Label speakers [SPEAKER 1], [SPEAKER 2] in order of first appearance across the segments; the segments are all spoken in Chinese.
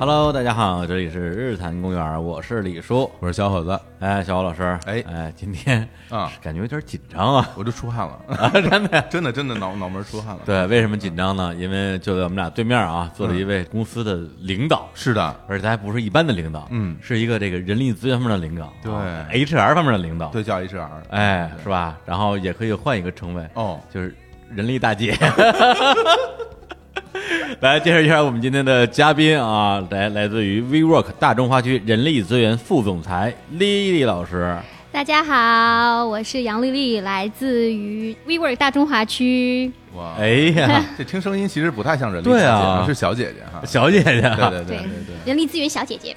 [SPEAKER 1] Hello，大家好，这里是日坛公园，我是李叔。
[SPEAKER 2] 我说小伙子，
[SPEAKER 1] 哎，小欧老师，
[SPEAKER 2] 哎
[SPEAKER 1] 哎，今天
[SPEAKER 2] 啊
[SPEAKER 1] 感觉有点紧张啊，
[SPEAKER 2] 我就出汗了，
[SPEAKER 1] 啊真的。
[SPEAKER 2] 真的真的脑脑门出汗了。，
[SPEAKER 1] 对，为什么紧张呢？因为就在我们俩对面啊，坐着一位公司的领导，
[SPEAKER 2] 是的，
[SPEAKER 1] 而且他还不是一般的领导，
[SPEAKER 2] 嗯
[SPEAKER 1] 是一个这个人力资源方面的领导，
[SPEAKER 2] 对
[SPEAKER 1] 啊，HR 方面的领导，
[SPEAKER 2] 对，叫 HR，
[SPEAKER 1] 哎，是吧？然后也可以换一个称谓，
[SPEAKER 2] 哦，
[SPEAKER 1] 就是人力大姐。 来介绍一下我们今天的嘉宾啊，来来自于 WeWork 大中华区人力资源副总裁丽丽老师。
[SPEAKER 3] 大家好，我是杨丽丽，来自于 WeWork 大中华区。
[SPEAKER 2] 哇，
[SPEAKER 1] 哎，呀，
[SPEAKER 2] 这听声音其实不太像人力
[SPEAKER 1] 对
[SPEAKER 2] 小
[SPEAKER 1] 啊
[SPEAKER 2] 姐是小姐姐哈。
[SPEAKER 1] 小姐姐，
[SPEAKER 2] 对对对对对，
[SPEAKER 3] 人力资源小姐姐。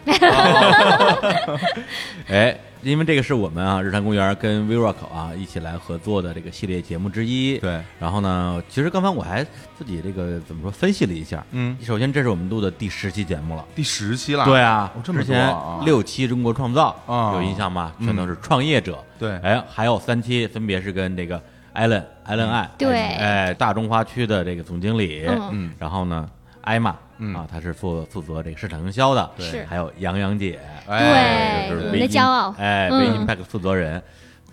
[SPEAKER 1] 哎，因为这个是我们啊日坛公园跟 WeWork 啊一起来合作的这个系列节目之一。
[SPEAKER 2] 对，
[SPEAKER 1] 然后呢，其实刚才我还自己这个怎么说分析了一下，
[SPEAKER 2] 嗯，
[SPEAKER 1] 首先这是我们录的第十期节目了。
[SPEAKER 2] 第十期了。
[SPEAKER 1] 对啊，
[SPEAKER 2] 哦这么
[SPEAKER 1] 之
[SPEAKER 2] 多
[SPEAKER 1] 前
[SPEAKER 2] 啊
[SPEAKER 1] 六期中国创造
[SPEAKER 2] 啊
[SPEAKER 1] 有印象吗？全都是创业者。
[SPEAKER 2] 对
[SPEAKER 1] 哎，还有三期分别是跟这个艾伦、艾伦艾，
[SPEAKER 3] 嗯对
[SPEAKER 1] 哎，大中华区的这个总经理，
[SPEAKER 3] 嗯
[SPEAKER 2] 嗯，
[SPEAKER 1] 然后呢，艾玛，
[SPEAKER 2] 嗯
[SPEAKER 1] 啊，他是负负责这个市场营销的，
[SPEAKER 3] 对是
[SPEAKER 1] 还有杨洋姐，
[SPEAKER 2] 哎，
[SPEAKER 3] 对
[SPEAKER 1] 就是
[SPEAKER 3] 我
[SPEAKER 1] 微
[SPEAKER 3] 们的
[SPEAKER 1] 信
[SPEAKER 3] 骄傲
[SPEAKER 1] 哎，微
[SPEAKER 3] 嗯
[SPEAKER 1] Impact 负责人。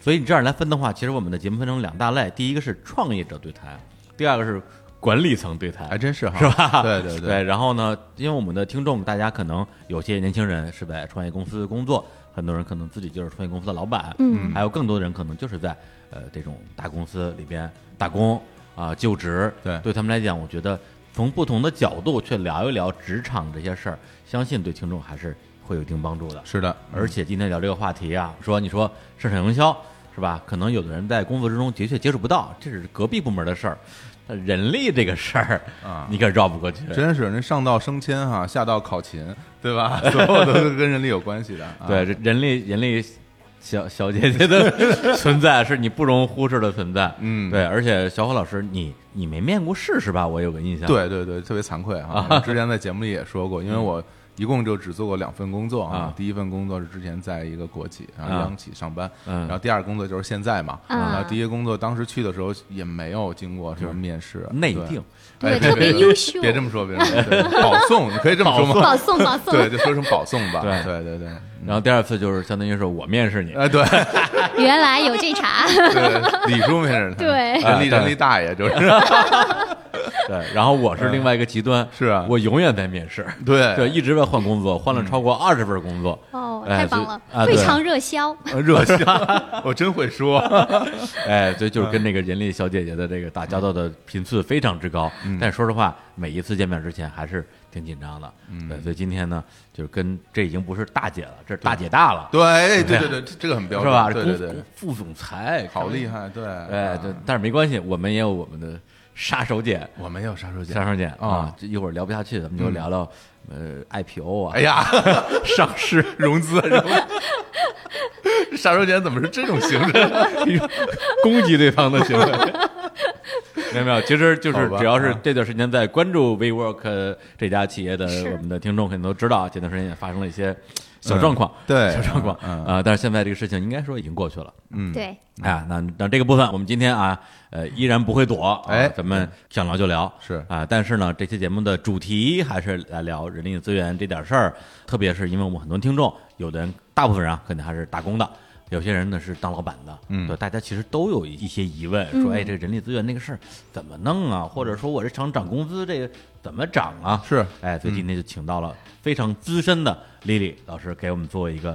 [SPEAKER 1] 所以你这样来分的话，其实我们的节目分成两大类，第一个是创业者对谈，第二个是管理层对谈
[SPEAKER 2] 还。真是哈，
[SPEAKER 1] 是 吧？
[SPEAKER 2] 对对
[SPEAKER 1] 对，然后呢，因为我们的听众大家可能有些年轻人是在创业公司工作，很多人可能自己就是创业公司的老板，
[SPEAKER 3] 嗯
[SPEAKER 1] 还有更多的人可能就是在呃这种大公司里边打工啊、就职。
[SPEAKER 2] 对
[SPEAKER 1] 对他们来讲，我觉得从不同的角度去聊一聊职场这些事儿，相信对听众还是会有一定帮助的。
[SPEAKER 2] 是的，
[SPEAKER 1] 而且今天聊这个话题啊，说你说市场营销是吧？可能有的人在工作之中的确接触不到，这是隔壁部门的事儿。但人力这个事儿
[SPEAKER 2] 啊
[SPEAKER 1] 你可绕不过去。
[SPEAKER 2] 真是那上到升迁哈，下到考勤，对吧？ 所有都是跟人力有关系的。啊，
[SPEAKER 1] 对，这人力人力小小姐姐 的存在是你不容忽视的存在。
[SPEAKER 2] 嗯
[SPEAKER 1] 对，而且小火老师，你你没面过试是吧？我有个印象。，
[SPEAKER 2] 对对对，特别惭愧 啊！我之前在节目里也说过，因为我一共就只做过两份工作
[SPEAKER 1] 嗯啊
[SPEAKER 2] 第一份工作是之前在一个国企然后
[SPEAKER 1] 啊
[SPEAKER 2] 央企上班，
[SPEAKER 1] 嗯
[SPEAKER 2] 然后第二工作就是现在嘛。
[SPEAKER 3] 啊
[SPEAKER 2] 然后第一个工作当时去的时候也没有经过什么面试，啊
[SPEAKER 1] 嗯内
[SPEAKER 2] 对
[SPEAKER 1] 定，
[SPEAKER 3] 对
[SPEAKER 2] 哎
[SPEAKER 3] 特别
[SPEAKER 2] 别
[SPEAKER 3] 优秀
[SPEAKER 2] 别这么说，别这么说， 对保送，你可以这么说吗？
[SPEAKER 3] 保送，保送。
[SPEAKER 2] 对，就说成保送吧。
[SPEAKER 1] 对
[SPEAKER 2] 对对对，
[SPEAKER 1] 然后第二次就是相当于是我面试你。
[SPEAKER 2] 哎对
[SPEAKER 3] 原来有这茬。
[SPEAKER 2] 对， 李叔没事，
[SPEAKER 3] 对
[SPEAKER 2] 人力
[SPEAKER 1] 啊对
[SPEAKER 2] 人力大 爷就是，
[SPEAKER 1] 对，然后我是另外一个极端，
[SPEAKER 2] 是啊
[SPEAKER 1] 我永远在面试。
[SPEAKER 2] 对
[SPEAKER 1] 对，一直在换工作，换了超过二十份工作。
[SPEAKER 3] 哦，
[SPEAKER 1] 哎
[SPEAKER 3] 太
[SPEAKER 1] 所
[SPEAKER 3] 棒
[SPEAKER 1] 以
[SPEAKER 3] 了，
[SPEAKER 1] 啊
[SPEAKER 3] 非
[SPEAKER 1] 对
[SPEAKER 3] 常热销。
[SPEAKER 2] 热情，我真会说，
[SPEAKER 1] 哎，所以就是跟那个人力小姐姐的这个打交道的频次非常之高，
[SPEAKER 2] 嗯
[SPEAKER 1] 但说实话，每一次见面之前还是挺紧张的。对，所以今天呢，就是跟这已经不是大姐了，这是大姐大了，
[SPEAKER 2] 嗯对哎对对对，这个很标
[SPEAKER 1] 是
[SPEAKER 2] 准，
[SPEAKER 1] 吧？
[SPEAKER 2] 对对对
[SPEAKER 1] 公，副总裁，
[SPEAKER 2] 好厉害，对，
[SPEAKER 1] 哎，
[SPEAKER 2] 啊
[SPEAKER 1] 对，，但是没关系，我们也有我们的杀手锏，
[SPEAKER 2] 我没有杀手锏，
[SPEAKER 1] 杀手锏啊
[SPEAKER 2] 啊，
[SPEAKER 1] 这一会儿聊不下去，咱们就聊聊呃 IPO 啊，
[SPEAKER 2] 嗯哎呀，
[SPEAKER 1] 上市。
[SPEAKER 2] 融资，融资 杀手锏怎么是这种形式？
[SPEAKER 1] 一种 攻击对方的行为。 没有没有，其实就
[SPEAKER 2] 好
[SPEAKER 1] 是
[SPEAKER 2] 吧
[SPEAKER 1] 只要是
[SPEAKER 2] 啊
[SPEAKER 1] 这段时间在关注 WeWork 这家企业的
[SPEAKER 3] 是
[SPEAKER 1] 我们的听众，可能都知道啊，前段时间也发生了一些小状况，
[SPEAKER 2] 嗯对
[SPEAKER 1] 小状况
[SPEAKER 2] 嗯嗯
[SPEAKER 1] 啊，但是现在这个事情应该说已经过去了。
[SPEAKER 3] 对，
[SPEAKER 1] 啊，那那这个部分我们今天啊，呃，依然不会躲，啊
[SPEAKER 2] 哎
[SPEAKER 1] 咱们想聊就聊，
[SPEAKER 2] 是
[SPEAKER 1] 啊，但是呢，这期节目的主题还是来聊人力资源这点事儿，特别是因为我们很多听众，有的人大部分人啊，可能还是打工的。有些人呢是当老板的，
[SPEAKER 2] 嗯
[SPEAKER 1] 对，大家其实都有一些疑问，说，哎，这人力资源那个事儿怎么弄啊？或者说我这想涨工资，这个怎么涨啊？
[SPEAKER 2] 是嗯
[SPEAKER 1] 哎，所以今天就请到了非常资深的丽丽老师给我们做一个，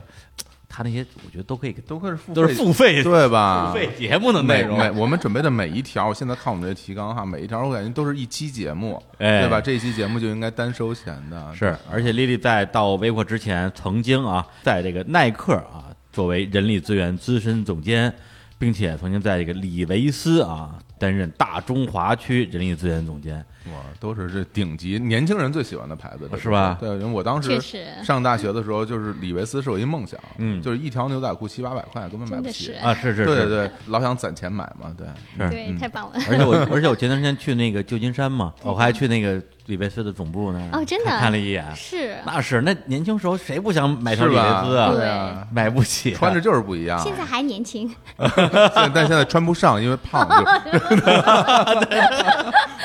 [SPEAKER 1] 他那些我觉得都可以，
[SPEAKER 2] 都会是付
[SPEAKER 1] 都是付费的
[SPEAKER 2] 对吧？
[SPEAKER 1] 付费节目的内
[SPEAKER 2] 每
[SPEAKER 1] 容，
[SPEAKER 2] 每我们准备的每一条，我现在看我们这提纲哈，每一条我感觉都是一期节目，
[SPEAKER 1] 哎
[SPEAKER 2] 对吧？这一期节目就应该单收钱的，
[SPEAKER 1] 是，而且丽丽在到微博之前，曾经啊，在这个耐克啊，作为人力资源资深总监，并且曾经在这个李维斯啊担任大中华区人力资源总监。
[SPEAKER 2] 哇，都是这顶级年轻人最喜欢的牌子，这
[SPEAKER 1] 是吧
[SPEAKER 2] 对，因为我当
[SPEAKER 3] 确
[SPEAKER 2] 时
[SPEAKER 3] 实
[SPEAKER 2] 上大学的时候，就是李维斯是我一梦想，
[SPEAKER 1] 嗯
[SPEAKER 2] 就是一条牛仔裤七八百块根本买
[SPEAKER 3] 真
[SPEAKER 2] 不
[SPEAKER 3] 的
[SPEAKER 2] 起
[SPEAKER 3] 是，
[SPEAKER 1] 啊，是是
[SPEAKER 2] 哎对
[SPEAKER 1] 是，
[SPEAKER 2] 对对，老想攒钱买嘛，对，
[SPEAKER 1] 是
[SPEAKER 3] 对，太棒了。
[SPEAKER 2] 嗯
[SPEAKER 1] 而且我，而且我前段时间去那个旧金山嘛，我还去那个李维斯的总部那儿
[SPEAKER 3] 哦真的
[SPEAKER 2] 啊
[SPEAKER 1] 看看了一眼，
[SPEAKER 3] 是，
[SPEAKER 1] 那是那年轻时候谁不想买条
[SPEAKER 2] 是
[SPEAKER 1] 李维斯
[SPEAKER 2] 吧？
[SPEAKER 1] 啊？
[SPEAKER 2] 对啊，
[SPEAKER 1] 买不起啊，
[SPEAKER 2] 穿着就是不一样。
[SPEAKER 3] 现在还年轻，
[SPEAKER 2] 现在但现在穿不上，因为胖， 就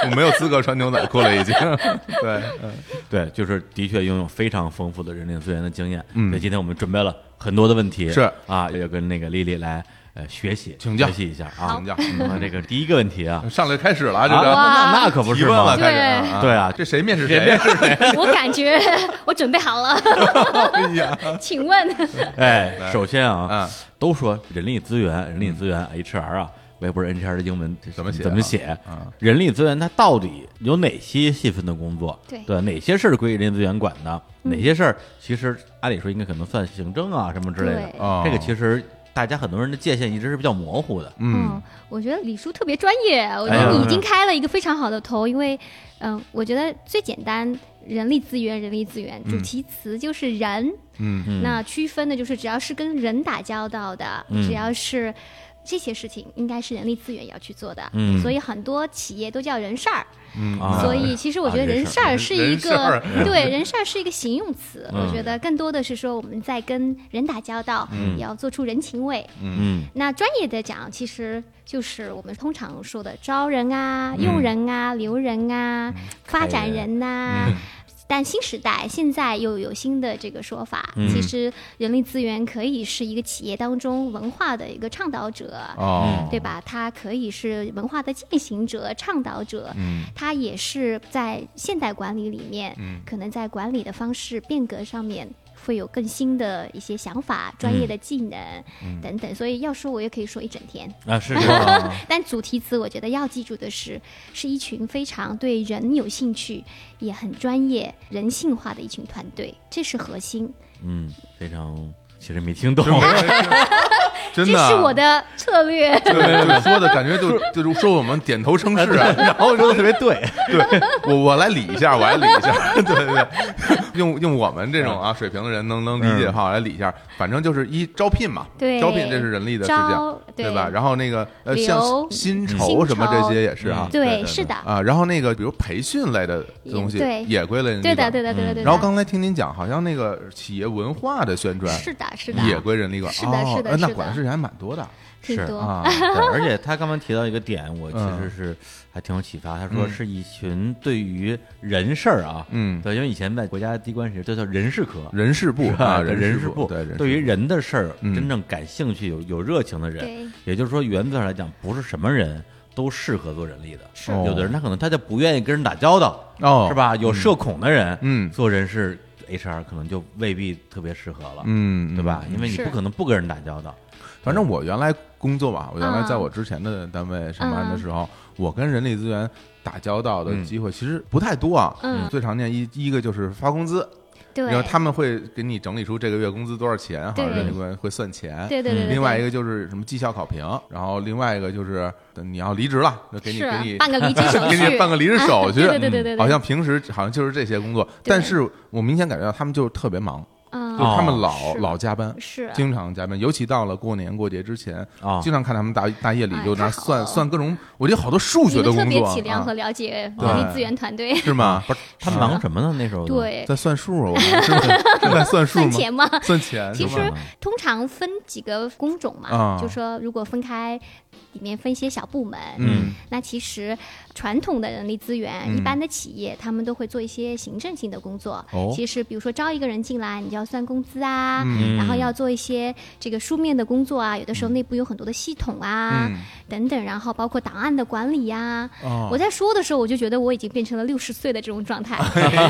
[SPEAKER 2] 我没有资格穿牛仔裤了，已经。对，嗯
[SPEAKER 1] 对，就是的确拥有非常丰富的人力资源的经验。
[SPEAKER 2] 嗯
[SPEAKER 1] 所以今天我们准备了很多的问题，
[SPEAKER 2] 是
[SPEAKER 1] 啊，要跟那个丽丽来呃学习，
[SPEAKER 2] 请教
[SPEAKER 1] 学习一下啊。
[SPEAKER 2] 请教
[SPEAKER 1] 那么这个第一个问题啊，
[SPEAKER 2] 上来就开始了，
[SPEAKER 1] 啊，
[SPEAKER 2] 这个
[SPEAKER 1] 那那可不
[SPEAKER 2] 提
[SPEAKER 1] 是
[SPEAKER 2] 问
[SPEAKER 1] 嘛
[SPEAKER 2] 了，开始啊。
[SPEAKER 1] 对啊
[SPEAKER 2] 这谁面试谁呀？
[SPEAKER 3] 我感觉我准备好了，
[SPEAKER 2] 哎呀，
[SPEAKER 3] 请问，
[SPEAKER 1] 哎，首先啊
[SPEAKER 2] 啊，
[SPEAKER 1] 都说人力资源，人力资源 HR 啊，我也不是 HR 的英文
[SPEAKER 2] 嗯怎么写啊
[SPEAKER 1] 怎么写
[SPEAKER 2] 啊？
[SPEAKER 1] 人力资源它到底有哪些细分的工作？
[SPEAKER 3] 对嗯
[SPEAKER 1] 哪些事儿归人力资源管的？哪些事儿其实按理说应该可能算行政啊什么之类的
[SPEAKER 3] 对。
[SPEAKER 2] 哦
[SPEAKER 1] 这个其实大家很多人的界限一直是比较模糊的。
[SPEAKER 2] 嗯，，
[SPEAKER 3] 我觉得李叔特别专业，我觉
[SPEAKER 1] 哎呀
[SPEAKER 3] 得你已经开了一个非常好的头，因为，嗯、我觉得最简单，人力资源，人力资源，主题词就是人，
[SPEAKER 2] 嗯，
[SPEAKER 1] 嗯
[SPEAKER 3] 那区分的就是只要是跟人打交道的，
[SPEAKER 1] 嗯
[SPEAKER 3] 只要是这些事情，应该是人力资源要去做的。
[SPEAKER 1] 嗯
[SPEAKER 3] 所以很多企业都叫人事儿，
[SPEAKER 2] 嗯
[SPEAKER 1] 啊
[SPEAKER 3] 所以其实我觉得
[SPEAKER 1] 啊人
[SPEAKER 3] 人事儿是一个、
[SPEAKER 2] 人事儿
[SPEAKER 3] 对人事儿是一个形容词，
[SPEAKER 1] 嗯
[SPEAKER 3] 我觉得更多的是说我们在跟人打交道，
[SPEAKER 2] 嗯
[SPEAKER 3] 也要做出人情味。
[SPEAKER 1] 嗯
[SPEAKER 3] 那专业的讲，其实就是我们通常说的招人啊、
[SPEAKER 1] 嗯
[SPEAKER 3] 用人啊、留人啊、发展人呐、
[SPEAKER 1] 嗯
[SPEAKER 3] 但新时代现在又有新的这个说法，
[SPEAKER 1] 嗯
[SPEAKER 3] 其实人力资源可以是一个企业当中文化的一个倡导者，
[SPEAKER 2] 哦，
[SPEAKER 3] 对？吧？它可以是文化的践行者、倡导者，
[SPEAKER 2] 嗯
[SPEAKER 3] 它也是在现代管理里面，
[SPEAKER 2] 嗯
[SPEAKER 3] 可能在管理的方式变革上面会有更新的一些想法、专业的技能、
[SPEAKER 2] 嗯
[SPEAKER 3] 等等。所以要说，我也可以说一整天。
[SPEAKER 1] 啊是是
[SPEAKER 2] 哦
[SPEAKER 1] 吧
[SPEAKER 3] 但主题词，我觉得要记住的是，是一群非常对人有兴趣，也很专业、人性化的一群团队，这是核心。
[SPEAKER 1] 嗯，非常其实没听懂。
[SPEAKER 2] 真
[SPEAKER 3] 这
[SPEAKER 2] 的啊，
[SPEAKER 3] 是我的策略。
[SPEAKER 2] 对对对说的感觉 就就是说我们点头称是啊，
[SPEAKER 1] 然后说的特别对，
[SPEAKER 2] 对我我来理一下，我来理一下， 对对对， 用用我们这种
[SPEAKER 3] 嗯
[SPEAKER 2] 啊水平的人能能理解的话，我来理一下。反正就是一招聘嘛，
[SPEAKER 3] 对
[SPEAKER 2] 招聘这是人力的事情，
[SPEAKER 3] 招
[SPEAKER 2] 对吧？然后那个呃，
[SPEAKER 3] 留
[SPEAKER 2] 像薪酬
[SPEAKER 3] 薪
[SPEAKER 2] 什么
[SPEAKER 3] 酬
[SPEAKER 2] 这些也是啊，
[SPEAKER 1] 嗯
[SPEAKER 3] 对，是的，
[SPEAKER 2] 啊，然后那个比如培训类的东西
[SPEAKER 3] 对
[SPEAKER 2] 也归类人力
[SPEAKER 3] 对
[SPEAKER 2] 管
[SPEAKER 3] 的，对的，对的，对的。
[SPEAKER 2] 嗯然后刚才听您讲，好像那个企业文化的宣传
[SPEAKER 3] 是的，是的，
[SPEAKER 2] 也归人力管，
[SPEAKER 3] 是的
[SPEAKER 2] 哦
[SPEAKER 3] 是的
[SPEAKER 2] 呃那
[SPEAKER 3] 是
[SPEAKER 2] 管的
[SPEAKER 3] 的
[SPEAKER 2] 事情还蛮多 的
[SPEAKER 3] 挺
[SPEAKER 1] 是
[SPEAKER 3] 多。
[SPEAKER 2] 啊，
[SPEAKER 1] 对，而且他刚刚提到一个点，我其
[SPEAKER 2] 嗯
[SPEAKER 1] 实是还挺有启发。他说
[SPEAKER 2] 嗯
[SPEAKER 1] 是一群对于人事儿啊，
[SPEAKER 2] 嗯
[SPEAKER 1] 对，因为以前在国家机关时都叫人事科，
[SPEAKER 2] 人事部啊，
[SPEAKER 1] 对
[SPEAKER 2] 人
[SPEAKER 1] 人事
[SPEAKER 2] 部对人事
[SPEAKER 1] 对于
[SPEAKER 2] 部
[SPEAKER 1] 人的事儿
[SPEAKER 2] 嗯
[SPEAKER 1] 真正感兴趣、有有热情的人
[SPEAKER 3] 对，嗯
[SPEAKER 1] 也就是说，原则上来讲，不是什么人都适合做人力的。
[SPEAKER 3] 是
[SPEAKER 1] 有的人他可能他就不愿意跟人打交道，
[SPEAKER 2] 哦
[SPEAKER 1] 是吧？有社恐的人，
[SPEAKER 2] 嗯
[SPEAKER 1] 做人事 HR 可能就未必特别适合了，
[SPEAKER 2] 嗯，
[SPEAKER 1] 对吧？因为你
[SPEAKER 3] 是
[SPEAKER 1] 不可能不跟人打交道，
[SPEAKER 2] 反正我原来工作嘛，我原来
[SPEAKER 3] 嗯
[SPEAKER 2] 在我之前的单位上班的
[SPEAKER 3] 嗯
[SPEAKER 2] 时候，我跟人力资源打交道的
[SPEAKER 1] 嗯
[SPEAKER 2] 机会其实不太多啊。
[SPEAKER 3] 嗯
[SPEAKER 2] 最常见一一个就是发工资，
[SPEAKER 3] 对
[SPEAKER 2] 然后，他们会给你整理出这个月工资多少钱，好像
[SPEAKER 3] 对
[SPEAKER 2] 人力资源会算钱。
[SPEAKER 3] 对对对对，
[SPEAKER 2] 嗯另外一
[SPEAKER 3] 个
[SPEAKER 2] 个就是什么绩效考评，然后另外一个就是等你要离职了，就给你
[SPEAKER 3] 是
[SPEAKER 2] 给你
[SPEAKER 3] 办个离职手
[SPEAKER 2] 给
[SPEAKER 3] 续，
[SPEAKER 2] 你办个离职手续。嗯
[SPEAKER 3] 对对对对对对，
[SPEAKER 2] 好像平时好像就是这些工作，
[SPEAKER 3] 对
[SPEAKER 2] 但是我明显感觉到他们就是特别忙，
[SPEAKER 3] 嗯
[SPEAKER 2] 就是他们
[SPEAKER 1] 哦
[SPEAKER 2] 老
[SPEAKER 3] 是
[SPEAKER 2] 老加班，
[SPEAKER 3] 是
[SPEAKER 2] 啊
[SPEAKER 3] 啊
[SPEAKER 2] 经常加班，尤其到了过年过节之前，
[SPEAKER 1] 啊
[SPEAKER 2] 经常看他们大大夜里
[SPEAKER 3] 哎
[SPEAKER 2] 就那
[SPEAKER 3] 太好
[SPEAKER 2] 算
[SPEAKER 3] 了
[SPEAKER 2] 算各种，我觉得好多数
[SPEAKER 3] 你
[SPEAKER 2] 学的
[SPEAKER 3] 们特
[SPEAKER 2] 工
[SPEAKER 3] 别
[SPEAKER 2] 作
[SPEAKER 3] 体谅
[SPEAKER 2] 啊
[SPEAKER 3] 和，了解
[SPEAKER 2] 对
[SPEAKER 3] 人力资源团队，
[SPEAKER 2] 是吗？
[SPEAKER 1] 不是他忙什么呢？那时候都，
[SPEAKER 3] 对，
[SPEAKER 2] 在算数啊，我们是在 是在算数
[SPEAKER 3] 算
[SPEAKER 2] 吗？
[SPEAKER 3] 钱吗？
[SPEAKER 2] 算钱是
[SPEAKER 3] 其
[SPEAKER 2] 吗，
[SPEAKER 3] 实通常分几个工种嘛
[SPEAKER 2] 啊，
[SPEAKER 3] 就说如果分开，里面分一些小部门，
[SPEAKER 2] 嗯
[SPEAKER 3] 那其实传统的人力资源，
[SPEAKER 2] 嗯
[SPEAKER 3] 一般的企业他们都会做一些行政性的工作。
[SPEAKER 2] 哦
[SPEAKER 3] 其实比如说招一个人进来，你就要算工资啊，
[SPEAKER 2] 嗯
[SPEAKER 3] 然后要做一些这个书面的工作啊，有的时候内部有很多的系统啊、
[SPEAKER 2] 嗯
[SPEAKER 3] 等等，然后包括档案的管理啊呀、
[SPEAKER 2] 哦
[SPEAKER 3] 我在说的时候，我就觉得我已经变成了六十岁的这种状态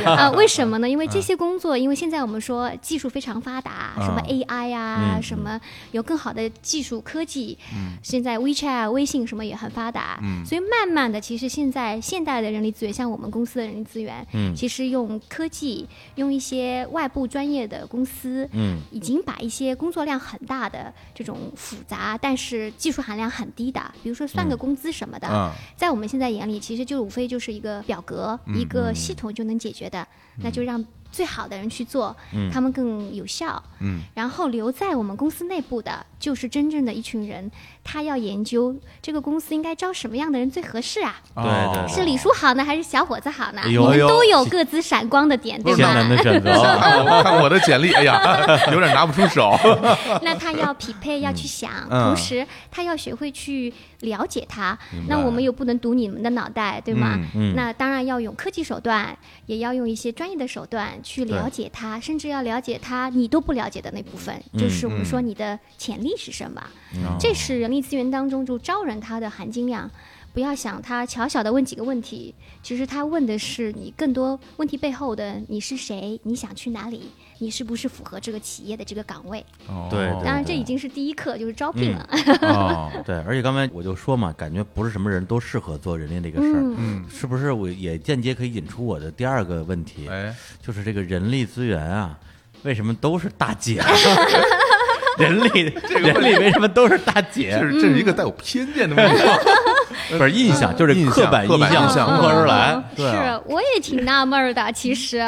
[SPEAKER 3] 啊、为什么呢？因为这些工作，因为现在我们说技术非常发达，什么
[SPEAKER 2] 啊
[SPEAKER 3] AI 啊，
[SPEAKER 1] 嗯
[SPEAKER 3] 什么有更好的技术科技，现在 WeChat、微啊信什么也很发达，
[SPEAKER 2] 嗯
[SPEAKER 3] 所以慢慢的，其实现在现代的人力资源，像我们公司的人力资源，
[SPEAKER 1] 嗯
[SPEAKER 3] 其实用科技，用一些外部专业的公司，
[SPEAKER 1] 嗯
[SPEAKER 3] 已经把一些工作量很大的这种复杂，但是技术含量很低的，比如说算个工资什么的，
[SPEAKER 2] 嗯
[SPEAKER 3] 在我
[SPEAKER 1] 嗯
[SPEAKER 3] 们现在眼里，其实就无非就是一个表格、一个系统就能解决的，那就让最好的人去做，
[SPEAKER 1] 嗯
[SPEAKER 3] 他们更有效。
[SPEAKER 2] 嗯
[SPEAKER 3] 然后留在我们公司内部的，就是真正的一群人，他要研究这个公司应该招什么样的人最合适啊？
[SPEAKER 1] 对对
[SPEAKER 2] 哦
[SPEAKER 1] 对
[SPEAKER 3] 是李叔好呢，还是小伙子好呢？
[SPEAKER 1] 哎
[SPEAKER 3] 你
[SPEAKER 1] 呦
[SPEAKER 3] 们
[SPEAKER 1] 哎呦
[SPEAKER 3] 都有各自闪光的点，对
[SPEAKER 1] 艰
[SPEAKER 3] 吧？
[SPEAKER 1] 难的选择，啊
[SPEAKER 2] 看啊我看我的简历，哎呀， 有点拿不出 手。
[SPEAKER 3] 那他要匹配，要去想，
[SPEAKER 2] 嗯
[SPEAKER 3] 同时他要学会去了解他。
[SPEAKER 2] 明白
[SPEAKER 3] 那我们又不能读你们的脑袋，对吗？
[SPEAKER 1] 嗯嗯
[SPEAKER 3] 那当然要用科技手段，也要用一些专业的手段去了解他，甚至要了解他你都不了解的那部分，
[SPEAKER 2] 嗯
[SPEAKER 3] 就是我们说你的潜力是什么。
[SPEAKER 2] 哦
[SPEAKER 3] 这是人力资源当中就招人他的含金量。不要想他小小的问几个问题，其实他问的是你更多问题背后的你是谁，你想去哪里，你是不是符合这个企业的这个岗位。
[SPEAKER 2] 哦
[SPEAKER 1] 对对
[SPEAKER 3] 当然，这已经是第一课，就是招聘了。
[SPEAKER 2] 哦，
[SPEAKER 1] 对，而且刚才我就说嘛，感觉不是什么人都适合做人力这个事儿，
[SPEAKER 2] 嗯
[SPEAKER 1] 是不是？我也间接可以引出我的第二个问题，
[SPEAKER 2] 哎，
[SPEAKER 1] 就是这个人力资源啊，为什么都是大姐？人力
[SPEAKER 2] 这个
[SPEAKER 1] 人
[SPEAKER 2] 问
[SPEAKER 1] 力为什么都是大姐
[SPEAKER 2] 这？是这是一
[SPEAKER 3] 嗯
[SPEAKER 2] 个带有偏见的问题，
[SPEAKER 1] 不是印象，就是
[SPEAKER 2] 印象
[SPEAKER 1] 刻板
[SPEAKER 2] 刻板
[SPEAKER 1] 象
[SPEAKER 2] 印象
[SPEAKER 1] 从何而来？
[SPEAKER 3] 是，我也挺纳闷儿的。其实，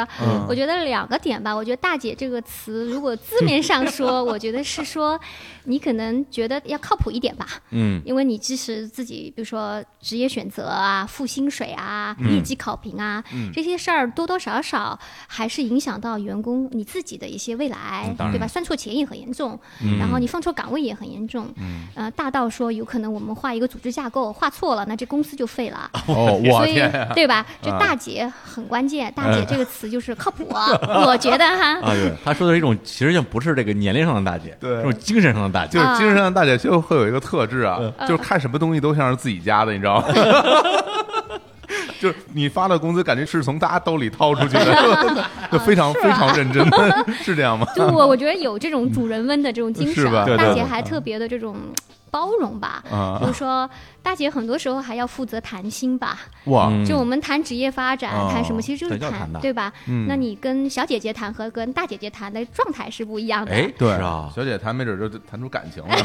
[SPEAKER 3] 我觉得两个点吧。我觉得“大姐”这个词，如果字面上说，我觉得是说，你可能觉得要靠谱一点吧，
[SPEAKER 1] 嗯
[SPEAKER 3] 因为你即使自己，比如说职业选择啊、付薪水啊、
[SPEAKER 1] 嗯
[SPEAKER 3] 业绩考评啊、这些事儿，多多少少还是影响到员工你自己的一些未来
[SPEAKER 1] 嗯，当然
[SPEAKER 3] 对吧？算错钱也很严重，
[SPEAKER 1] 嗯
[SPEAKER 3] 然后你放错岗位也很严重。嗯、呃，大到说有可能我们画一个组织架构画错了，那这公司就废了。
[SPEAKER 2] 哦，我
[SPEAKER 3] 所以
[SPEAKER 2] 天呀，
[SPEAKER 3] 对吧？这
[SPEAKER 2] 啊
[SPEAKER 3] 大姐很关键，大姐这个词就是靠谱，我觉得 哈。
[SPEAKER 1] 啊，对，他说的是一种其实就不是这个年龄上的大姐，
[SPEAKER 2] 对
[SPEAKER 1] 这种精神上的大姐
[SPEAKER 2] 就。是精神上的大姐就会有一个特质啊，就是看什么东西都像是自己家的，你知道吗？ 就是你发的工资，感觉是从他兜里掏出去的，就非常非常认真， 是这样吗？
[SPEAKER 3] 就我我觉得有这种主人翁的这种精
[SPEAKER 2] 是
[SPEAKER 3] 神啊
[SPEAKER 2] 吧，对
[SPEAKER 1] 对
[SPEAKER 3] 大
[SPEAKER 1] 对
[SPEAKER 3] 姐还特别的这种包容吧。比
[SPEAKER 2] 啊
[SPEAKER 3] 如，说，大姐很多时候还要负责谈心吧，
[SPEAKER 2] 哇，
[SPEAKER 1] 嗯
[SPEAKER 3] 就我们谈职业发展、
[SPEAKER 2] 哦
[SPEAKER 3] 谈什么，其实就是
[SPEAKER 1] 对要谈的
[SPEAKER 3] 对吧？
[SPEAKER 2] 嗯
[SPEAKER 3] 那你跟小姐姐谈和跟大姐姐谈的状态是不一样的。
[SPEAKER 1] 哎，
[SPEAKER 2] 对
[SPEAKER 1] 是啊，
[SPEAKER 2] 小姐谈没准就谈出感情了，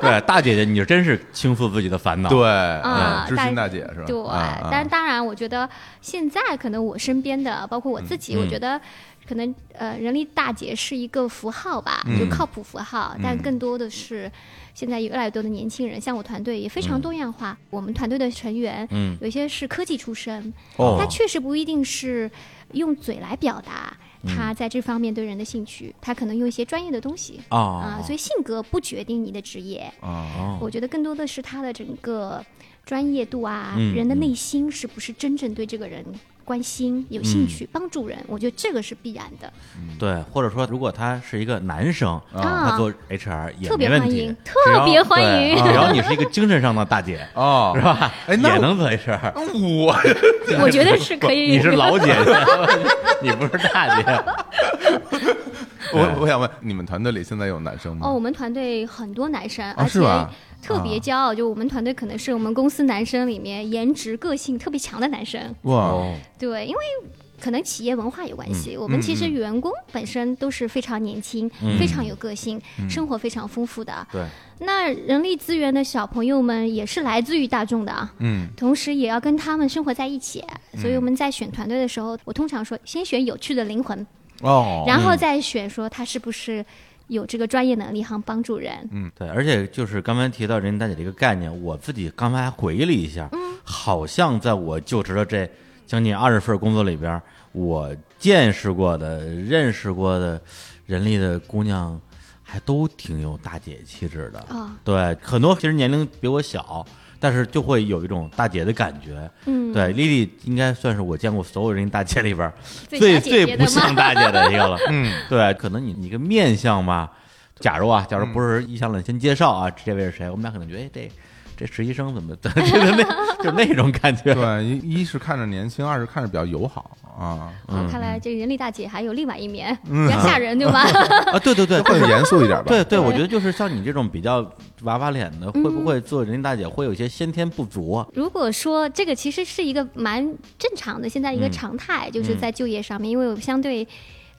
[SPEAKER 1] 对，大姐姐，你真是倾诉自己的烦恼。
[SPEAKER 2] 对，
[SPEAKER 3] 啊
[SPEAKER 2] 嗯知心大姐是吧？
[SPEAKER 3] 对，
[SPEAKER 2] 啊
[SPEAKER 3] 但当然，我觉得现在可能我身边的，包括我自己，
[SPEAKER 1] 嗯
[SPEAKER 3] 我觉得可能呃，人力大姐是一个符号吧，
[SPEAKER 2] 嗯
[SPEAKER 3] 就靠谱符号，但更多的是现在越来越多的年轻人，像我团队也非
[SPEAKER 2] 嗯
[SPEAKER 3] 常多样化，我们团队的成员
[SPEAKER 1] 嗯，
[SPEAKER 3] 有一些是科技出身，
[SPEAKER 1] 哦
[SPEAKER 3] 他确实不一定是用嘴来表达。
[SPEAKER 2] 嗯
[SPEAKER 3] 他在这方面对人的兴趣，他可能用一些专业的东西
[SPEAKER 2] 哦
[SPEAKER 3] 啊、
[SPEAKER 1] 啊，
[SPEAKER 3] 所以性格不决定你的职业。
[SPEAKER 2] 啊，
[SPEAKER 1] 哦
[SPEAKER 3] 我觉得更多的是他的整个专业度啊，
[SPEAKER 1] 嗯嗯
[SPEAKER 3] 人的内心是不是真正对这个人关心、有兴趣、帮助人，我觉得这个是必然的，
[SPEAKER 1] 对，或者说如果他是一个男生，
[SPEAKER 3] 啊
[SPEAKER 1] 他做 HR 也
[SPEAKER 3] 特别
[SPEAKER 1] 没问
[SPEAKER 3] 欢
[SPEAKER 1] 题
[SPEAKER 3] 迎，，特别欢
[SPEAKER 1] 对
[SPEAKER 3] 迎。
[SPEAKER 1] 只要你是一个精神上的大姐，
[SPEAKER 2] 哦，
[SPEAKER 1] 是吧？
[SPEAKER 2] 哎那
[SPEAKER 1] 也
[SPEAKER 2] 我
[SPEAKER 1] 能做 HR。
[SPEAKER 2] 我
[SPEAKER 3] 我觉得是可以。
[SPEAKER 1] 你是老 姐姐，你不是大姐。
[SPEAKER 2] 我我想问，你们团队里现在有男生
[SPEAKER 1] 嗯
[SPEAKER 2] 吗？
[SPEAKER 3] 哦，我们团队很多男
[SPEAKER 1] 哦
[SPEAKER 3] 生，
[SPEAKER 2] 啊
[SPEAKER 3] 而
[SPEAKER 2] 是
[SPEAKER 3] 且
[SPEAKER 2] 吧
[SPEAKER 3] 特别
[SPEAKER 1] 啊
[SPEAKER 3] 骄傲，就我们团队可能是我们公司男生里面颜值、个性特别强的男生。
[SPEAKER 1] 哦
[SPEAKER 2] 哇，
[SPEAKER 3] 对，因为可能企业文化有关系。
[SPEAKER 1] 嗯
[SPEAKER 3] 我们其实员工本身都是非常年轻、非常有个性、
[SPEAKER 1] 嗯
[SPEAKER 3] 生活非常丰富的。
[SPEAKER 1] 对，
[SPEAKER 3] 那人力资源的小朋友们也是来自于大众的啊。
[SPEAKER 2] 嗯，
[SPEAKER 3] 同时也要跟他们生活在一起，
[SPEAKER 1] 嗯
[SPEAKER 3] 所以我们在选团队的时候，我通常说先选有趣的灵魂，
[SPEAKER 2] 哦，
[SPEAKER 3] 然后再选说他是不是有这个专业能力，还能帮助人。
[SPEAKER 1] 对，而且就是刚才提到人大姐这个概念，我自己刚才还回忆了一下，好像在我就职的这将近二十份工作里边，我见识过的、认识过的人力的姑娘，还都挺有大姐气质的。
[SPEAKER 3] 啊
[SPEAKER 1] 对，很多其实年龄比我小，但是就会有一种大姐的感觉。
[SPEAKER 3] 嗯，
[SPEAKER 1] 对，丽丽应该算是我见过所有人大姐里边儿
[SPEAKER 3] 最
[SPEAKER 1] 最
[SPEAKER 3] 小姐姐
[SPEAKER 1] 最不
[SPEAKER 3] 的吗
[SPEAKER 1] 像大姐的一个了。
[SPEAKER 2] 嗯，
[SPEAKER 1] 对，可能你你个面相吧，假如啊，假如不是一向冷先介绍啊，这位是谁，我们俩可能觉得哎这。这实习生怎么 对对对，那就那种感觉，
[SPEAKER 2] 对，一一是看着年轻，二是看着比较友好啊，
[SPEAKER 3] 好，
[SPEAKER 1] 嗯
[SPEAKER 3] 看来这人力大姐还有另外一面，比较吓人，对 吧？
[SPEAKER 1] 啊，对对对，
[SPEAKER 2] 会严肃一点吧？
[SPEAKER 1] 对对，我觉得就是像你这种比较娃娃脸的，会
[SPEAKER 3] 嗯
[SPEAKER 1] 不会做人家大姐会有一些先天不足啊？
[SPEAKER 3] 如果说这个其实是一个蛮正常的，现在一个常态，
[SPEAKER 1] 嗯
[SPEAKER 3] 就是在就业上面，因为我相对。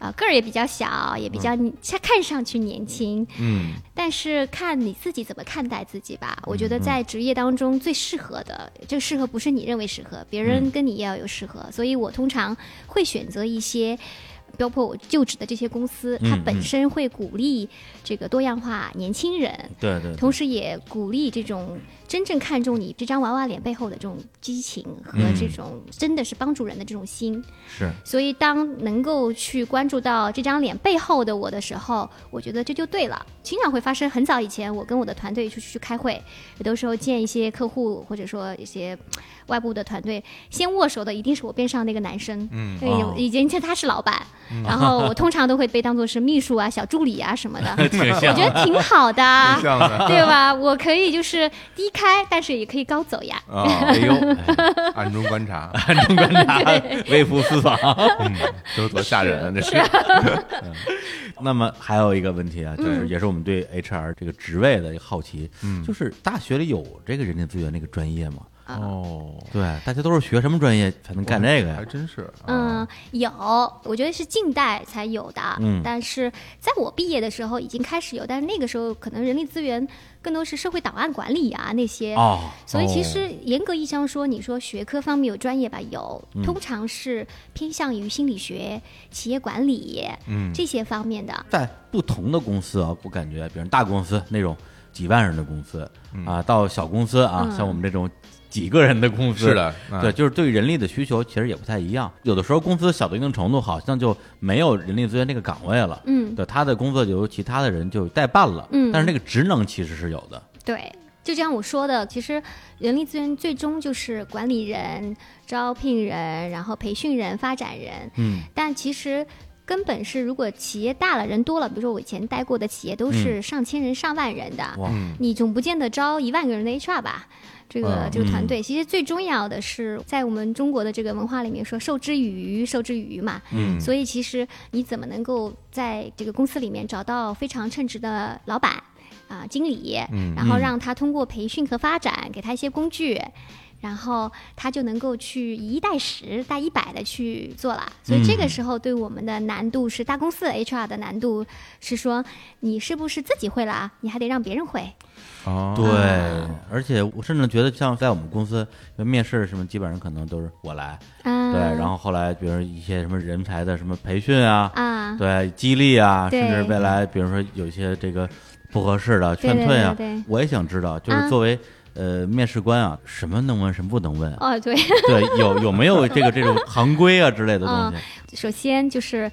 [SPEAKER 3] 啊，个儿也比较小，也比较
[SPEAKER 1] 嗯
[SPEAKER 3] 看看上去年轻，
[SPEAKER 2] 嗯，
[SPEAKER 3] 但是看你自己怎么看待自己吧。
[SPEAKER 1] 嗯
[SPEAKER 3] 我觉得在职业当中最适合的，这个适合不
[SPEAKER 1] 嗯
[SPEAKER 3] 是你认为适合，别人跟你也要有适合。所以我通常会选择一些，包括我就职的这些公司，它
[SPEAKER 1] 嗯
[SPEAKER 3] 本
[SPEAKER 1] 嗯
[SPEAKER 3] 身会鼓励这个多样化年轻人，
[SPEAKER 1] 对对，
[SPEAKER 3] 同时也鼓励这种真正看重你这张娃娃脸背后的这种激情和
[SPEAKER 1] 嗯
[SPEAKER 3] 这种真的是帮助人的这种心。
[SPEAKER 1] 是
[SPEAKER 3] 所以，当能够去关注到这张脸背后的我的时候，我觉得这就对了。经常会发生，很早以前我跟我的团队出去去开会，有的时候见一些客户或者说一些呃外部的团队，先握手的一定是我边上那个男生，
[SPEAKER 2] 嗯
[SPEAKER 3] 因
[SPEAKER 1] 哦，
[SPEAKER 3] 为已经他是老板，然后我通常都会被当做是秘书啊、小助理啊什么 的
[SPEAKER 1] 挺
[SPEAKER 3] 我
[SPEAKER 1] 像
[SPEAKER 3] 觉得挺好 的啊。
[SPEAKER 2] 像的
[SPEAKER 3] 对吧？我可以就是低开，但是也可以高走呀。
[SPEAKER 2] 啊，
[SPEAKER 1] 哎 呦，
[SPEAKER 2] 暗中观察，
[SPEAKER 1] 暗中观察，微服私访。
[SPEAKER 2] 嗯，都多吓人啊！这是
[SPEAKER 1] 那么还有一个问题啊，就是
[SPEAKER 3] 嗯
[SPEAKER 1] 也是我们对 HR 这个职位的一个好奇，
[SPEAKER 2] 嗯
[SPEAKER 1] 就是大学里有这个人力资源那个专业吗？
[SPEAKER 2] 哦，
[SPEAKER 1] 对，大家都是学什么专业才能干这个呀
[SPEAKER 2] 还？真是，
[SPEAKER 1] 哦
[SPEAKER 2] 啊
[SPEAKER 3] 嗯，有，我觉得是近代才有的。啊
[SPEAKER 1] 嗯
[SPEAKER 3] 但是在我毕业的时候已经开始有，但是那个时候可能人力资源更多是社会档案管理啊那些。
[SPEAKER 1] 哦，
[SPEAKER 3] 所以其实严格意义上说，你说学科方面有专业吧，有，
[SPEAKER 1] 嗯
[SPEAKER 3] 通常是偏向于心理学、企业管理，
[SPEAKER 2] 嗯
[SPEAKER 3] 这些方面的。
[SPEAKER 1] 在不同的公司啊，我感觉，比如大公司那种几万人的公司
[SPEAKER 2] 嗯
[SPEAKER 1] 啊，到小公司啊，
[SPEAKER 3] 嗯
[SPEAKER 1] 像我们这种几个人的公司，
[SPEAKER 2] 是的嗯
[SPEAKER 1] 对，就是对人力的需求其实也不太一样。有的时候公司小到一定程度，好像就没有人力资源这个岗位了，
[SPEAKER 3] 嗯，
[SPEAKER 1] 对，他的工作就由其他的人就代办了，
[SPEAKER 3] 嗯
[SPEAKER 1] 但是那个职能其实是有的，
[SPEAKER 3] 对，就像我说的，其实人力资源最终就是管理人、招聘人，然后培训人、发展人。
[SPEAKER 1] 嗯，
[SPEAKER 3] 但其实根本是，如果企业大了，人多了，比如说我以前待过的企业都是上千人、上万人的，
[SPEAKER 1] 哇，
[SPEAKER 3] 你总不见得招一万个人的 HR 吧？这个、
[SPEAKER 2] 嗯
[SPEAKER 3] 这个团队，其实最重要的是在我们中国的这个文化里面说“授之以鱼，授之以渔”嘛。
[SPEAKER 2] 嗯
[SPEAKER 3] 所以其实你怎么能够在这个公司里面找到非常称职的老板啊、经理，
[SPEAKER 2] 嗯
[SPEAKER 3] 然后让他通过培训和发展，给他一些工具。然后他就能够去以一带十、带一百的去做了，嗯所以这个时候对我们的难度是大公司的 HR 的难度是说，你是不是自己会了啊？你还得让别人会。
[SPEAKER 2] 哦，
[SPEAKER 1] 对，而且我甚至觉得，像在我们公司，面试什么基本上可能都是我来，
[SPEAKER 3] 啊，
[SPEAKER 1] 对，然后后来比如一些什么人才的什么培训啊，
[SPEAKER 3] 啊，
[SPEAKER 1] 对，激励啊，
[SPEAKER 3] 对
[SPEAKER 1] 甚至未来比如说有一些这个不合适的劝
[SPEAKER 3] 对对
[SPEAKER 1] 退啊，
[SPEAKER 3] 对对
[SPEAKER 1] 我也想知道，就是
[SPEAKER 3] 啊，
[SPEAKER 1] 作为、呃面试官啊，什么能问，什么不能问啊
[SPEAKER 3] 哦对，
[SPEAKER 1] 对，有有没有这个这种行规啊之类的东西？
[SPEAKER 3] 首先就是。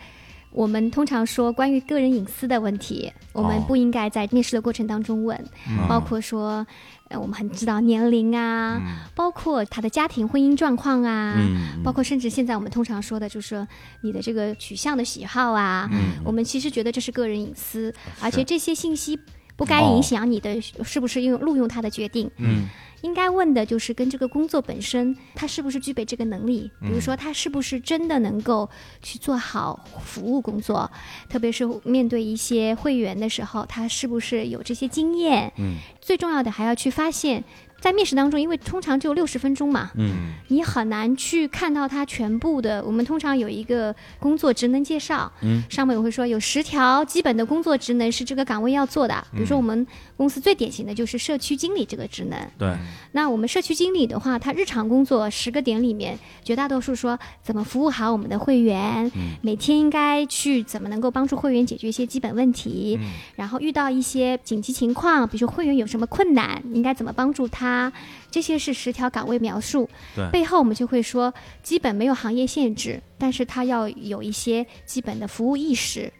[SPEAKER 3] 我们通常说关于个人隐私的问题，我们
[SPEAKER 1] 哦嗯
[SPEAKER 3] 不应该在面试的过程当中问，包括说，呃，我们很知道年龄啊，包括他的家庭婚姻状况啊，
[SPEAKER 1] 嗯，
[SPEAKER 3] 包括甚至现在我们通常说的就是你的这个取向的喜好啊，
[SPEAKER 1] 嗯
[SPEAKER 3] 我们其实觉得这是个人隐私，
[SPEAKER 1] 啊
[SPEAKER 3] 而且这些信息不该
[SPEAKER 1] 哦
[SPEAKER 3] 影响你的是不是用录用他的决定。
[SPEAKER 1] 嗯，
[SPEAKER 3] 应该问的就是跟这个工作本身，他是不是具备这个能力？
[SPEAKER 1] 嗯
[SPEAKER 3] 比如说，他是不是真的能够去做好服务工作，特别是面对一些会员的时候，他是不是有这些经验？
[SPEAKER 1] 嗯，
[SPEAKER 3] 最重要的还要去发现，在面试当中，因为通常只有六十分钟嘛，
[SPEAKER 1] 嗯，
[SPEAKER 3] 你很难去看到他全部的。我们通常有一个工作职能介绍，
[SPEAKER 1] 嗯，
[SPEAKER 3] 上面我会说有十条基本的工作职能是这个岗位要做的。比如说我们公司最典型的就是社区经理这个职能，
[SPEAKER 1] 对，
[SPEAKER 3] 那我们社区经理的话，他日常工作十个点里面，绝大多数说怎么服务好我们的会员，每天应该去怎么能够帮助会员解决一些基本问题，然后遇到一些紧急情况，比如说会员有什么困难，应该怎么帮助他，这些是十条岗位描述
[SPEAKER 1] 对。
[SPEAKER 3] 背后我们就会说，基本没有行业限制，但是他要有一些基本的服务意识。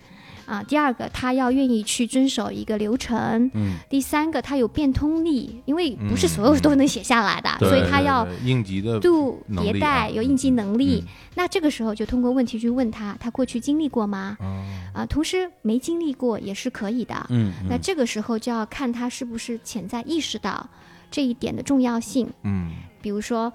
[SPEAKER 3] 啊，第二个，他要愿意去遵守一个流程，
[SPEAKER 1] 嗯，
[SPEAKER 3] 第三个，它有变通力，因为不是所有都能写下来的，
[SPEAKER 2] 嗯对
[SPEAKER 3] 所以
[SPEAKER 2] 对
[SPEAKER 3] 它
[SPEAKER 2] 对
[SPEAKER 3] 要
[SPEAKER 2] 对应急的
[SPEAKER 3] 度
[SPEAKER 2] 能力
[SPEAKER 3] 迭
[SPEAKER 2] 啊嗯
[SPEAKER 3] 代，有应急能力。那这个时候就通过问题去问他，他过去经历过吗？
[SPEAKER 2] 哦
[SPEAKER 3] 啊、同时没经历过也是可以的。
[SPEAKER 1] 嗯，
[SPEAKER 3] 那这个时候就要看他是不是潜在意识到这一点的重要性。
[SPEAKER 2] 嗯
[SPEAKER 3] 比如说，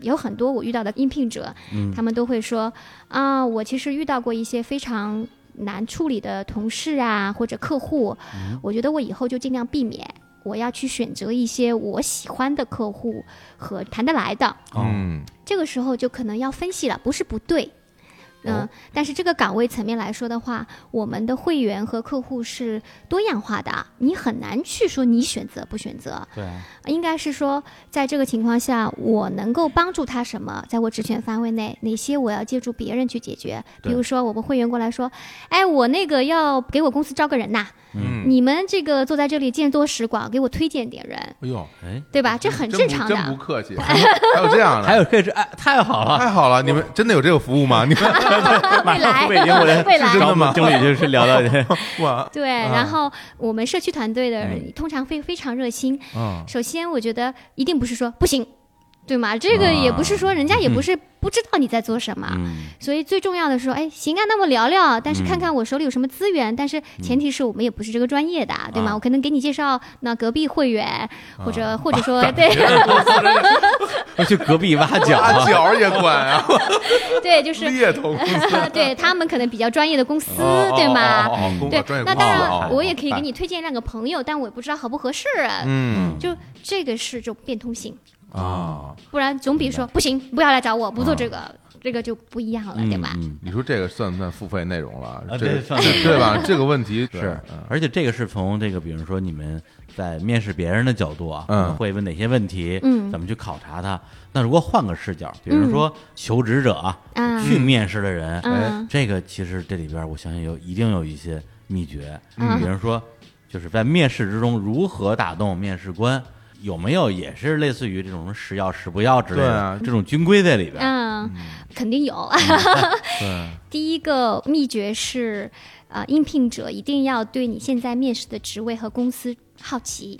[SPEAKER 3] 有很多我遇到的应聘者，他们都会说啊，我其实遇到过一些非常难处理的同事啊或者客户，我觉得我以后就尽量避免。我要去选择一些我喜欢的客户和谈得来的，
[SPEAKER 1] 哦，
[SPEAKER 2] 嗯
[SPEAKER 3] 这个时候就可能要分析了，不是不对，嗯、
[SPEAKER 1] 哦
[SPEAKER 3] 但是这个岗位层面来说的话，我们的会员和客户是多样化的，你很难去说你选择不选择，
[SPEAKER 1] 对啊，
[SPEAKER 3] 应该是说在这个情况下，我能够帮助他什么，在我职权范围内，哪些我要借助别人去解决。比
[SPEAKER 1] 对
[SPEAKER 3] 如说，我们会员过来说，哎，我那个要给我公司招个人呐、
[SPEAKER 2] 嗯，
[SPEAKER 3] 你们这个坐在这里见多识广，给我推荐点人，
[SPEAKER 2] 哎呦，
[SPEAKER 1] 哎，
[SPEAKER 3] 对吧？这很
[SPEAKER 2] 真
[SPEAKER 3] 正
[SPEAKER 2] 不
[SPEAKER 3] 常
[SPEAKER 2] 真不
[SPEAKER 3] 的。
[SPEAKER 2] 客气，还有这样的，
[SPEAKER 1] 还有这是哎，太好了，
[SPEAKER 2] 太好了，你们真的有这个服务吗？你们
[SPEAKER 1] 马上
[SPEAKER 3] 未
[SPEAKER 1] 北
[SPEAKER 3] 来
[SPEAKER 1] 京我来
[SPEAKER 3] 未来
[SPEAKER 2] 是真的吗
[SPEAKER 1] 经理就是聊聊去，
[SPEAKER 2] 哇，
[SPEAKER 3] 对，
[SPEAKER 2] 啊
[SPEAKER 3] 然后我们社区团队的人通常会非常热心。
[SPEAKER 2] 嗯，
[SPEAKER 3] 首先，我觉得一定不是说不行，对吗？这个也不是说人家也不是不知道你在做什么，
[SPEAKER 1] 嗯，
[SPEAKER 3] 所以最重要的是说，哎，行啊，那我聊聊，但是看看我手里有什么资源，但是前提是我们也不是这个专业的，对吗？
[SPEAKER 2] 啊
[SPEAKER 3] 我可能给你介绍那隔壁会员，或者或者说、对
[SPEAKER 1] 我 去隔壁挖角
[SPEAKER 2] 大
[SPEAKER 1] 啊，
[SPEAKER 2] 脚也管啊，
[SPEAKER 3] 对，就是
[SPEAKER 2] 猎头公司，
[SPEAKER 3] 对他们可能比较专业的公司，
[SPEAKER 2] 哦
[SPEAKER 3] 对吗？？
[SPEAKER 2] 哦哦哦哦
[SPEAKER 3] 对
[SPEAKER 2] 哦专业，公
[SPEAKER 3] 那
[SPEAKER 2] 司
[SPEAKER 3] 当
[SPEAKER 2] 哦哦哦
[SPEAKER 3] 然，我也可以
[SPEAKER 2] 明白
[SPEAKER 3] 给你推荐两个朋友，但我也不知道合不合适。
[SPEAKER 2] 嗯
[SPEAKER 3] 就这个是就变通性，
[SPEAKER 2] 啊，
[SPEAKER 3] 不然总比说不行，不要来找我，不做这个，这个就不一样了，对吧？
[SPEAKER 1] 嗯，
[SPEAKER 2] 你说这个算不算付费内容了？
[SPEAKER 1] 啊
[SPEAKER 2] 这
[SPEAKER 1] 对
[SPEAKER 2] 个
[SPEAKER 1] 算
[SPEAKER 2] 这对吧？这个问题对
[SPEAKER 1] 是
[SPEAKER 2] 嗯，
[SPEAKER 1] 而且这个是从这个，比如说你们在面试别人的角度啊，
[SPEAKER 2] 嗯
[SPEAKER 1] 可能会问哪些问题，
[SPEAKER 3] 嗯
[SPEAKER 1] 怎么去考察他？那如果换个视角，比如说求职者啊，
[SPEAKER 3] 啊
[SPEAKER 1] 去面试的人，
[SPEAKER 2] 哎
[SPEAKER 3] 嗯
[SPEAKER 1] 这个其实这里边我相信有一定有一些秘诀，
[SPEAKER 3] 嗯
[SPEAKER 1] 比如说就是在面试之中如何打动面试官。有没有也是类似于这种是要是不要之类的、
[SPEAKER 2] 对啊
[SPEAKER 1] 这种军规在里边？
[SPEAKER 3] 嗯，肯定有。
[SPEAKER 2] 嗯对，
[SPEAKER 3] 第一个秘诀是，呃，应聘者一定要对你现在面试的职位和公司好奇，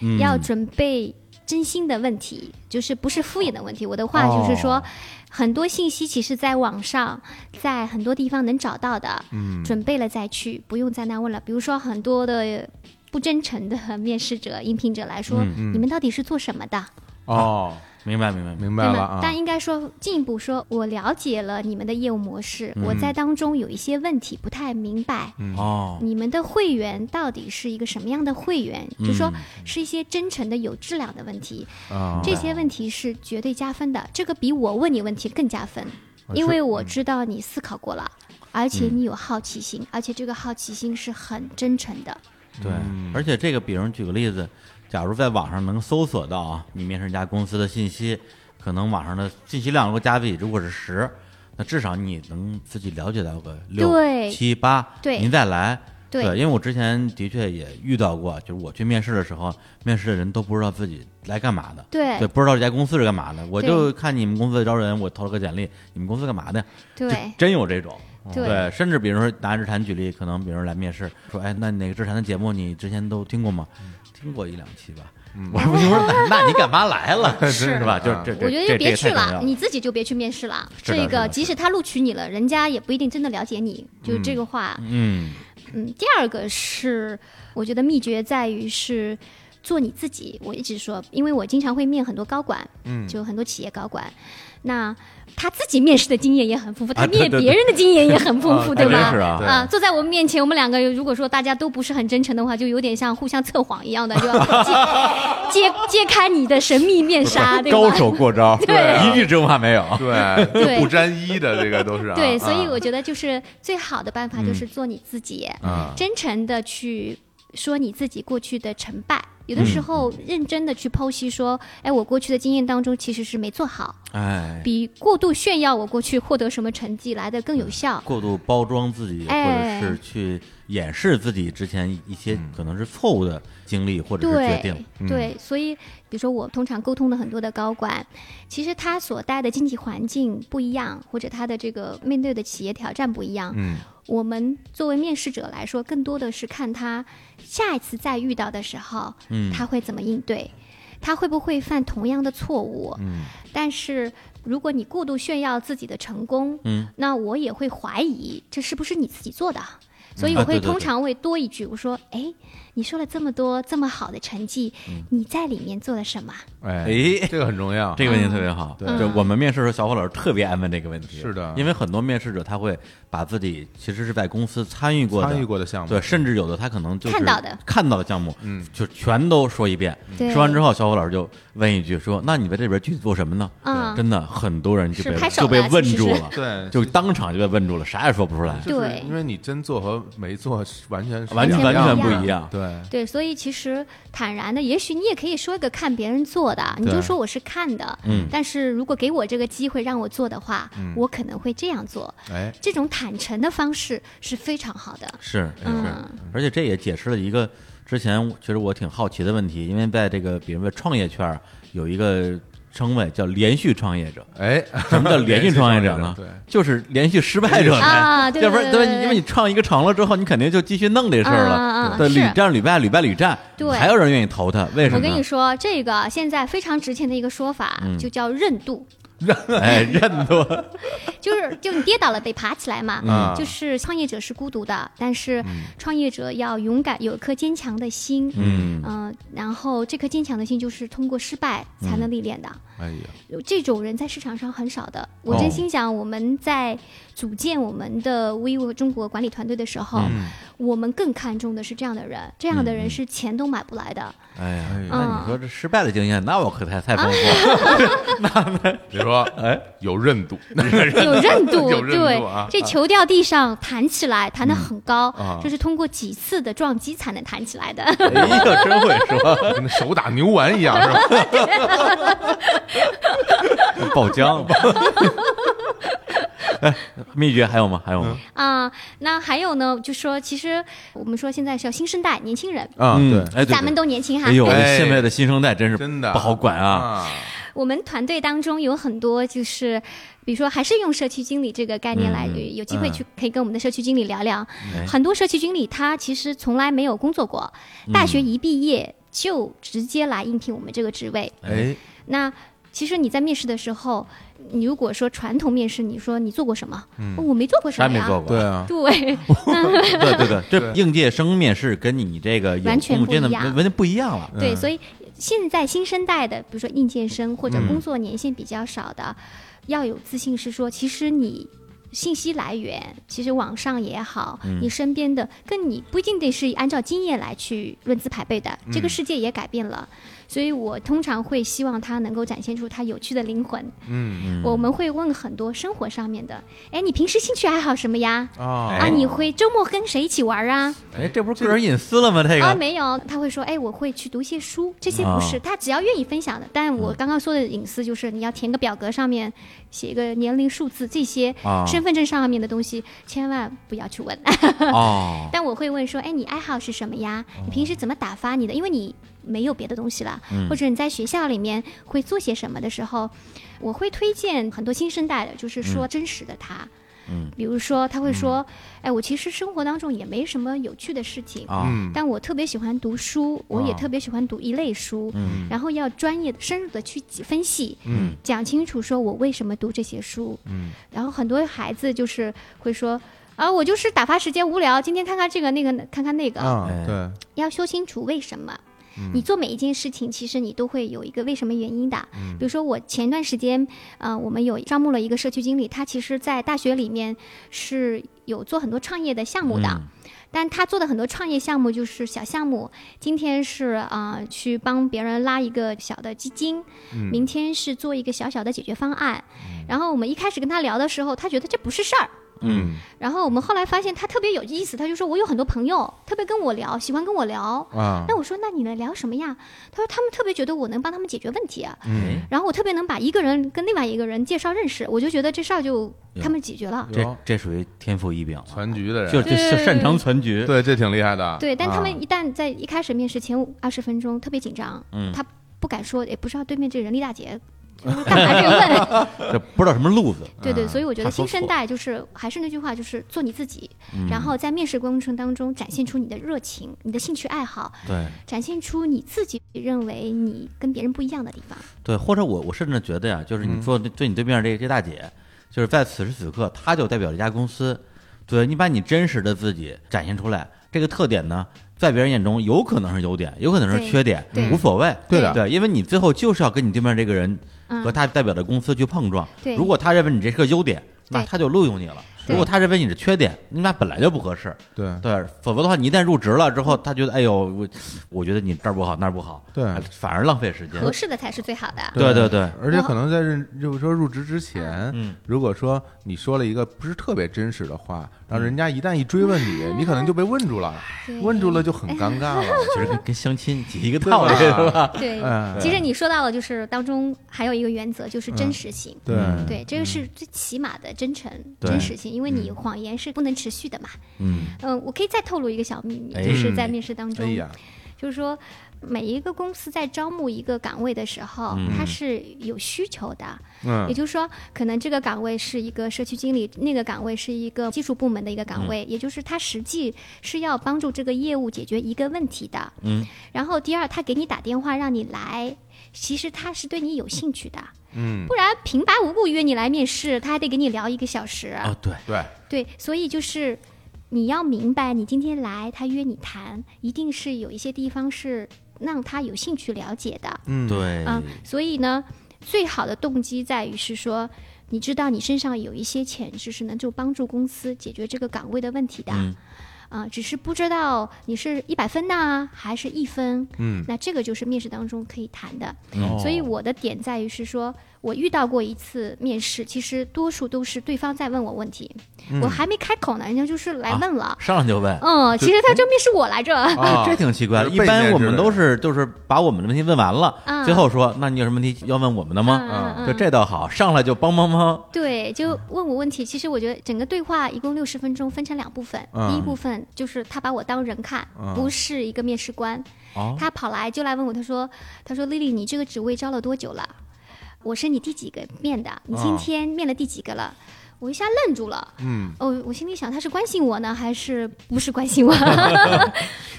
[SPEAKER 1] 嗯
[SPEAKER 3] 要准备真心的问题，就是不是敷衍的问题。我的话就是说，
[SPEAKER 2] 哦
[SPEAKER 3] 很多信息其实在网上，在很多地方能找到的，
[SPEAKER 2] 嗯
[SPEAKER 3] 准备了再去，不用在那问了。比如说很多的。不真诚的面试者、应聘者来说，
[SPEAKER 2] 嗯
[SPEAKER 3] 你们到底是做什么的？
[SPEAKER 2] 哦，
[SPEAKER 1] 明白明白明白。
[SPEAKER 2] 明白
[SPEAKER 3] 对
[SPEAKER 2] 了
[SPEAKER 3] 吗？
[SPEAKER 2] 啊，
[SPEAKER 3] 但应该说进一步说，我了解了你们的业务模式，我
[SPEAKER 1] 嗯
[SPEAKER 3] 在当中有一些问题不太明白。
[SPEAKER 2] 嗯
[SPEAKER 1] 哦，
[SPEAKER 3] 你们的会员到底是一个什么样的会员？就说
[SPEAKER 1] 嗯
[SPEAKER 3] 是一些真诚的、有质量的问题，
[SPEAKER 2] 啊，
[SPEAKER 3] 这些问题是绝对加分的。这个比我问你问题更加分，
[SPEAKER 2] 啊
[SPEAKER 3] 因
[SPEAKER 2] 是
[SPEAKER 3] 为我知道你思考过了，而且你有好奇心，而且这个好奇心是很真诚的。
[SPEAKER 1] 对，而且这个，比如举个例子，假如在网上能搜索到啊，你面试一家公司的信息，可能网上的信息量如果加倍，如果是十，那至少你能自己了解到个六
[SPEAKER 3] 对
[SPEAKER 1] 七八，
[SPEAKER 3] 对
[SPEAKER 1] 您再来。
[SPEAKER 3] 对
[SPEAKER 1] 因为我之前的确也遇到过，就是我去面试的时候，面试的人都不知道自己来干嘛的，
[SPEAKER 3] 对
[SPEAKER 1] 不知道这家公司是干嘛的。我
[SPEAKER 3] 对
[SPEAKER 1] 就看你们公司招人，我投了个简历，你们公司干嘛的？
[SPEAKER 3] 对
[SPEAKER 1] 就真有这种。嗯
[SPEAKER 3] 对
[SPEAKER 1] 甚至比如说拿日坛举例，可能比如说来面试，说哎，那哪个日坛的节目你之前都听过吗？
[SPEAKER 2] 嗯
[SPEAKER 1] 听过一两期吧。我说我说，那你干嘛来 了？
[SPEAKER 3] 是
[SPEAKER 1] 是
[SPEAKER 2] 啊
[SPEAKER 1] 吧？就是这这，
[SPEAKER 3] 我觉得
[SPEAKER 1] 这
[SPEAKER 3] 就别
[SPEAKER 1] 这
[SPEAKER 3] 去
[SPEAKER 1] 太重要
[SPEAKER 3] 了，你自己就别去面试了。
[SPEAKER 1] 是的
[SPEAKER 3] 这
[SPEAKER 1] 是的
[SPEAKER 3] 个即使他录取你了，人家也不一定真的了解你。就是这个话，
[SPEAKER 1] 嗯
[SPEAKER 3] 嗯，第二个是，我觉得秘诀在于是做你自己。我一直说，因为我经常会面很多高管，
[SPEAKER 2] 嗯
[SPEAKER 3] 就很多企业高管，那他自己面试的经验也很丰富，
[SPEAKER 1] 啊
[SPEAKER 3] 他
[SPEAKER 1] 对
[SPEAKER 3] 面
[SPEAKER 1] 对
[SPEAKER 3] 别人的经验也很丰富，
[SPEAKER 2] 啊
[SPEAKER 1] 对真
[SPEAKER 3] 吧？
[SPEAKER 1] 是啊
[SPEAKER 2] 对
[SPEAKER 3] 坐在我们面前，我们两个如果说大家都不是很真诚的话，就有点像互相测谎一样的，就要 揭揭揭开你的神秘面纱，对吧？
[SPEAKER 1] 高手过招，
[SPEAKER 2] 对
[SPEAKER 1] 一句真话没 有。
[SPEAKER 2] 啊对，
[SPEAKER 3] 对
[SPEAKER 2] 就不沾衣的这个都是啊，
[SPEAKER 3] 对，所
[SPEAKER 2] 啊
[SPEAKER 3] 以
[SPEAKER 2] 嗯
[SPEAKER 3] 我觉得就是最好的办法就是做你自己，
[SPEAKER 2] 啊
[SPEAKER 3] 真诚的去说你自己过去的成败。有的
[SPEAKER 2] 嗯
[SPEAKER 3] 时候认真的去剖析说，哎，我过去的经验当中其实是没做好，
[SPEAKER 1] 哎，
[SPEAKER 3] 比过度炫耀我过去获得什么成绩来的更有效。
[SPEAKER 1] 过度包装自己，或者
[SPEAKER 3] 哎
[SPEAKER 1] 是去掩饰自己之前一些
[SPEAKER 2] 嗯
[SPEAKER 1] 可能是错误的经历或者是决定嗯
[SPEAKER 3] 对。对，所以比如说我通常沟通的很多的高管，其实他所带的经济环境不一样，或者他的这个面对的企业挑战不一样。
[SPEAKER 2] 嗯，
[SPEAKER 3] 我们作为面试者来说，更多的是看他下一次再遇到的时候，
[SPEAKER 1] 嗯
[SPEAKER 3] 他会怎么应对，他会不会犯同样的错误。
[SPEAKER 2] 嗯，
[SPEAKER 3] 但是如果你过度炫耀自己的成功，
[SPEAKER 1] 嗯，
[SPEAKER 3] 那我也会怀疑这是不是你自己做的。所以我
[SPEAKER 1] 啊对
[SPEAKER 3] 会
[SPEAKER 1] 对对
[SPEAKER 3] 通常会多一句，我说：“哎，你说了这么多这么好的成绩，
[SPEAKER 1] 嗯
[SPEAKER 3] 你在里面做了什么？
[SPEAKER 2] 哎，
[SPEAKER 1] 哎，
[SPEAKER 2] 这个很重要，
[SPEAKER 1] 这个问题特别好。
[SPEAKER 2] 对
[SPEAKER 3] 嗯
[SPEAKER 1] 就我们面试的时候，小伙老师特别爱问这个问题。
[SPEAKER 2] 嗯是的
[SPEAKER 1] 因为很多面试者他会把自己其实是在公司参与过的、
[SPEAKER 2] 参与过的项目
[SPEAKER 1] 对，甚至有的他可能就是
[SPEAKER 3] 看到的嗯
[SPEAKER 1] 看到的项目，
[SPEAKER 2] 嗯
[SPEAKER 1] 就全都说一遍。
[SPEAKER 3] 对
[SPEAKER 1] 说完之后，小伙老师就问一句说：“那你在这边具体做什么呢？”
[SPEAKER 3] 嗯
[SPEAKER 1] 真的很多人就是被
[SPEAKER 3] 拍手
[SPEAKER 1] 就被
[SPEAKER 3] 了
[SPEAKER 1] 问
[SPEAKER 3] 其实
[SPEAKER 1] 住
[SPEAKER 3] 是
[SPEAKER 1] 了，
[SPEAKER 2] 对，
[SPEAKER 1] 就当场就被问住了，啥也说不出来，
[SPEAKER 2] 就是
[SPEAKER 3] 对
[SPEAKER 2] 因为你真做和没做是完全是
[SPEAKER 1] 完
[SPEAKER 2] 两
[SPEAKER 1] 完
[SPEAKER 2] 样
[SPEAKER 1] 全
[SPEAKER 2] 的
[SPEAKER 1] 不一样。
[SPEAKER 2] 对，
[SPEAKER 3] 对，所以其实坦然的，也许你也可以说一个看别人做的，你就
[SPEAKER 2] 对
[SPEAKER 3] 说我是看的，
[SPEAKER 1] 啊嗯
[SPEAKER 3] 但是如果给我这个机会让我做的话，我可能会这样做。
[SPEAKER 2] 哎，
[SPEAKER 3] 这种坦诚的方式是非常好的。
[SPEAKER 1] 是，是
[SPEAKER 3] 嗯，
[SPEAKER 1] 而且这也解释了一个之前我觉得我挺好奇的问题，因为在这个比如说创业圈儿有一个称谓叫连续创业者。
[SPEAKER 2] 哎，
[SPEAKER 1] 什 么叫连续创业者 呢？
[SPEAKER 2] 对，
[SPEAKER 1] 就是连续失败者呗。
[SPEAKER 3] 啊对
[SPEAKER 1] 要不然
[SPEAKER 3] 对对对
[SPEAKER 1] 因为你创一个成了之后，你肯定就继续弄这事儿
[SPEAKER 3] 啊啊
[SPEAKER 1] 了。
[SPEAKER 3] 啊
[SPEAKER 1] 对，
[SPEAKER 3] 是
[SPEAKER 1] 屡战屡败，屡败屡战，
[SPEAKER 3] 对
[SPEAKER 1] 还有人愿意投他，为什么
[SPEAKER 3] 我
[SPEAKER 1] 呢？
[SPEAKER 3] 跟你说，这个现在非常值钱的一个说法，
[SPEAKER 1] 嗯
[SPEAKER 3] 就叫韧 度，
[SPEAKER 1] 哎，认多，
[SPEAKER 3] 就是就你跌倒了得爬起来
[SPEAKER 1] 啊
[SPEAKER 3] 嘛。
[SPEAKER 2] 嗯
[SPEAKER 3] 就是创业者是孤独的，但是创业者要勇敢，有一颗坚强的心。
[SPEAKER 1] 嗯
[SPEAKER 3] 呃然后这颗坚强的心就是通过失败才能历练的。
[SPEAKER 1] 嗯
[SPEAKER 2] 哎呀，
[SPEAKER 3] 有这种人在市场上很少的。
[SPEAKER 1] 哦
[SPEAKER 3] 我真心想，我们在组建我们的 vivo 中国管理团队的时候，
[SPEAKER 1] 嗯
[SPEAKER 3] 我们更看重的是这样的人，这样的人是钱都买不来的。
[SPEAKER 1] 哎呀
[SPEAKER 2] 哎呀，
[SPEAKER 3] 嗯
[SPEAKER 1] 那你说这失败的经验，那我可太太丰 富了。
[SPEAKER 2] 别说，哎，有韧度，
[SPEAKER 3] 有韧 度，
[SPEAKER 2] 有韧
[SPEAKER 3] 对，
[SPEAKER 2] 度啊
[SPEAKER 3] 这球掉地上弹起来，弹得很高，
[SPEAKER 1] 嗯
[SPEAKER 2] 啊
[SPEAKER 3] 这是通过几次的撞击才能弹起来的。
[SPEAKER 1] 哎呀，真会说，
[SPEAKER 2] 跟那手打牛丸一样，是吧？
[SPEAKER 1] 爆浆。 哎，秘诀还有吗？还有吗？
[SPEAKER 3] 啊、那还有呢，就说其实我们说现在是要新生代年轻人，
[SPEAKER 2] 啊，
[SPEAKER 1] 嗯
[SPEAKER 2] 对，
[SPEAKER 1] 哎，对
[SPEAKER 3] 咱们
[SPEAKER 1] 对
[SPEAKER 3] 都年轻哈。
[SPEAKER 1] 哎呦，
[SPEAKER 2] 哎
[SPEAKER 1] 现在的新生代真是
[SPEAKER 2] 真的
[SPEAKER 1] 不好管啊。
[SPEAKER 2] 啊，
[SPEAKER 3] 我们团队当中有很多就是，比如说还是用社区经理这个概念来，
[SPEAKER 1] 嗯
[SPEAKER 3] 有
[SPEAKER 1] 嗯
[SPEAKER 3] 有机会
[SPEAKER 1] 嗯
[SPEAKER 3] 去可以跟我们的社区经理聊聊。
[SPEAKER 1] 哎
[SPEAKER 3] 很多社区经理他其实从来没有工作过，
[SPEAKER 1] 嗯
[SPEAKER 3] 大学一毕业就直接来应聘我们这个职位。
[SPEAKER 2] 哎，
[SPEAKER 3] 那其实你在面试的时候，你如果说传统面试，你说你做过什么？哦我没做过什
[SPEAKER 1] 啥也嗯没
[SPEAKER 3] 么呀。
[SPEAKER 1] 做过，
[SPEAKER 2] 对啊，
[SPEAKER 3] 对，
[SPEAKER 1] 对对对，这
[SPEAKER 2] 对
[SPEAKER 1] 应届生面试跟你这个有
[SPEAKER 3] 完全
[SPEAKER 1] 空
[SPEAKER 3] 不
[SPEAKER 1] 间的
[SPEAKER 3] 一样
[SPEAKER 1] 完全不一样了。
[SPEAKER 3] 对，
[SPEAKER 2] 嗯
[SPEAKER 3] 所以现在新生代的，比如说应届生或
[SPEAKER 1] 嗯
[SPEAKER 3] 者工作年限比较少的，要有自信，是说其实你。信息来源其实网上也好，
[SPEAKER 1] 嗯
[SPEAKER 3] 你身边的跟你不一定得是按照经验来去论资排辈的，
[SPEAKER 1] 嗯
[SPEAKER 3] 这个世界也改变了，所以我通常会希望他能够展现出他有趣的灵魂。
[SPEAKER 2] 嗯
[SPEAKER 3] 我们会问很多生活上面的，哎，你平时兴趣爱好什么呀？
[SPEAKER 2] 啊
[SPEAKER 1] 哎
[SPEAKER 3] 啊，你会周末跟谁一起玩啊？
[SPEAKER 1] 哎，这不是个人隐私了吗？这
[SPEAKER 3] 啊，
[SPEAKER 1] 个
[SPEAKER 3] 没有，他会说，哎，我会去读一些书，这些不是，
[SPEAKER 1] 啊
[SPEAKER 3] 他只要愿意分享的。但
[SPEAKER 1] 嗯
[SPEAKER 3] 我刚刚说的隐私就是，你要填个表格，上面写一个年龄、数字这些
[SPEAKER 1] 啊，
[SPEAKER 3] 身份证上面的东西，千万不要去问。
[SPEAKER 1] 哦，
[SPEAKER 3] 但我会问说，哎，你爱好是什么呀？你平时怎么打发你的？因为你没有别的东西了，
[SPEAKER 1] 嗯
[SPEAKER 3] 或者你在学校里面会做些什么的时候，我会推荐很多新生代的，就是说真实的他。
[SPEAKER 1] 嗯
[SPEAKER 3] 比如说，他会说：“哎，我其实生活当中也没什么有趣的事情，
[SPEAKER 1] 啊，
[SPEAKER 2] 嗯，
[SPEAKER 3] 但我特别喜欢读书，我也
[SPEAKER 2] 啊
[SPEAKER 3] 特别喜欢读一类书，
[SPEAKER 1] 嗯
[SPEAKER 3] 然后要专业的、深入的去解分析，
[SPEAKER 2] 嗯
[SPEAKER 3] 讲清楚说我为什么读这些书。
[SPEAKER 2] 嗯
[SPEAKER 3] 然后很多孩子就是会说。啊，我就是打发时间无聊，今天看看这个那个，看看那个，
[SPEAKER 2] 啊嗯
[SPEAKER 1] 哎，
[SPEAKER 2] 对，
[SPEAKER 3] 要说清楚为什么。你做每一件事情，其实你都会有一个为什么原因的。
[SPEAKER 2] 嗯
[SPEAKER 3] 比如说，我前段时间，呃，我们有招募了一个社区经理，他其实在大学里面是有做很多创业的项目
[SPEAKER 2] 嗯
[SPEAKER 3] 的，但他做的很多创业项目就是小项目。今天是啊、呃去帮别人拉一个小的基金，
[SPEAKER 2] 嗯
[SPEAKER 3] 明天是做一个小小的解决方案。然后我们一开始跟他聊的时候，他觉得这不是事儿，
[SPEAKER 1] 嗯，
[SPEAKER 3] 然后我们后来发现他特别有意思，他就说我有很多朋友特别跟我聊，喜欢跟我聊。
[SPEAKER 2] 啊，
[SPEAKER 3] 那我说那你们聊什么呀？他说他们特别觉得我能帮他们解决问题，啊
[SPEAKER 2] 嗯
[SPEAKER 1] 哎，
[SPEAKER 3] 然后我特别能把一个人跟另外一个人介绍认识，我就觉得这事儿就
[SPEAKER 1] 哟
[SPEAKER 3] 他们解决了。
[SPEAKER 1] 这这属于天赋异禀了，
[SPEAKER 2] 全局的人，
[SPEAKER 1] 就就就
[SPEAKER 3] 对
[SPEAKER 1] 擅长全局，
[SPEAKER 2] 对，这挺厉害的，
[SPEAKER 3] 对，但他
[SPEAKER 2] 啊
[SPEAKER 3] 们一旦在一开始面试前二十分钟特别紧张，
[SPEAKER 1] 嗯
[SPEAKER 3] 他不敢说，也不知道对面这人力 大姐。就是干嘛这个问？
[SPEAKER 1] 这不知道什么路子，
[SPEAKER 3] 对对，所以我觉
[SPEAKER 1] 怕嗯
[SPEAKER 3] 得
[SPEAKER 1] 说
[SPEAKER 3] 新
[SPEAKER 1] 错嗯
[SPEAKER 3] 生代就是还是那句话，就是做你自己，然后在面试过程当中展现出你的热情、你的兴趣爱好，
[SPEAKER 1] 对
[SPEAKER 3] 展现出你自己认为你跟别人不一样的地方。
[SPEAKER 1] 对，或者我我甚至觉得呀，就是
[SPEAKER 2] 嗯
[SPEAKER 1] 你说对你对面这这大姐，就是在此时此刻，她就代表这家公司，对你把你真实的自己展现出来，这个特点呢，在别人眼中有可能是优点，有可能是
[SPEAKER 3] 对
[SPEAKER 1] 缺点，
[SPEAKER 3] 对
[SPEAKER 1] 无所谓。
[SPEAKER 2] 对的
[SPEAKER 1] 对，因为你最后就是要跟你对面这个人
[SPEAKER 3] 嗯
[SPEAKER 1] 和他代表的公司去碰撞。
[SPEAKER 3] 对
[SPEAKER 1] 如果他认为你这是个优点，那
[SPEAKER 3] 对
[SPEAKER 1] 他就录用你了；
[SPEAKER 3] 对
[SPEAKER 1] 如果他认为你是缺点，你俩本来就不合适。
[SPEAKER 2] 对
[SPEAKER 1] 对，否则的话，你一旦入职了之后，他觉得，哎呦，我我觉得你这儿不好那儿不好，
[SPEAKER 2] 对
[SPEAKER 1] 反而浪费时间。
[SPEAKER 3] 合适的才是最好的。
[SPEAKER 1] 对啊对对，
[SPEAKER 2] 而且可能在认，就是说入职之前，
[SPEAKER 1] 嗯
[SPEAKER 2] 如果说你说了一个不是特别真实的话，
[SPEAKER 1] 嗯
[SPEAKER 2] 然后人家一旦一追问你，你可能就被问住了，
[SPEAKER 3] 对
[SPEAKER 2] 问住了就很尴 尬了，
[SPEAKER 1] 其实跟跟相亲一个
[SPEAKER 2] 对
[SPEAKER 1] 道理，
[SPEAKER 2] 吧
[SPEAKER 1] 是吧？
[SPEAKER 3] 对
[SPEAKER 2] 哎，
[SPEAKER 3] 其实你说到了，就是当中还有一个原则，就是真实性。
[SPEAKER 2] 对
[SPEAKER 1] 嗯
[SPEAKER 3] 对，这个是最起码的真诚、
[SPEAKER 1] 对
[SPEAKER 3] 真实性，因为你谎言是不能持续的嘛。
[SPEAKER 1] 嗯
[SPEAKER 3] 嗯，我可以再透露一个小秘密，
[SPEAKER 1] 哎
[SPEAKER 3] 就是在面试当
[SPEAKER 2] 哎
[SPEAKER 3] 中，
[SPEAKER 2] 呀，
[SPEAKER 3] 就是说每一个公司在招募一个岗位的时候，
[SPEAKER 1] 嗯
[SPEAKER 3] 它是有需求的。也
[SPEAKER 2] 嗯，
[SPEAKER 3] 就是说，可能这个岗位是一个社区经理，那个岗位是一个技术部门的一个岗位，也就是它实际是要帮助这个业务解决一个问题的。
[SPEAKER 1] 嗯，
[SPEAKER 3] 然后第二，他给你打电话让你来，其实他是对你有兴趣的，
[SPEAKER 2] 嗯，
[SPEAKER 3] 不然平白无故约你来面试，他还得给你聊一个小时。
[SPEAKER 1] 啊，对，
[SPEAKER 2] 对，
[SPEAKER 3] 对，所以就是你要明白，你今天来，他约你谈，一定是有一些地方是让他有兴趣了解的。
[SPEAKER 2] 嗯，
[SPEAKER 1] 对，
[SPEAKER 3] 啊，所以呢，最好的动机在于是说，你知道你身上有一些潜质是能够帮助公司解决这个岗位的问题的，
[SPEAKER 1] 嗯
[SPEAKER 3] 啊，只是不知道你是一百分呐、还是一分，
[SPEAKER 2] 嗯，
[SPEAKER 3] 那这个就是面试当中可以谈的。
[SPEAKER 2] 哦
[SPEAKER 3] 所以我的点在于是说，我遇到过一次面试，其实多数都是对方在问我问题，
[SPEAKER 2] 嗯
[SPEAKER 3] 我还没开口呢，人家就是来问了。
[SPEAKER 1] 上来就问，哎
[SPEAKER 3] 嗯，其实他就面试我来着，
[SPEAKER 2] 啊
[SPEAKER 1] 这挺奇怪的。
[SPEAKER 2] 就是
[SPEAKER 1] 一
[SPEAKER 2] 被
[SPEAKER 1] 般我们
[SPEAKER 2] 面试
[SPEAKER 1] 都是就是把我们的问题问完了，
[SPEAKER 3] 嗯
[SPEAKER 1] 最后说，那你有什么问题要问我们的吗？
[SPEAKER 3] 嗯嗯
[SPEAKER 1] 就这倒好，上来就帮帮帮，
[SPEAKER 3] 对，
[SPEAKER 2] 嗯
[SPEAKER 3] 就问我问题。其实我觉得整个对话一共六十分钟，分成两部分。
[SPEAKER 2] 嗯
[SPEAKER 3] 第一部分就是他把我当人看，
[SPEAKER 2] 嗯
[SPEAKER 3] 不是一个面试官。
[SPEAKER 1] 哦
[SPEAKER 3] 他跑来就来问我，他说：“他说丽丽，你这个职位招了多久了？我是你第几个面的？你今天面了第几个了？”我一下愣住了，
[SPEAKER 2] 嗯，
[SPEAKER 3] 哦，我心里想他是关心我呢，还是不是关心我？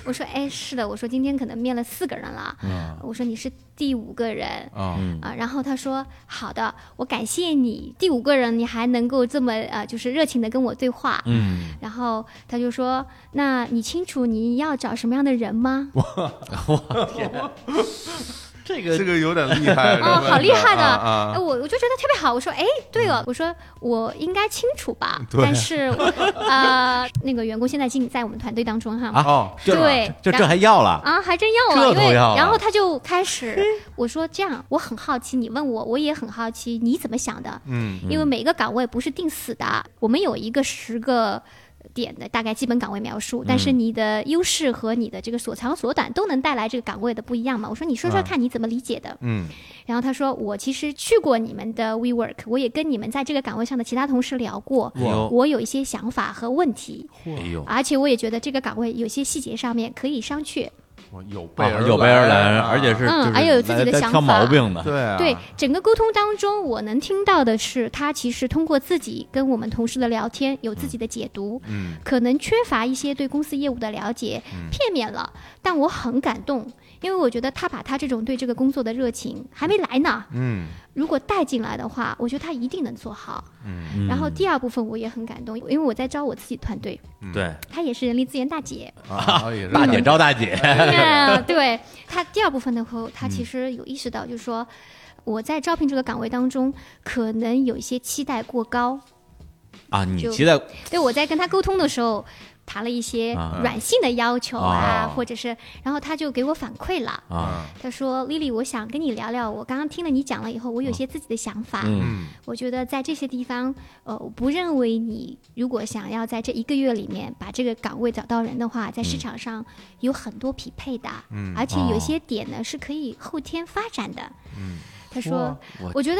[SPEAKER 3] 我说，哎，是的，我说今天可能面了四个人了，
[SPEAKER 2] 嗯
[SPEAKER 3] 我说你是第五个人，
[SPEAKER 2] 啊，
[SPEAKER 1] 嗯
[SPEAKER 3] 啊，然后他说：“好的，我感谢你，第五个人你还能够这么呃，就是热情的跟我对话。”
[SPEAKER 1] 嗯，
[SPEAKER 3] 然后他就说：“那你清楚你要找什么样的人吗
[SPEAKER 1] 这个
[SPEAKER 2] 这个有点厉害，？”这
[SPEAKER 3] 哦，
[SPEAKER 2] 个
[SPEAKER 3] 好厉害的！
[SPEAKER 2] 啊
[SPEAKER 3] 哎
[SPEAKER 2] 啊，
[SPEAKER 3] 我我就觉得特别好。我说：“哎，对
[SPEAKER 1] 嗯
[SPEAKER 3] 哦，我说我应该清楚 吧？
[SPEAKER 1] 啊
[SPEAKER 2] 对
[SPEAKER 3] 但是呃，那个员工现在进在我们团队当中哈。
[SPEAKER 1] 啊
[SPEAKER 2] 哦，
[SPEAKER 1] 这
[SPEAKER 3] 对
[SPEAKER 1] 这这
[SPEAKER 3] 然
[SPEAKER 1] 还要了，
[SPEAKER 3] 啊，还真要啊，
[SPEAKER 1] 这
[SPEAKER 3] 因
[SPEAKER 1] 都
[SPEAKER 3] 为
[SPEAKER 1] 要啊
[SPEAKER 3] 然后他就开始， 我说这样，我很好奇，你问我，我也很好奇你怎么想的，
[SPEAKER 2] 嗯，
[SPEAKER 3] 因为每个岗位不是定死的，我们有一个十个。点的大概基本岗位描
[SPEAKER 2] 嗯
[SPEAKER 3] 述，但是你的优势和你的这个所长所短都能带来这个岗位的不一样嘛？我说你说说
[SPEAKER 2] 啊
[SPEAKER 3] 看你怎么理解的。
[SPEAKER 2] 嗯，
[SPEAKER 3] 然后他说我其实去过你们的 WeWork，我也跟你们在这个岗位上的其他同事聊过，
[SPEAKER 1] 哎
[SPEAKER 2] 哦
[SPEAKER 1] 呦
[SPEAKER 3] 我有一些想法和问题，
[SPEAKER 1] 哎呦，
[SPEAKER 3] 而且我也觉得这个岗位有些细节上面可以商榷。
[SPEAKER 2] 我有备
[SPEAKER 1] 啊有备而来，而且是
[SPEAKER 3] 嗯
[SPEAKER 1] 就是
[SPEAKER 3] 还有自己的
[SPEAKER 1] 来来
[SPEAKER 3] 想
[SPEAKER 1] 挑毛
[SPEAKER 3] 法
[SPEAKER 1] 病的，
[SPEAKER 2] 对啊，
[SPEAKER 3] 对，整个沟通当中，我能听到的是，他其实通过自己跟我们同事的聊天，有自己的解读，
[SPEAKER 2] 嗯，
[SPEAKER 3] 可能缺乏一些对公司业务的了解，片面了。但我很感动，因为我觉得他把他这种对这个工作的热情还没来呢，
[SPEAKER 2] 嗯，
[SPEAKER 3] 如果带进来的话，我觉得他一定能做好。
[SPEAKER 1] 嗯
[SPEAKER 3] 然后第二部分我也很感动，因为我在招我自己团队，
[SPEAKER 1] 对
[SPEAKER 3] 她也是人力资源 大姐，
[SPEAKER 2] 啊，也是
[SPEAKER 1] 大姐招大姐，
[SPEAKER 3] 嗯，对他第二部分的时候，他其实有意识到，就是说我在招聘这个岗位当中，可能有一些期待过高。
[SPEAKER 1] 啊，你
[SPEAKER 3] 就
[SPEAKER 1] 期待
[SPEAKER 3] 对我在跟他沟通的时候，谈了一些
[SPEAKER 1] 啊
[SPEAKER 3] 软性的要求啊，
[SPEAKER 1] 哦
[SPEAKER 3] 或者是，然后他就给我反馈了，
[SPEAKER 1] 啊，
[SPEAKER 3] 他说：“Lily，我想跟你聊聊，我刚刚听了你讲了以后，我有些自己的想法。
[SPEAKER 1] 嗯
[SPEAKER 2] 嗯，
[SPEAKER 3] 我觉得在这些地方，呃，我不认为你如果想要在这一个月里面把这个岗位找到人的话，在市
[SPEAKER 1] 嗯
[SPEAKER 3] 场上有很多匹配的，
[SPEAKER 2] 嗯
[SPEAKER 3] 而且
[SPEAKER 1] 哦
[SPEAKER 3] 有些点呢是可以后天发展的。
[SPEAKER 2] 嗯，
[SPEAKER 3] 他说，
[SPEAKER 1] 我
[SPEAKER 3] 我觉得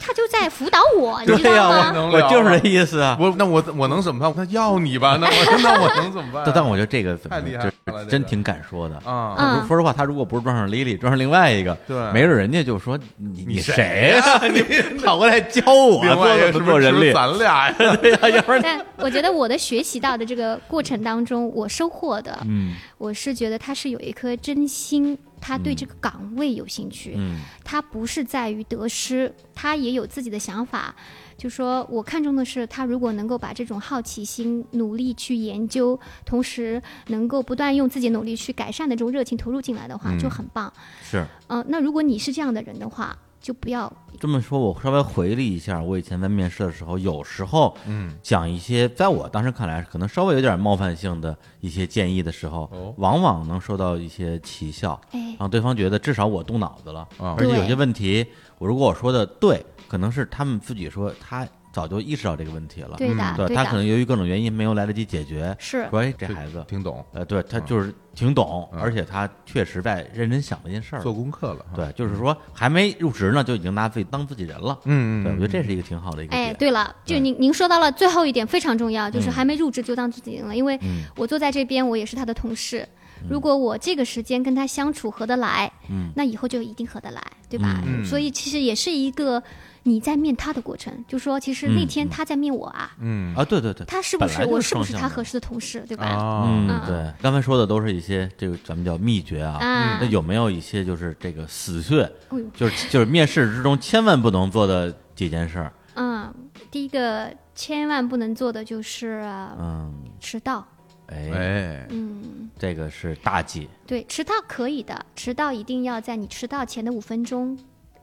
[SPEAKER 3] 他就在辅导 我，嗯你知
[SPEAKER 1] 对
[SPEAKER 3] 道
[SPEAKER 1] 呀，
[SPEAKER 3] 吗？
[SPEAKER 1] 我
[SPEAKER 2] 能
[SPEAKER 1] 我
[SPEAKER 2] 聊
[SPEAKER 1] 就是
[SPEAKER 2] 吗
[SPEAKER 1] 这意思啊。
[SPEAKER 2] 我那我我能怎么办？那要你吧，那我 那我能怎么办
[SPEAKER 1] 但但我觉得这个
[SPEAKER 2] 嗯太厉害
[SPEAKER 1] 就
[SPEAKER 2] 了
[SPEAKER 1] 是
[SPEAKER 2] 这个
[SPEAKER 1] 真挺敢说的
[SPEAKER 2] 啊
[SPEAKER 1] 他如说实话，他如果不是撞上 Lily，撞上另外一个，
[SPEAKER 2] 对
[SPEAKER 1] 没准人家就说你
[SPEAKER 2] 你
[SPEAKER 1] 谁呀？ 你跑过来教我
[SPEAKER 2] 另外
[SPEAKER 1] 做怎
[SPEAKER 2] 一个是
[SPEAKER 1] 么
[SPEAKER 2] 不
[SPEAKER 1] 做
[SPEAKER 2] 是
[SPEAKER 1] 人
[SPEAKER 2] 只有
[SPEAKER 1] 力？
[SPEAKER 2] 咱俩呀，
[SPEAKER 1] 对呀，要不然
[SPEAKER 3] 但我觉得我的学习到的这个过程当中，我收获的，
[SPEAKER 1] 嗯
[SPEAKER 3] 我是觉得他是有一颗真心，他对这个岗位有兴趣，
[SPEAKER 1] 嗯
[SPEAKER 3] 他不是在于得失，他也有自己的想法。就说我看重的是他如果能够把这种好奇心、努力去研究，同时能够不断用自己努力去改善的这种热情投入进来的话，
[SPEAKER 1] 嗯
[SPEAKER 3] 就很棒。
[SPEAKER 1] 是
[SPEAKER 3] 嗯、那如果你是这样的人的话，就不要
[SPEAKER 1] 这么说，我稍微回忆一下，我以前在面试的时候，有时候嗯讲一些在我当时看来可能稍微有点冒犯性的一些建议的时候，
[SPEAKER 2] 哦
[SPEAKER 1] 往往能收到一些奇效，
[SPEAKER 3] 哎
[SPEAKER 1] 让对方觉得至少我动脑子了，
[SPEAKER 2] 啊
[SPEAKER 1] 而且有
[SPEAKER 3] 对
[SPEAKER 1] 些问题，我如果我说的对，可能是他们自己说他早就意识到这个问题了，
[SPEAKER 3] 对的，
[SPEAKER 1] 对
[SPEAKER 3] 对
[SPEAKER 1] 他可
[SPEAKER 3] 的，
[SPEAKER 1] 能由于各种原因没有来得及解决，
[SPEAKER 3] 是
[SPEAKER 1] 说哎 这孩子。
[SPEAKER 2] 听懂，
[SPEAKER 1] 呃，对他就是挺懂，
[SPEAKER 2] 嗯
[SPEAKER 1] 而且他确实在认真想这件事儿了
[SPEAKER 2] 做。功课了，，
[SPEAKER 1] 对，就是说还没入职呢，就已经拿自己当自己人了。
[SPEAKER 2] 嗯，
[SPEAKER 1] 对，我觉得这是一个挺好的一个
[SPEAKER 3] 哎，
[SPEAKER 1] 点。
[SPEAKER 3] 对了，就
[SPEAKER 1] 对
[SPEAKER 3] 您您说到了最后一点非常重要，就是
[SPEAKER 1] 嗯
[SPEAKER 3] 还没入职就当自己人了，因为
[SPEAKER 1] 嗯
[SPEAKER 3] 我坐在这边，我也是他的同事。如果我这个时间跟他相处合得来，
[SPEAKER 1] 嗯
[SPEAKER 3] 那以后就一定合得来，对吧？
[SPEAKER 2] 嗯
[SPEAKER 3] 所以其实也是一个你在面他的过程，就说其实那天他在面我啊，
[SPEAKER 2] 嗯
[SPEAKER 1] 啊，对对对，
[SPEAKER 3] 他是不
[SPEAKER 1] 嗯本来
[SPEAKER 3] 是
[SPEAKER 1] 就是
[SPEAKER 3] 我是不是
[SPEAKER 1] 双向
[SPEAKER 3] 他
[SPEAKER 1] 的
[SPEAKER 3] 合适的同事，对吧？
[SPEAKER 2] 啊，
[SPEAKER 1] 嗯
[SPEAKER 3] 啊
[SPEAKER 1] 对，刚才说的都是一些这个咱们叫秘诀啊。
[SPEAKER 3] 啊
[SPEAKER 1] 那，有没有一些就是这个死穴，
[SPEAKER 3] 哎呦，
[SPEAKER 1] 就是就是面试之中千万不能做的几件事儿？
[SPEAKER 3] 嗯，第一个千万不能做的就是、
[SPEAKER 1] 嗯，
[SPEAKER 3] 迟到，
[SPEAKER 1] 哎，
[SPEAKER 2] 哎，
[SPEAKER 3] 嗯，
[SPEAKER 1] 这个是大忌。
[SPEAKER 3] 对，迟到可以的，迟到一定要在你迟到前的五分钟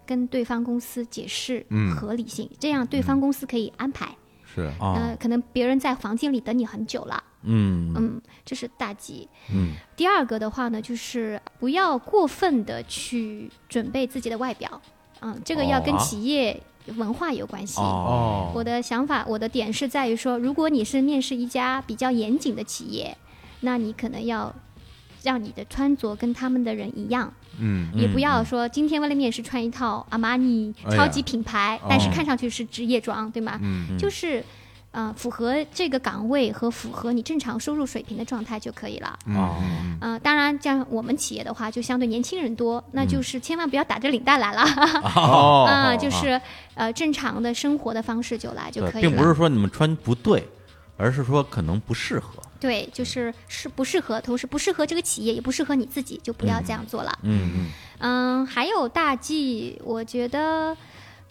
[SPEAKER 3] 跟对方公司解释
[SPEAKER 2] 嗯
[SPEAKER 3] 合理性，这样对方公司可以安排。
[SPEAKER 2] 是，
[SPEAKER 1] 啊，
[SPEAKER 3] 呃，可能别人在房间里等你很久了，
[SPEAKER 1] 嗯
[SPEAKER 3] 嗯，这是大忌。
[SPEAKER 1] 嗯
[SPEAKER 3] 第二个的话呢，就是不要过分的去准备自己的外表，嗯，这个要跟
[SPEAKER 1] 哦啊
[SPEAKER 3] 企业文化有关系。
[SPEAKER 1] 哦，
[SPEAKER 3] 我的想法，我的点是在于说，如果你是面试一家比较严谨的企业，那你可能要让你的穿着跟他们的人一样，
[SPEAKER 2] 嗯
[SPEAKER 3] 也不要说今天为了面试穿一套阿玛尼
[SPEAKER 2] 哎呀
[SPEAKER 3] 超级品牌，
[SPEAKER 2] 哦
[SPEAKER 3] 但是看上去是职业装，对吗？
[SPEAKER 2] 嗯
[SPEAKER 1] 嗯
[SPEAKER 3] 就是，呃，符合这个岗位和符合你正常收入水平的状态就可以了。
[SPEAKER 1] 哦
[SPEAKER 2] 嗯
[SPEAKER 3] 嗯、当然，像我们企业的话，就相对年轻人多，那就是千万不要打着领带来了，
[SPEAKER 2] 嗯 哦
[SPEAKER 3] 啊、就是呃正常的生活的方式就来就
[SPEAKER 1] 对
[SPEAKER 3] 可，以了。
[SPEAKER 1] 并不是说你们穿不对，而是说可能不适合。
[SPEAKER 3] 对，就是是不适合，同时不适合这个企业，也不适合你自己，就不要这样做了。
[SPEAKER 1] 嗯嗯，
[SPEAKER 3] 嗯，还有大忌，我觉得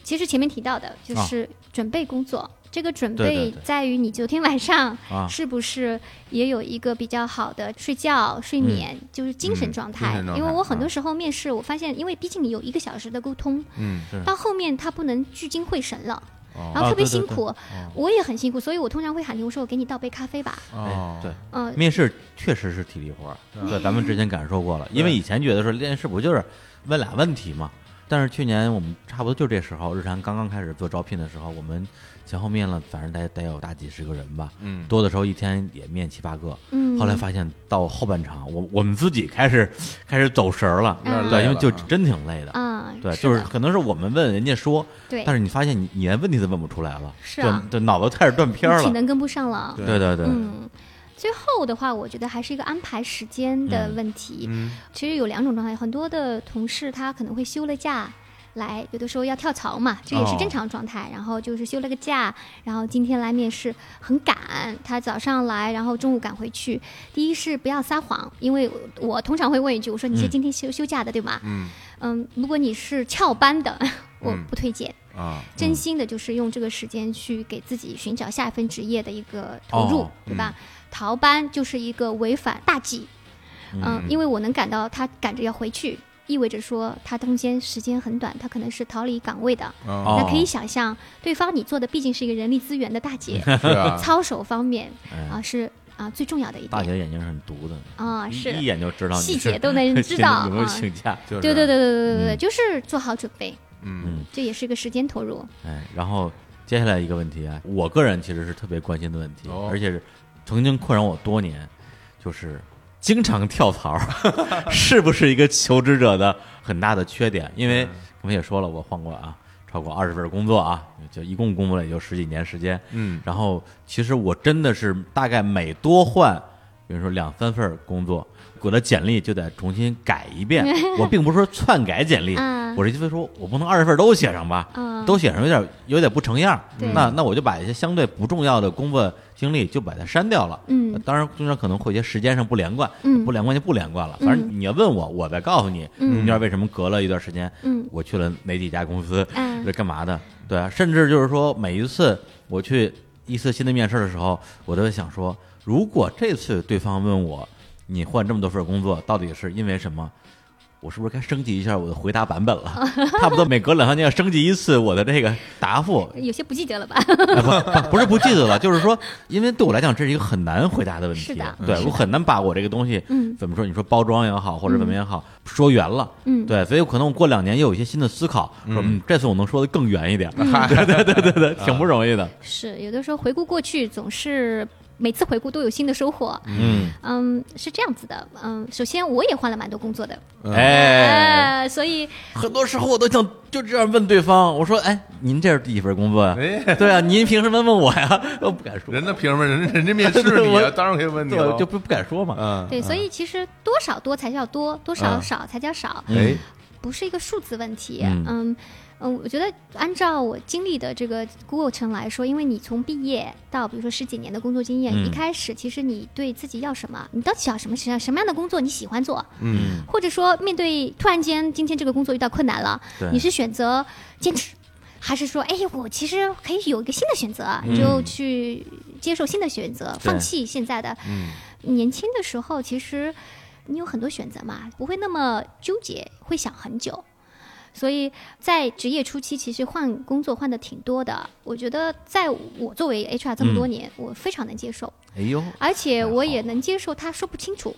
[SPEAKER 3] 其实前面提到的就
[SPEAKER 1] 啊
[SPEAKER 3] 是准备工作。这个准
[SPEAKER 1] 对对
[SPEAKER 3] 备
[SPEAKER 1] 对
[SPEAKER 3] 在于你昨天晚上
[SPEAKER 1] 啊
[SPEAKER 3] 是不是也有一个比较好的睡觉、睡眠，
[SPEAKER 1] 嗯
[SPEAKER 3] 就是精神状
[SPEAKER 2] 精
[SPEAKER 3] 态。
[SPEAKER 2] 神状态
[SPEAKER 3] 因为我很多时候面试，我发现，因为毕竟你有一个小时的沟通，
[SPEAKER 2] 嗯
[SPEAKER 1] 是
[SPEAKER 3] 到后面他不能聚精会神了，
[SPEAKER 2] 哦
[SPEAKER 3] 然后特别
[SPEAKER 1] 啊对对
[SPEAKER 3] 辛苦，我也很辛苦，所以我通常会喊停，我说我给你倒杯咖啡吧。
[SPEAKER 2] 哦
[SPEAKER 1] 哎，对，
[SPEAKER 3] 嗯、
[SPEAKER 1] 面试确实是体力活儿，
[SPEAKER 2] 嗯
[SPEAKER 1] 对，咱们之前感受过了，因为以前觉得说面试不就是问俩问题嘛，但是去年我们差不多就这时候，日常刚刚开始做招聘的时候，我们前后面了，反正得得有大几十个人吧，
[SPEAKER 2] 嗯
[SPEAKER 1] 多的时候一天也面七八个，
[SPEAKER 3] 嗯，
[SPEAKER 1] 后来发现到后半场，我我们自己开始开始走神儿了，
[SPEAKER 3] 有点累
[SPEAKER 1] 对，因为
[SPEAKER 2] 了
[SPEAKER 1] 就
[SPEAKER 2] 啊
[SPEAKER 1] 真挺累的，
[SPEAKER 3] 嗯，
[SPEAKER 1] 对，
[SPEAKER 3] 是
[SPEAKER 1] 就是
[SPEAKER 3] 的
[SPEAKER 1] 可能是我们问人家说，
[SPEAKER 3] 对，
[SPEAKER 1] 但是你发现你你连问题都问不出来了，
[SPEAKER 3] 是啊
[SPEAKER 1] 就就脑子开始断片儿
[SPEAKER 3] 体
[SPEAKER 1] 了，
[SPEAKER 3] 能跟不上了。
[SPEAKER 1] 对对对，
[SPEAKER 3] 嗯，最后的话，我觉得还是一个安排时间的问题。
[SPEAKER 2] 嗯
[SPEAKER 3] 其实有两种状态，很多的同事他可能会休了假。来，有的时候要跳槽嘛，这也是
[SPEAKER 2] 哦
[SPEAKER 3] 正常状态。然后就是休了个假，然后今天来面试很赶，他早上来，然后中午赶回去。第一是不要撒谎，因为我通常会问一句，我说你是
[SPEAKER 1] 嗯
[SPEAKER 3] 今天休、休假的对吗？
[SPEAKER 2] 嗯
[SPEAKER 3] 嗯，如果你是翘班的， 我
[SPEAKER 2] 嗯
[SPEAKER 3] 不推荐。
[SPEAKER 2] 啊，
[SPEAKER 3] 真心的，就是用这个时间去给自己寻找下一份职业的一个投入，
[SPEAKER 1] 哦
[SPEAKER 3] 对吧？逃班就是一个违反大忌，嗯、因为我能感到他赶着要回去，意味着说他中间时间很短，他可能是逃离岗位的。
[SPEAKER 2] 哦，
[SPEAKER 3] 那可以想象，对方你做的毕竟是一个人力资源的大 姐，
[SPEAKER 2] 是啊，
[SPEAKER 3] 操守方面
[SPEAKER 1] 哎
[SPEAKER 3] 啊、是啊、最重要的一
[SPEAKER 1] 大
[SPEAKER 3] 点
[SPEAKER 1] 姐眼睛是很毒的，
[SPEAKER 3] 啊、
[SPEAKER 1] 一
[SPEAKER 3] 是
[SPEAKER 1] 一眼就知道你
[SPEAKER 3] 细
[SPEAKER 1] 是
[SPEAKER 3] 节都能知道
[SPEAKER 1] 有
[SPEAKER 3] 啊
[SPEAKER 1] 没有。 请假。
[SPEAKER 2] 就是
[SPEAKER 3] 对对对，对对
[SPEAKER 1] 嗯
[SPEAKER 3] 对对，就是做好准备，
[SPEAKER 2] 嗯
[SPEAKER 3] 这也是一个时间投入。
[SPEAKER 1] 哎，然后接下来一个问题啊，我个人其实是特别关心的问题，
[SPEAKER 2] 哦
[SPEAKER 1] 而且是曾经困扰我多年，就是经常跳槽，是不是一个求职者的很大的缺点？因为我们也说了，我换过啊，超过二十份工作啊，就一共工作了也就十几年时间。
[SPEAKER 2] 嗯
[SPEAKER 1] 然后其实我真的是大概每多换，比如说两三份工作，我的简历就得重新改一遍。我并不是说篡改简历，
[SPEAKER 3] 嗯嗯
[SPEAKER 1] 我这意思说，我不能二月份都写上吧，
[SPEAKER 3] 嗯
[SPEAKER 1] 都写上有点有点不成样儿。
[SPEAKER 3] 对
[SPEAKER 1] 那那我就把一些相对不重要的工作经历就把它删掉了。
[SPEAKER 3] 嗯
[SPEAKER 1] 当然中间可能会有一些时间上不连贯，
[SPEAKER 3] 嗯
[SPEAKER 1] 不连贯就不连贯了。反正你要问我，我再告诉你，
[SPEAKER 3] 嗯
[SPEAKER 1] 中间为什么隔了一段时间，
[SPEAKER 3] 嗯
[SPEAKER 1] 我去了哪几家公司，
[SPEAKER 3] 嗯
[SPEAKER 1] 这干嘛的？对啊，甚至就是说每一次我去一次新的面试的时候，我都会想说，如果这次对方问我你换这么多份工作，到底是因为什么？我是不是该升级一下我的回答版本 了？差不多每隔两三天要升级一次我的这个答复，
[SPEAKER 3] 有些不记得了吧？
[SPEAKER 1] 哎不不不是不记得了，就是说，因为对我来讲，这是一个很难回答的问题，
[SPEAKER 3] 是的
[SPEAKER 1] 对
[SPEAKER 3] 是的
[SPEAKER 1] 我很难把我这个东西，
[SPEAKER 3] 嗯
[SPEAKER 1] 怎么说？你说包装也好，或者怎么也好，说圆了，
[SPEAKER 3] 嗯
[SPEAKER 1] 对，所以可能我过两年又有一些新的思考，说嗯，这次我能说的更圆一点，
[SPEAKER 2] 嗯
[SPEAKER 1] 对对对对 对，挺不容易的，
[SPEAKER 3] 是有的时候回顾过去，总是每次回顾都有新的收获。
[SPEAKER 1] 嗯，
[SPEAKER 3] 嗯，是这样子的。嗯，首先我也换了蛮多工作的，
[SPEAKER 2] 嗯
[SPEAKER 1] 哎，
[SPEAKER 3] 呃，所以
[SPEAKER 1] 很多时候我都想就这样问对方，我说，哎，您这是第几份工作呀？
[SPEAKER 2] 哎
[SPEAKER 1] 对啊，您凭什么问我呀？ 我不敢说，
[SPEAKER 2] 人的凭什么？人人家面试你 啊，
[SPEAKER 1] 我
[SPEAKER 2] 当然可以问你了
[SPEAKER 1] 对，。就不不敢说嘛，
[SPEAKER 2] 嗯，
[SPEAKER 3] 对，所以其实多少多才叫多，多少
[SPEAKER 2] 嗯
[SPEAKER 3] 少才叫少，
[SPEAKER 1] 嗯
[SPEAKER 2] 哎，
[SPEAKER 3] 不是一个数字问题。
[SPEAKER 1] 嗯
[SPEAKER 3] 嗯嗯、我觉得按照我经历的这个过程来说，因为你从毕业到比如说十几年的工作经验，
[SPEAKER 1] 嗯
[SPEAKER 3] 一开始其实你对自己要什么，你到底要什么什么什么样的工作你喜欢做，
[SPEAKER 2] 嗯，
[SPEAKER 3] 或者说面对突然间今天这个工作遇到困难了
[SPEAKER 1] 对，
[SPEAKER 3] 你是选择坚持，还是说，哎，我其实可以有一个新的选择，你就去接受新的选择，放弃现在的。年轻的时候其实你有很多选择嘛，不会那么纠结，会想很久。所以在职业初期，其实换工作换的挺多的。我觉得，在我作为 HR 这么多年，我非常能接受。
[SPEAKER 1] 哎呦，
[SPEAKER 3] 而
[SPEAKER 2] 嗯
[SPEAKER 3] 且我也能接受他说不清楚，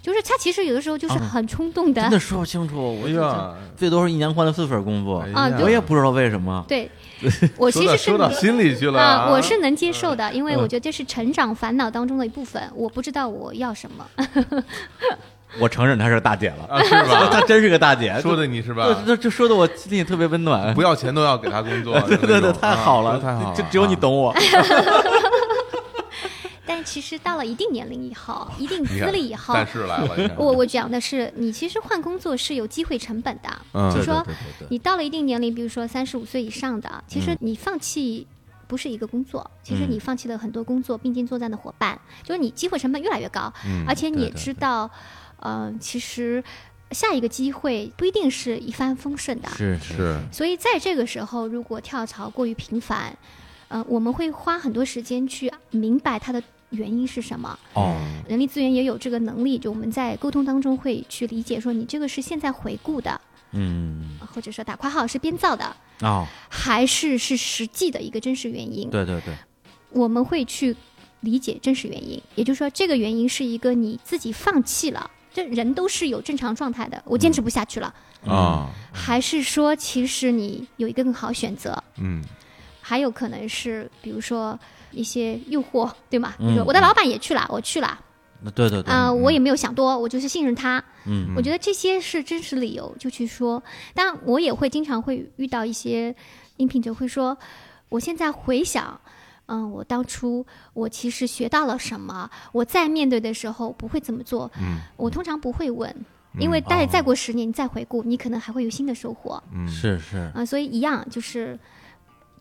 [SPEAKER 3] 就是他其实有的时候就是
[SPEAKER 2] 啊
[SPEAKER 3] 很冲动的，
[SPEAKER 1] 真的说不清楚，我
[SPEAKER 2] 哎
[SPEAKER 1] 就
[SPEAKER 2] 呀，
[SPEAKER 1] 最多是一年换了四份工作，
[SPEAKER 2] 哎呀
[SPEAKER 3] 啊对
[SPEAKER 1] 我也不知道为什么。
[SPEAKER 3] 对我
[SPEAKER 2] 说
[SPEAKER 3] 其
[SPEAKER 2] 到
[SPEAKER 3] 实是
[SPEAKER 2] 说到心里去了
[SPEAKER 3] 啊、
[SPEAKER 2] 啊，嗯
[SPEAKER 3] 我是能接受的，因为我觉得这是成长烦恼当中的一部分，我不知道我要什么，
[SPEAKER 1] 我承认她是大姐了，
[SPEAKER 2] 啊，是 吧？
[SPEAKER 1] 她真是个大姐，
[SPEAKER 2] 说的你是吧？
[SPEAKER 1] 这这这说的我心里特别温暖。
[SPEAKER 2] 不要钱都要给他工作，
[SPEAKER 1] 对对对，
[SPEAKER 2] 啊
[SPEAKER 1] 太好了，
[SPEAKER 2] 太好了，
[SPEAKER 1] 就只有你
[SPEAKER 2] 啊。
[SPEAKER 1] 懂我。
[SPEAKER 3] 哎但其实到了一定年龄以后，一定
[SPEAKER 2] 啊你
[SPEAKER 3] 资
[SPEAKER 2] 看
[SPEAKER 3] 历以后，
[SPEAKER 2] 但是来了，你看
[SPEAKER 3] 我我讲的是，你其实换工作是有机会成本的，
[SPEAKER 2] 嗯
[SPEAKER 3] 就说
[SPEAKER 1] 对对对对
[SPEAKER 3] 你到了一定年龄，比如说三十五岁以上的，啊其实你放弃不是一个工作，其实你放弃了很多工作并肩作战的伙伴，就是你机会成本越来越高，而且你也知道，呃，其实下一个机会不一定是一帆风顺的，
[SPEAKER 1] 是
[SPEAKER 2] 是
[SPEAKER 3] 所以在这个时候，如果跳槽过于频繁，呃，我们会花很多时间去明白它的原因是什么。
[SPEAKER 1] 哦，
[SPEAKER 2] 嗯
[SPEAKER 3] 人力资源也有这个能力，就我们在沟通当中会去理解说，你这个是现在回顾的，
[SPEAKER 1] 嗯
[SPEAKER 3] 或者说打括号是编造的，
[SPEAKER 1] 哦，
[SPEAKER 3] 还是是实际的一个真实原因。
[SPEAKER 1] 对对对，
[SPEAKER 3] 我们会去理解真实原因，也就是说，这个原因是一个你自己放弃了。这人都是有正常状态的，我坚持不下去了，
[SPEAKER 1] 嗯
[SPEAKER 2] 啊，
[SPEAKER 3] 还是说其实你有一个更好选择？
[SPEAKER 2] 嗯，
[SPEAKER 3] 还有可能是比如说一些诱惑，对吗？比如
[SPEAKER 1] 嗯
[SPEAKER 3] 说我的老板也去了，我去了，
[SPEAKER 1] 那对对对，
[SPEAKER 3] 啊、我也没有想多，我就是信任他。
[SPEAKER 1] 嗯，
[SPEAKER 3] 我觉得这些是真实理由，就去说。但我也会经常会遇到一些应聘者会说，我现在回想，嗯，我当初我其实学到了什么，我在面对的时候不会这么做。
[SPEAKER 2] 嗯，
[SPEAKER 3] 我通常不会问，因为待
[SPEAKER 1] 哦
[SPEAKER 3] 再过十年，你再回顾，你可能还会有新的收获。
[SPEAKER 2] 嗯
[SPEAKER 1] 是是，
[SPEAKER 3] 啊，所以一样就是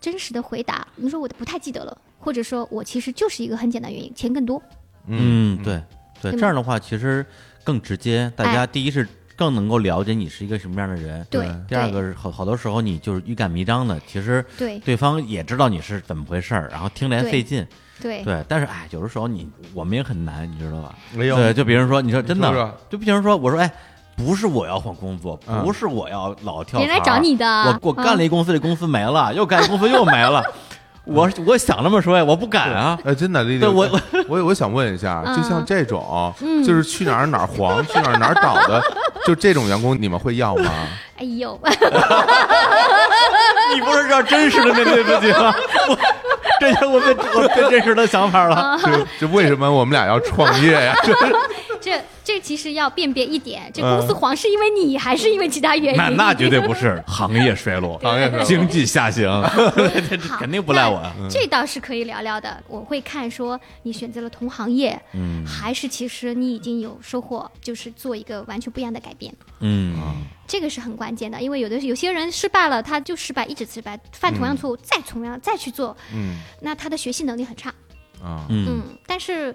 [SPEAKER 3] 真实的回答。你说我不太记得了，或者说我其实就是一个很简单原因，钱更多。
[SPEAKER 1] 嗯，对对，
[SPEAKER 3] 嗯哎
[SPEAKER 1] 这样的话其实更直接，大家第一是更能够了解你是一个什么样的人，
[SPEAKER 3] 对
[SPEAKER 1] 第二个
[SPEAKER 3] 对
[SPEAKER 1] 是好好多时候你就是欲盖弥彰的，其实
[SPEAKER 3] 对
[SPEAKER 1] 对方也知道你是怎么回事儿，然后听着还
[SPEAKER 3] 对
[SPEAKER 1] 费劲，
[SPEAKER 3] 对
[SPEAKER 1] 对，但是哎，有的时候你我们也很难，你知道吧？
[SPEAKER 2] 哎呦
[SPEAKER 1] 对，就比如说，你说真的，
[SPEAKER 2] 你说说
[SPEAKER 1] 就比如说，我说哎，不是我要换工作，
[SPEAKER 2] 嗯
[SPEAKER 1] 不是我要老跳槽，啊
[SPEAKER 3] 别人来找啊你的嗯
[SPEAKER 1] 我我干了一公司，这公司没了，又干一公司又没 了，我我想这么说呀，我不敢啊，
[SPEAKER 2] 哎，真的，丽丽，
[SPEAKER 1] 对我嗯
[SPEAKER 2] 我我想问一下，
[SPEAKER 3] 嗯
[SPEAKER 2] 就像这种，就是去哪儿哪 儿黄，去哪儿哪儿倒的，就这种员工，你们会要吗？
[SPEAKER 3] 哎呦，
[SPEAKER 1] 你不是要真实的面对自己吗？ 我这就我被
[SPEAKER 3] 啊
[SPEAKER 1] 我被真实的想法了，
[SPEAKER 2] 这这为什么我们俩要创业呀？这
[SPEAKER 3] 这这其实要辨别一点，这公司黄是因为你还是因为其他原
[SPEAKER 1] 嗯
[SPEAKER 3] 因？
[SPEAKER 1] 那那绝对不是行业衰落，
[SPEAKER 2] 行业衰落
[SPEAKER 1] 经济下 行，这
[SPEAKER 3] 好
[SPEAKER 1] 肯定不赖我啊。
[SPEAKER 3] 那这倒是可以聊聊的。我会看说你选择了同行业，嗯，还是其实你已经有收获，就是做一个完全不一样的改变，
[SPEAKER 1] 嗯，
[SPEAKER 3] 这个是很关键的。因为有的有些人失败了，他就失败，一直失败，犯
[SPEAKER 1] 嗯
[SPEAKER 3] 同样错误，再同样再去做，
[SPEAKER 2] 嗯
[SPEAKER 3] 那他的学习能力很差。
[SPEAKER 2] 啊
[SPEAKER 1] 嗯
[SPEAKER 3] 嗯，但是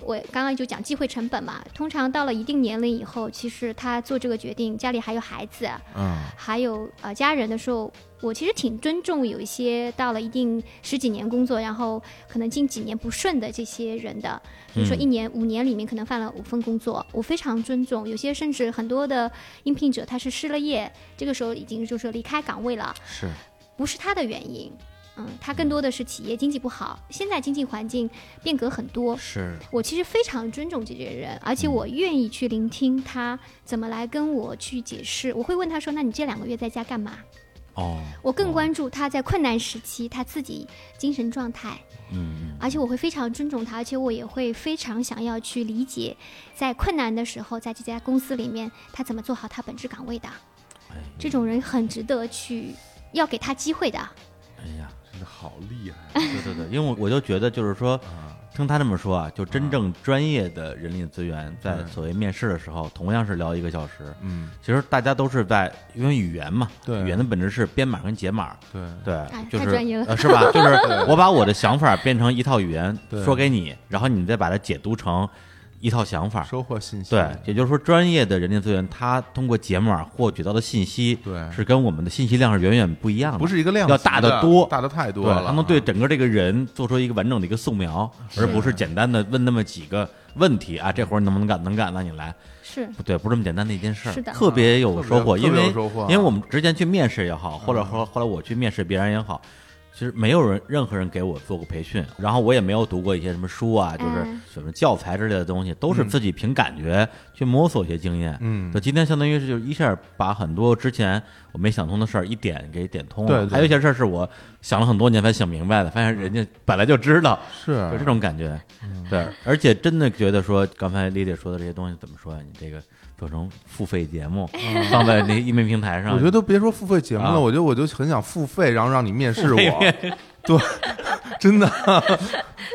[SPEAKER 3] 我刚刚就讲机会成本嘛，通常到了一定年龄以后，其实他做这个决定，家里还有孩子，
[SPEAKER 1] 嗯
[SPEAKER 2] 啊
[SPEAKER 3] 还有呃家人的时候，我其实挺尊重有一些到了一定十几年工作，然后可能近几年不顺的这些人的，比如说一年、五年里面可能犯了五份工作，我非常尊重。有些甚至很多的应聘者他是失了业，这个时候已经就是离开岗位了，
[SPEAKER 2] 是
[SPEAKER 3] 不是他的原因。嗯，他更多的是企业经济不好，现在经济环境变革很多，
[SPEAKER 1] 是
[SPEAKER 3] 我其实非常尊重这些人，而且我愿意去聆听他怎么来跟我去解释。我会问他说：“那你这两个月在家干嘛
[SPEAKER 1] 哦，？”
[SPEAKER 3] 我更关注他在困难时期他自己精神状态，
[SPEAKER 1] 嗯
[SPEAKER 3] 而且我会非常尊重他，而且我也会非常想要去理解，在困难的时候，在这家公司里面他怎么做好他本职岗位的。
[SPEAKER 1] 哎
[SPEAKER 3] 这种人很值得去，要给他机会的。
[SPEAKER 1] 哎呀，
[SPEAKER 2] 真的好厉害啊
[SPEAKER 1] 对对对，因为我我就觉得就是说，
[SPEAKER 2] 嗯
[SPEAKER 1] 听他这么说啊，就真正专业的人力资源在
[SPEAKER 2] 嗯
[SPEAKER 1] 所谓面试的时候，同样是聊一个小时，
[SPEAKER 2] 嗯
[SPEAKER 1] 其实大家都是在因为语言嘛，
[SPEAKER 2] 对
[SPEAKER 1] 语言的本质是编码跟解码，
[SPEAKER 2] 对
[SPEAKER 1] 对，就
[SPEAKER 3] 哎太
[SPEAKER 1] 是
[SPEAKER 3] 专业了
[SPEAKER 1] 呃是 吧？就是我把我的想法变成一套语言
[SPEAKER 2] 对
[SPEAKER 1] 说给你，然后你再把它解读成一套想法。
[SPEAKER 2] 收获信息
[SPEAKER 1] 对，也就是说，专业的人力资源，它通过解码获取到的信息，
[SPEAKER 2] 对
[SPEAKER 1] 是跟我们的信息量是远远不一样的，
[SPEAKER 2] 不是一个量
[SPEAKER 1] 要
[SPEAKER 2] 级
[SPEAKER 1] 大
[SPEAKER 2] 的
[SPEAKER 1] 得多，
[SPEAKER 2] 大的太多
[SPEAKER 1] 对，
[SPEAKER 2] 了啊
[SPEAKER 1] 它能对整个这个人做出一个完整的一个素描，而不是简单的问那么几个问题啊，这活儿能不能干？能干，那你来。
[SPEAKER 3] 是，
[SPEAKER 1] 不对，不是这么简单的一件事儿，
[SPEAKER 3] 是的
[SPEAKER 1] 特别有收获，
[SPEAKER 2] 特别
[SPEAKER 1] 因为
[SPEAKER 2] 特别有收获啊嗯
[SPEAKER 1] 因为我们之前去面试也好，或者后后来我去面试别人也好，其实没有人任何人给我做过培训，然后我也没有读过一些什么书啊，就是
[SPEAKER 3] 嗯
[SPEAKER 1] 什么教材之类的东西，都是自己凭感觉去摸索一些经验。
[SPEAKER 2] 嗯
[SPEAKER 1] 就今天相当于是就是一下把很多之前我没想通的事儿一点给点通了，
[SPEAKER 2] 对对
[SPEAKER 1] 还有一些事儿是我想了很多年才想明白的，发现人家本来就知道，
[SPEAKER 2] 是嗯
[SPEAKER 1] 有这种感觉，对，而且真的觉得说，刚才丽姐说的这些东西怎么说啊呀？你这个做成付费节目，放在那音频平台上，
[SPEAKER 2] 嗯我觉得都别说付费节目
[SPEAKER 1] 啊
[SPEAKER 2] 了，我觉得我就很想付费，然后让你面试我。对， 真 的，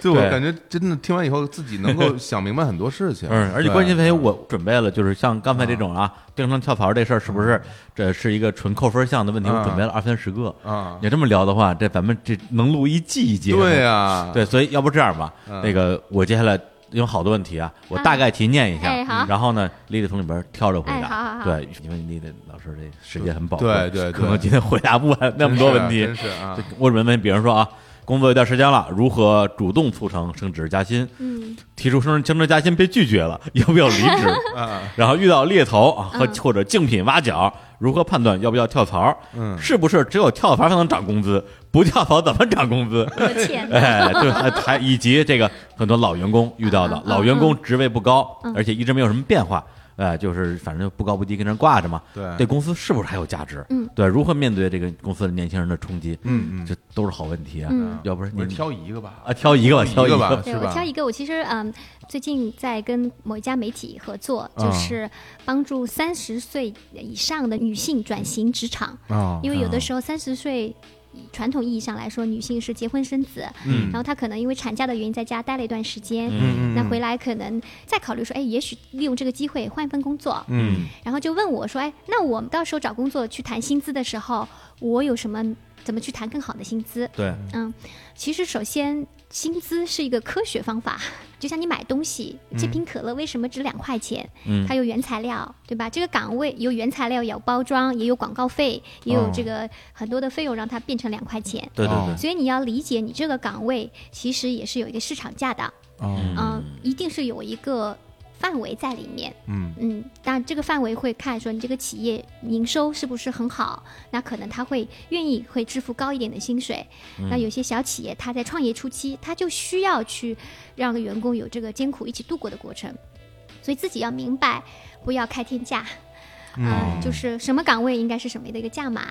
[SPEAKER 2] 就我
[SPEAKER 1] 对
[SPEAKER 2] 感觉真的听完以后，自己能够想明白很多事情。
[SPEAKER 1] 嗯，而且
[SPEAKER 2] 对嗯
[SPEAKER 1] 关键在于我准备了，就是像刚才这种啊，经常跳槽这事儿，是不是这是一个纯扣分项的问题？我
[SPEAKER 2] 啊
[SPEAKER 1] 准备了二三十个
[SPEAKER 2] 啊
[SPEAKER 1] 你这么聊的话，这咱们这能录一季一节目，
[SPEAKER 2] 对啊呀，
[SPEAKER 1] 对，所以要不这样吧，
[SPEAKER 2] 嗯
[SPEAKER 1] 那个我接下来有好多问题啊，我大概提念一下，嗯
[SPEAKER 3] 哎好
[SPEAKER 1] 然后呢，丽丽从里边挑着回
[SPEAKER 3] 哎
[SPEAKER 1] 答。
[SPEAKER 3] 好好好
[SPEAKER 1] 对，因为丽丽老师这时间很宝贵，
[SPEAKER 2] 对对对
[SPEAKER 1] 可能今天回答不完那么多问题
[SPEAKER 2] 真。是啊
[SPEAKER 1] 就，我准备问，比如说啊，工作有段时间了，如何主动促成升职加薪？
[SPEAKER 3] 嗯，
[SPEAKER 1] 提出升升职加薪被拒绝了， 要不要离 职？
[SPEAKER 2] 啊，
[SPEAKER 1] 然后遇到猎头啊和
[SPEAKER 3] 嗯
[SPEAKER 1] 或者竞品挖角，如何判断要不要跳槽？
[SPEAKER 2] 嗯
[SPEAKER 1] 是不是只有跳槽才能涨工资？不跳槽怎么涨工资？
[SPEAKER 3] 我的天 哪，
[SPEAKER 1] 哎，对，还还以及这个很多老员工遇到的
[SPEAKER 3] 嗯，嗯
[SPEAKER 1] 老员工职位不高，
[SPEAKER 3] 嗯
[SPEAKER 1] 而且一直没有什么变化，哎，就是反正就不高不低跟那儿挂着嘛，
[SPEAKER 2] 对
[SPEAKER 1] 对公司是不是还有价值？
[SPEAKER 3] 嗯，
[SPEAKER 1] 对，如何面对这个公司的年轻人的冲击？
[SPEAKER 2] 嗯嗯
[SPEAKER 1] 这都是好问题啊
[SPEAKER 3] 嗯，
[SPEAKER 1] 要不然你
[SPEAKER 2] 我
[SPEAKER 1] 们
[SPEAKER 2] 挑一个吧，
[SPEAKER 1] 啊挑一个吧，
[SPEAKER 2] 挑
[SPEAKER 1] 挑
[SPEAKER 2] 一个吧
[SPEAKER 3] 对
[SPEAKER 2] 是
[SPEAKER 3] 我
[SPEAKER 2] 吧
[SPEAKER 3] 挑一个，我其实嗯，最近在跟某一家媒体合作，
[SPEAKER 2] 啊
[SPEAKER 3] 就是帮助三十岁以上的女性转型职场，
[SPEAKER 1] 哦
[SPEAKER 2] 啊
[SPEAKER 3] 因为有的时候三十岁。传统意义上来说，女性是结婚生子，
[SPEAKER 1] 嗯
[SPEAKER 3] 然后她可能因为产假的原因在家待了一段时间，
[SPEAKER 1] 嗯
[SPEAKER 3] 那回来可能再考虑说，哎，也许利用这个机会换一份工作，
[SPEAKER 2] 嗯
[SPEAKER 3] 然后就问我说，哎，那我们到时候找工作去谈薪资的时候，我有什么怎么去谈更好的薪资？
[SPEAKER 1] 对，
[SPEAKER 3] 嗯，其实首先薪资是一个科学方法，就像你买东西，这瓶可乐为什么值两块钱？
[SPEAKER 1] 嗯
[SPEAKER 3] 它有原材料，对吧？这个岗位有原材料，有包装，也有广告费，也有这个很多的费用让它变成两块钱。
[SPEAKER 1] 对对
[SPEAKER 2] 哦
[SPEAKER 1] 对，
[SPEAKER 3] 所以你要理解，你这个岗位其实也是有一个市场价的，
[SPEAKER 2] 嗯
[SPEAKER 3] 嗯，一定是有一个范围在里面。
[SPEAKER 2] 嗯
[SPEAKER 3] 嗯，但这个范围会看说你这个企业营收是不是很好，那可能他会愿意会支付高一点的薪水。那有些小企业，他在创业初期，他就需要去让员工有这个艰苦一起度过的过程，所以自己要明白，不要开天价。嗯、就是什么岗位应该是什么的一个价码。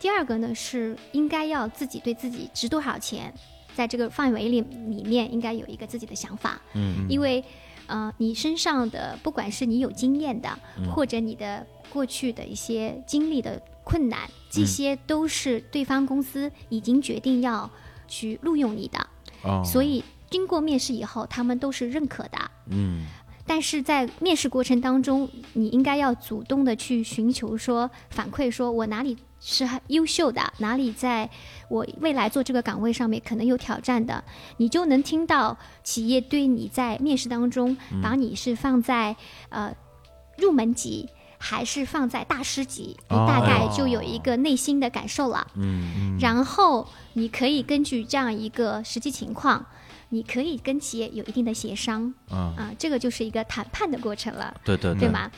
[SPEAKER 3] 第二个呢是应该要自己对自己值多少钱，在这个范围里里面应该有一个自己的想法。
[SPEAKER 1] 嗯
[SPEAKER 3] 因为呃，你身上的不管是你有经验的，或者你的过去的一些经历的困难，这些都是对方公司已经决定要去录用你的，
[SPEAKER 2] 哦
[SPEAKER 3] 所以经过面试以后，他们都是认可的。
[SPEAKER 1] 嗯
[SPEAKER 3] 但是在面试过程当中，你应该要主动的去寻求说反馈，说我哪里是很优秀的，哪里在我未来做这个岗位上面可能有挑战的，你就能听到企业对你在面试当中
[SPEAKER 1] 嗯
[SPEAKER 3] 把你是放在、呃入门级。还是放在大师级，你
[SPEAKER 2] 哦
[SPEAKER 3] 大概就有一个内心的感受了。
[SPEAKER 1] 啊嗯
[SPEAKER 3] 然后你可以根据这样一个实际情况，你可以跟企业有一定的协商。
[SPEAKER 2] 嗯
[SPEAKER 3] 啊，这个就是一个谈判的过程了，
[SPEAKER 1] 对对
[SPEAKER 3] 对？吗？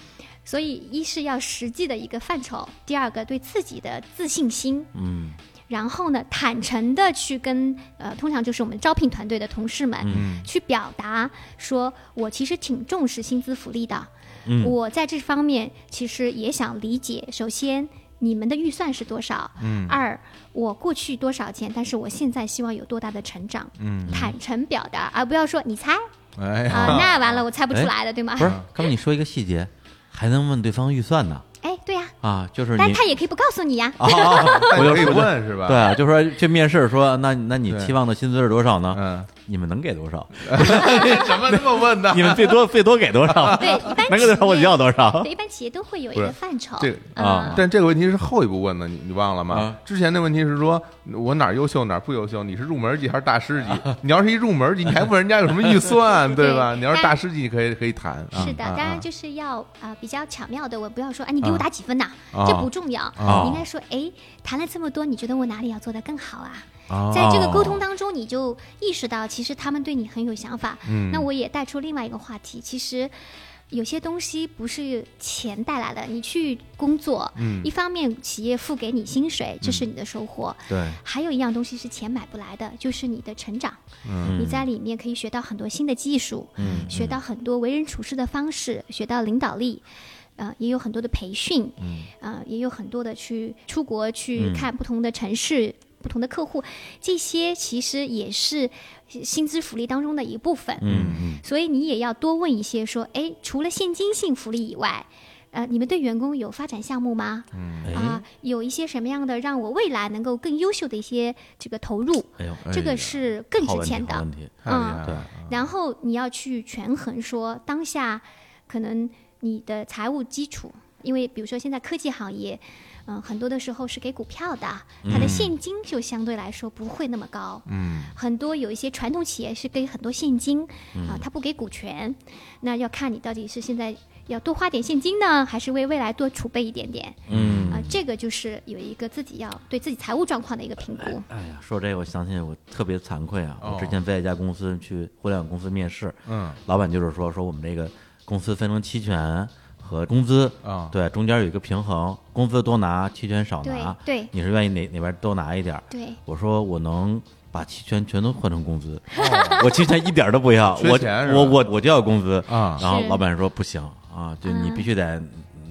[SPEAKER 3] 所以，一是要实际的一个范畴，第二个对自己的自信心，
[SPEAKER 1] 嗯
[SPEAKER 3] 然后呢，坦诚的去跟呃，通常就是我们招聘团队的同事们、
[SPEAKER 2] 嗯
[SPEAKER 3] 去表达，说我其实挺重视薪资福利的，
[SPEAKER 1] 嗯
[SPEAKER 3] 我在这方面其实也想理解，首先。你们的预算是多少？
[SPEAKER 2] 嗯
[SPEAKER 3] 二，我过去多少钱？但是我现在希望有多大的成长？
[SPEAKER 2] 嗯，
[SPEAKER 3] 坦诚表达，而不要说你猜
[SPEAKER 2] 哎呀
[SPEAKER 3] 啊、 那完了我猜不出来的，对吗？
[SPEAKER 1] 不是，刚你说一个细节，还能问对方预算呢
[SPEAKER 3] 哎，对呀、
[SPEAKER 1] 啊，就是
[SPEAKER 3] 但
[SPEAKER 1] 你
[SPEAKER 3] 是他也可以不告诉你呀、
[SPEAKER 1] 啊，啊我
[SPEAKER 2] 那
[SPEAKER 1] 就
[SPEAKER 2] 可以
[SPEAKER 1] 说
[SPEAKER 2] 问是吧？
[SPEAKER 1] 对，啊，就说去面试说，那那你
[SPEAKER 2] 对
[SPEAKER 1] 期望的薪资是多少呢？
[SPEAKER 2] 嗯，
[SPEAKER 1] 你们能给多少？
[SPEAKER 2] 什么这么问的？
[SPEAKER 1] 你们最多最多给多 少？
[SPEAKER 3] 对，一般
[SPEAKER 1] 能给
[SPEAKER 3] 企
[SPEAKER 1] 多少我就
[SPEAKER 3] 业
[SPEAKER 1] 要多少
[SPEAKER 3] 对，。一般企业都会有一
[SPEAKER 2] 不是
[SPEAKER 3] 个范畴嗯
[SPEAKER 2] 这个
[SPEAKER 1] 啊
[SPEAKER 2] 但这个问题是后一步问的，你你忘了吗
[SPEAKER 1] 啊？
[SPEAKER 2] 之前的问题是说我哪儿优秀哪儿不优秀，你是入门级还是大师级？
[SPEAKER 1] 啊
[SPEAKER 2] 你要是一入门级，你还问人家有什么预算，对 吧？
[SPEAKER 3] 对
[SPEAKER 2] 你要是大师级，你可以可以谈。啊
[SPEAKER 3] 是的，
[SPEAKER 2] 啊
[SPEAKER 3] 当然
[SPEAKER 2] 啊
[SPEAKER 3] 就是要啊、呃比较巧妙的，我不要说啊，你给我打几分呐、
[SPEAKER 2] 啊
[SPEAKER 3] 这不重要，
[SPEAKER 1] 啊
[SPEAKER 3] 你应该说，哎，谈了这么多，你觉得我哪里要做得更好啊？
[SPEAKER 2] 啊
[SPEAKER 1] 哦
[SPEAKER 3] 在这个沟通当中，你就意识到其实他们对你很有想法。
[SPEAKER 2] 嗯
[SPEAKER 3] 那我也带出另外一个话题，其实有些东西不是钱带来的，你去工作，
[SPEAKER 2] 嗯嗯
[SPEAKER 3] 一方面企业付给你薪水，这是你的收获。
[SPEAKER 2] 对，
[SPEAKER 3] 还有一样东西是钱买不来的，就是你的成长。
[SPEAKER 2] 嗯
[SPEAKER 3] 你在里面可以学到很多新的技术，
[SPEAKER 1] 嗯
[SPEAKER 3] 学到很多为人处事的方式，学到领导力，呃，也有很多的培训，
[SPEAKER 1] 嗯
[SPEAKER 3] 呃，也有很多的去出国去看不同的城市、不同的客户，这些其实也是薪资福利当中的一部分。
[SPEAKER 1] 嗯嗯
[SPEAKER 3] 所以你也要多问一些说，哎，除了现金性福利以外，呃，你们对员工有发展项目吗？
[SPEAKER 1] 哎
[SPEAKER 3] 啊、有一些什么样的让我未来能够更优秀的一些这个投入，
[SPEAKER 1] 哎呦，
[SPEAKER 3] 这
[SPEAKER 2] 哎呀
[SPEAKER 3] 个是更
[SPEAKER 1] 好
[SPEAKER 3] 值
[SPEAKER 1] 问题
[SPEAKER 3] 钱
[SPEAKER 1] 好
[SPEAKER 3] 的啊
[SPEAKER 1] 问。题，
[SPEAKER 2] 啊太
[SPEAKER 3] 嗯
[SPEAKER 2] 厉害了。
[SPEAKER 3] 然后你要去权衡说当下可能你的财务基础，因为比如说现在科技行业，嗯、很多的时候是给股票的，
[SPEAKER 1] 嗯
[SPEAKER 3] 它的现金就相对来说不会那么高。
[SPEAKER 2] 嗯，
[SPEAKER 3] 很多有一些传统企业是给很多现金，
[SPEAKER 1] 嗯
[SPEAKER 3] 啊，它不给股权，那要看你到底是现在要多花点现金呢，还是为未来多储备一点点，
[SPEAKER 1] 嗯
[SPEAKER 3] 啊，，这个就是有一个自己要对自己财务状况的一个评估。
[SPEAKER 1] 哎呀，说这个我相信我特别惭愧啊！
[SPEAKER 2] 哦
[SPEAKER 1] 我之前在一家公司去互联网公司面试，
[SPEAKER 2] 嗯，
[SPEAKER 1] 老板就是说说我们这个公司分成期权和工资
[SPEAKER 2] 啊
[SPEAKER 1] 对，哦中间有一个平衡，工资多拿，期权少
[SPEAKER 3] 对
[SPEAKER 1] 拿，
[SPEAKER 3] 对
[SPEAKER 1] 你是愿意哪哪边多拿一点儿？
[SPEAKER 3] 对，
[SPEAKER 1] 我说我能把期权全都换成工资，我期权一点儿都不要，
[SPEAKER 2] 哦缺
[SPEAKER 1] 我
[SPEAKER 2] 钱是吧
[SPEAKER 1] 我我我就要工资
[SPEAKER 2] 啊
[SPEAKER 1] 然后
[SPEAKER 3] 是
[SPEAKER 1] 老板说不行啊，就你
[SPEAKER 3] 嗯
[SPEAKER 1] 必须得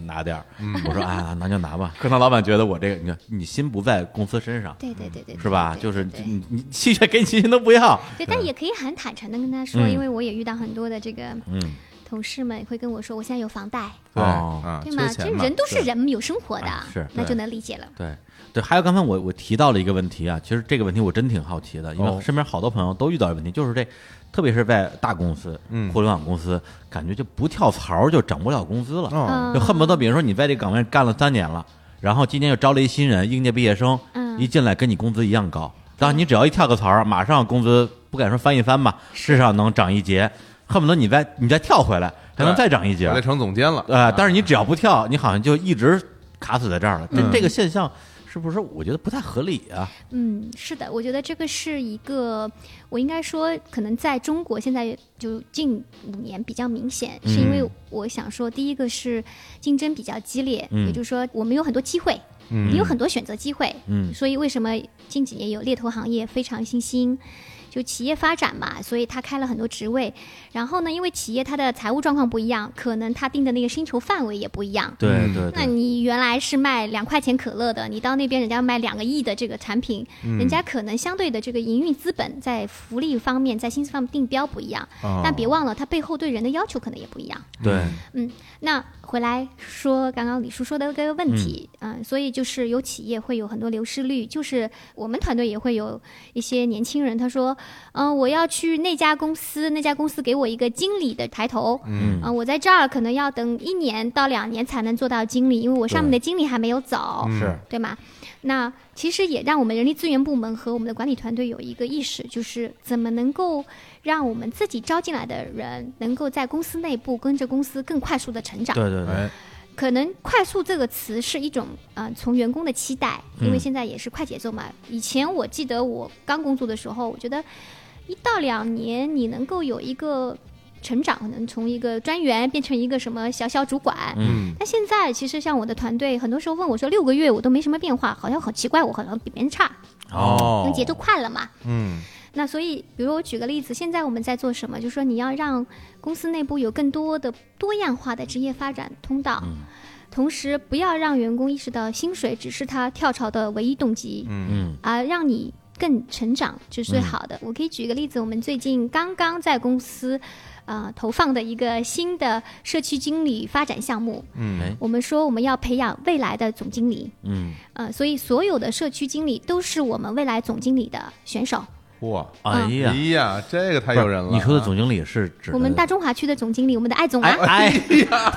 [SPEAKER 1] 拿点儿。
[SPEAKER 2] 嗯
[SPEAKER 1] 我说啊，拿就拿吧。可能老板觉得我这个，你看你心不在公司身上，
[SPEAKER 3] 对对对对，
[SPEAKER 1] 是吧？
[SPEAKER 3] 对
[SPEAKER 1] 就是
[SPEAKER 3] 对对
[SPEAKER 1] 你你期权给你期权都不要，
[SPEAKER 2] 嗯
[SPEAKER 3] 对，但也可以很坦诚的跟他说，
[SPEAKER 1] 嗯
[SPEAKER 3] 因为我也遇到很多的这个
[SPEAKER 1] 嗯，
[SPEAKER 3] 同事们会跟我说，我现在有房贷，
[SPEAKER 2] 对
[SPEAKER 1] 哦
[SPEAKER 2] 啊，
[SPEAKER 3] 对吗
[SPEAKER 2] 缺？
[SPEAKER 3] 这
[SPEAKER 2] 钱嘛，
[SPEAKER 3] 人都是人，有生活的
[SPEAKER 1] 啊，是
[SPEAKER 3] 那
[SPEAKER 2] 对
[SPEAKER 3] 就能理解了。
[SPEAKER 1] 对对，还有刚才我我提到了一个问题啊，其实这个问题我真挺好奇的，因
[SPEAKER 2] 哦
[SPEAKER 1] 为身边好多朋友都遇到这问题，就是这，特别是在大公司，
[SPEAKER 2] 嗯
[SPEAKER 1] 互联网公司，感觉就不跳槽就涨不了工资了，
[SPEAKER 2] 哦，
[SPEAKER 3] 嗯
[SPEAKER 1] 就恨不得比如说你在这岗位干了三年了，然后今年又招了一新人，应届毕业生，
[SPEAKER 3] 嗯
[SPEAKER 1] 一进来跟你工资一样高，但是你只要一跳个槽儿，马上工资不敢说翻一番吧，至少能涨一截，恨不得你再你再跳回来，还能
[SPEAKER 2] 对
[SPEAKER 1] 再涨一截
[SPEAKER 2] 我，得成总监了。
[SPEAKER 1] 呃，但是你只要不跳，你好像就一直卡死在这儿了。这、
[SPEAKER 2] 嗯
[SPEAKER 1] 这个现象是不是我觉得不太合理啊？
[SPEAKER 3] 嗯，是的，我觉得这个是一个，我应该说，可能在中国现在就近五年比较明显，是因为我想说，第一个是竞争比较激烈，
[SPEAKER 1] 嗯
[SPEAKER 3] 也就是说，我们有很多机会，
[SPEAKER 2] 嗯
[SPEAKER 3] 也有很多选择机会，
[SPEAKER 1] 嗯
[SPEAKER 3] 所以为什么近几年有猎头行业非常新兴？就企业发展嘛，所以他开了很多职位。然后呢，因为企业它的财务状况不一样，可能他定的那个薪酬范围也不一样。
[SPEAKER 1] 对
[SPEAKER 2] 嗯
[SPEAKER 1] 对
[SPEAKER 3] 那
[SPEAKER 1] 对，
[SPEAKER 3] 你原来是卖两块钱可乐的，你到那边人家卖两个亿的这个产品，人家可能相对的这个营运资本在福利方面、在薪资方面定标不一样，
[SPEAKER 2] 哦
[SPEAKER 3] 但别忘了它背后对人的要求可能也不一样。
[SPEAKER 2] 嗯
[SPEAKER 1] 对
[SPEAKER 3] 那回来说刚刚李叔说的这个问题，嗯、所以就是有企业会有很多流失率，就是我们团队也会有一些年轻人，他说，嗯、我要去那家公司，那家公司给我一个经理的抬头，嗯、我在这儿可能要等一年到两年才能做到经理，因为我上面的经理还没有走，
[SPEAKER 2] 嗯
[SPEAKER 1] 是
[SPEAKER 3] 对吗？那其实也让我们人力资源部门和我们的管理团队有一个意识，就是怎么能够让我们自己招进来的人能够在公司内部跟着公司更快速的成长。
[SPEAKER 1] 对对对，
[SPEAKER 2] 哎，
[SPEAKER 3] 可能“快速”这个词是一种呃从员工的期待，因为
[SPEAKER 1] 嗯
[SPEAKER 3] 现在也是快节奏嘛。以前我记得我刚工作的时候，我觉得一到两年你能够有一个成长，可能从一个专员变成一个什么小小主管，
[SPEAKER 2] 嗯，
[SPEAKER 3] 但现在其实像我的团队，很多时候问我说六个月我都没什么变化，好像很奇怪，我好像比别人差，
[SPEAKER 1] 哦
[SPEAKER 2] 哦
[SPEAKER 3] 因为节奏快了嘛。
[SPEAKER 2] 嗯，
[SPEAKER 3] 那所以，比如我举个例子，现在我们在做什么？就是说你要让公司内部有更多的多样化的职业发展通道，同时不要让员工意识到薪水只是他跳槽的唯一动机，
[SPEAKER 1] 嗯
[SPEAKER 3] 而让你更成长就是最好的。我可以举个例子，我们最近刚刚在公司。呃，投放的一个新的社区经理发展项目，
[SPEAKER 2] 嗯
[SPEAKER 1] 哎
[SPEAKER 3] 我们说我们要培养未来的总经理，
[SPEAKER 1] 嗯，
[SPEAKER 3] 呃，所以所有的社区经理都是我们未来总经理的选手。
[SPEAKER 2] 哇，
[SPEAKER 1] 哎呀
[SPEAKER 2] 哎，呀，这个太
[SPEAKER 1] 不是
[SPEAKER 2] 诱人了。啊
[SPEAKER 1] 你说的总经理是指
[SPEAKER 3] 我们
[SPEAKER 1] 的
[SPEAKER 3] 大中华区的总经理，我们的艾总
[SPEAKER 1] 哎
[SPEAKER 3] 啊，
[SPEAKER 1] 哎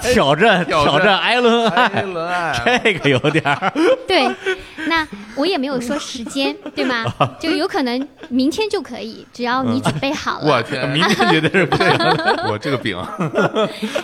[SPEAKER 1] 挑战
[SPEAKER 2] 挑战
[SPEAKER 1] 挑战艾伦
[SPEAKER 2] 哎，
[SPEAKER 1] 爱，
[SPEAKER 2] 伦爱，
[SPEAKER 1] 这个有点儿
[SPEAKER 3] 对，那我也没有说时间，对吗？就有可能明天就可以，只要你准备好
[SPEAKER 2] 我
[SPEAKER 3] 了。
[SPEAKER 2] 天，
[SPEAKER 1] 明天绝对是不行。
[SPEAKER 2] 我这个饼啊，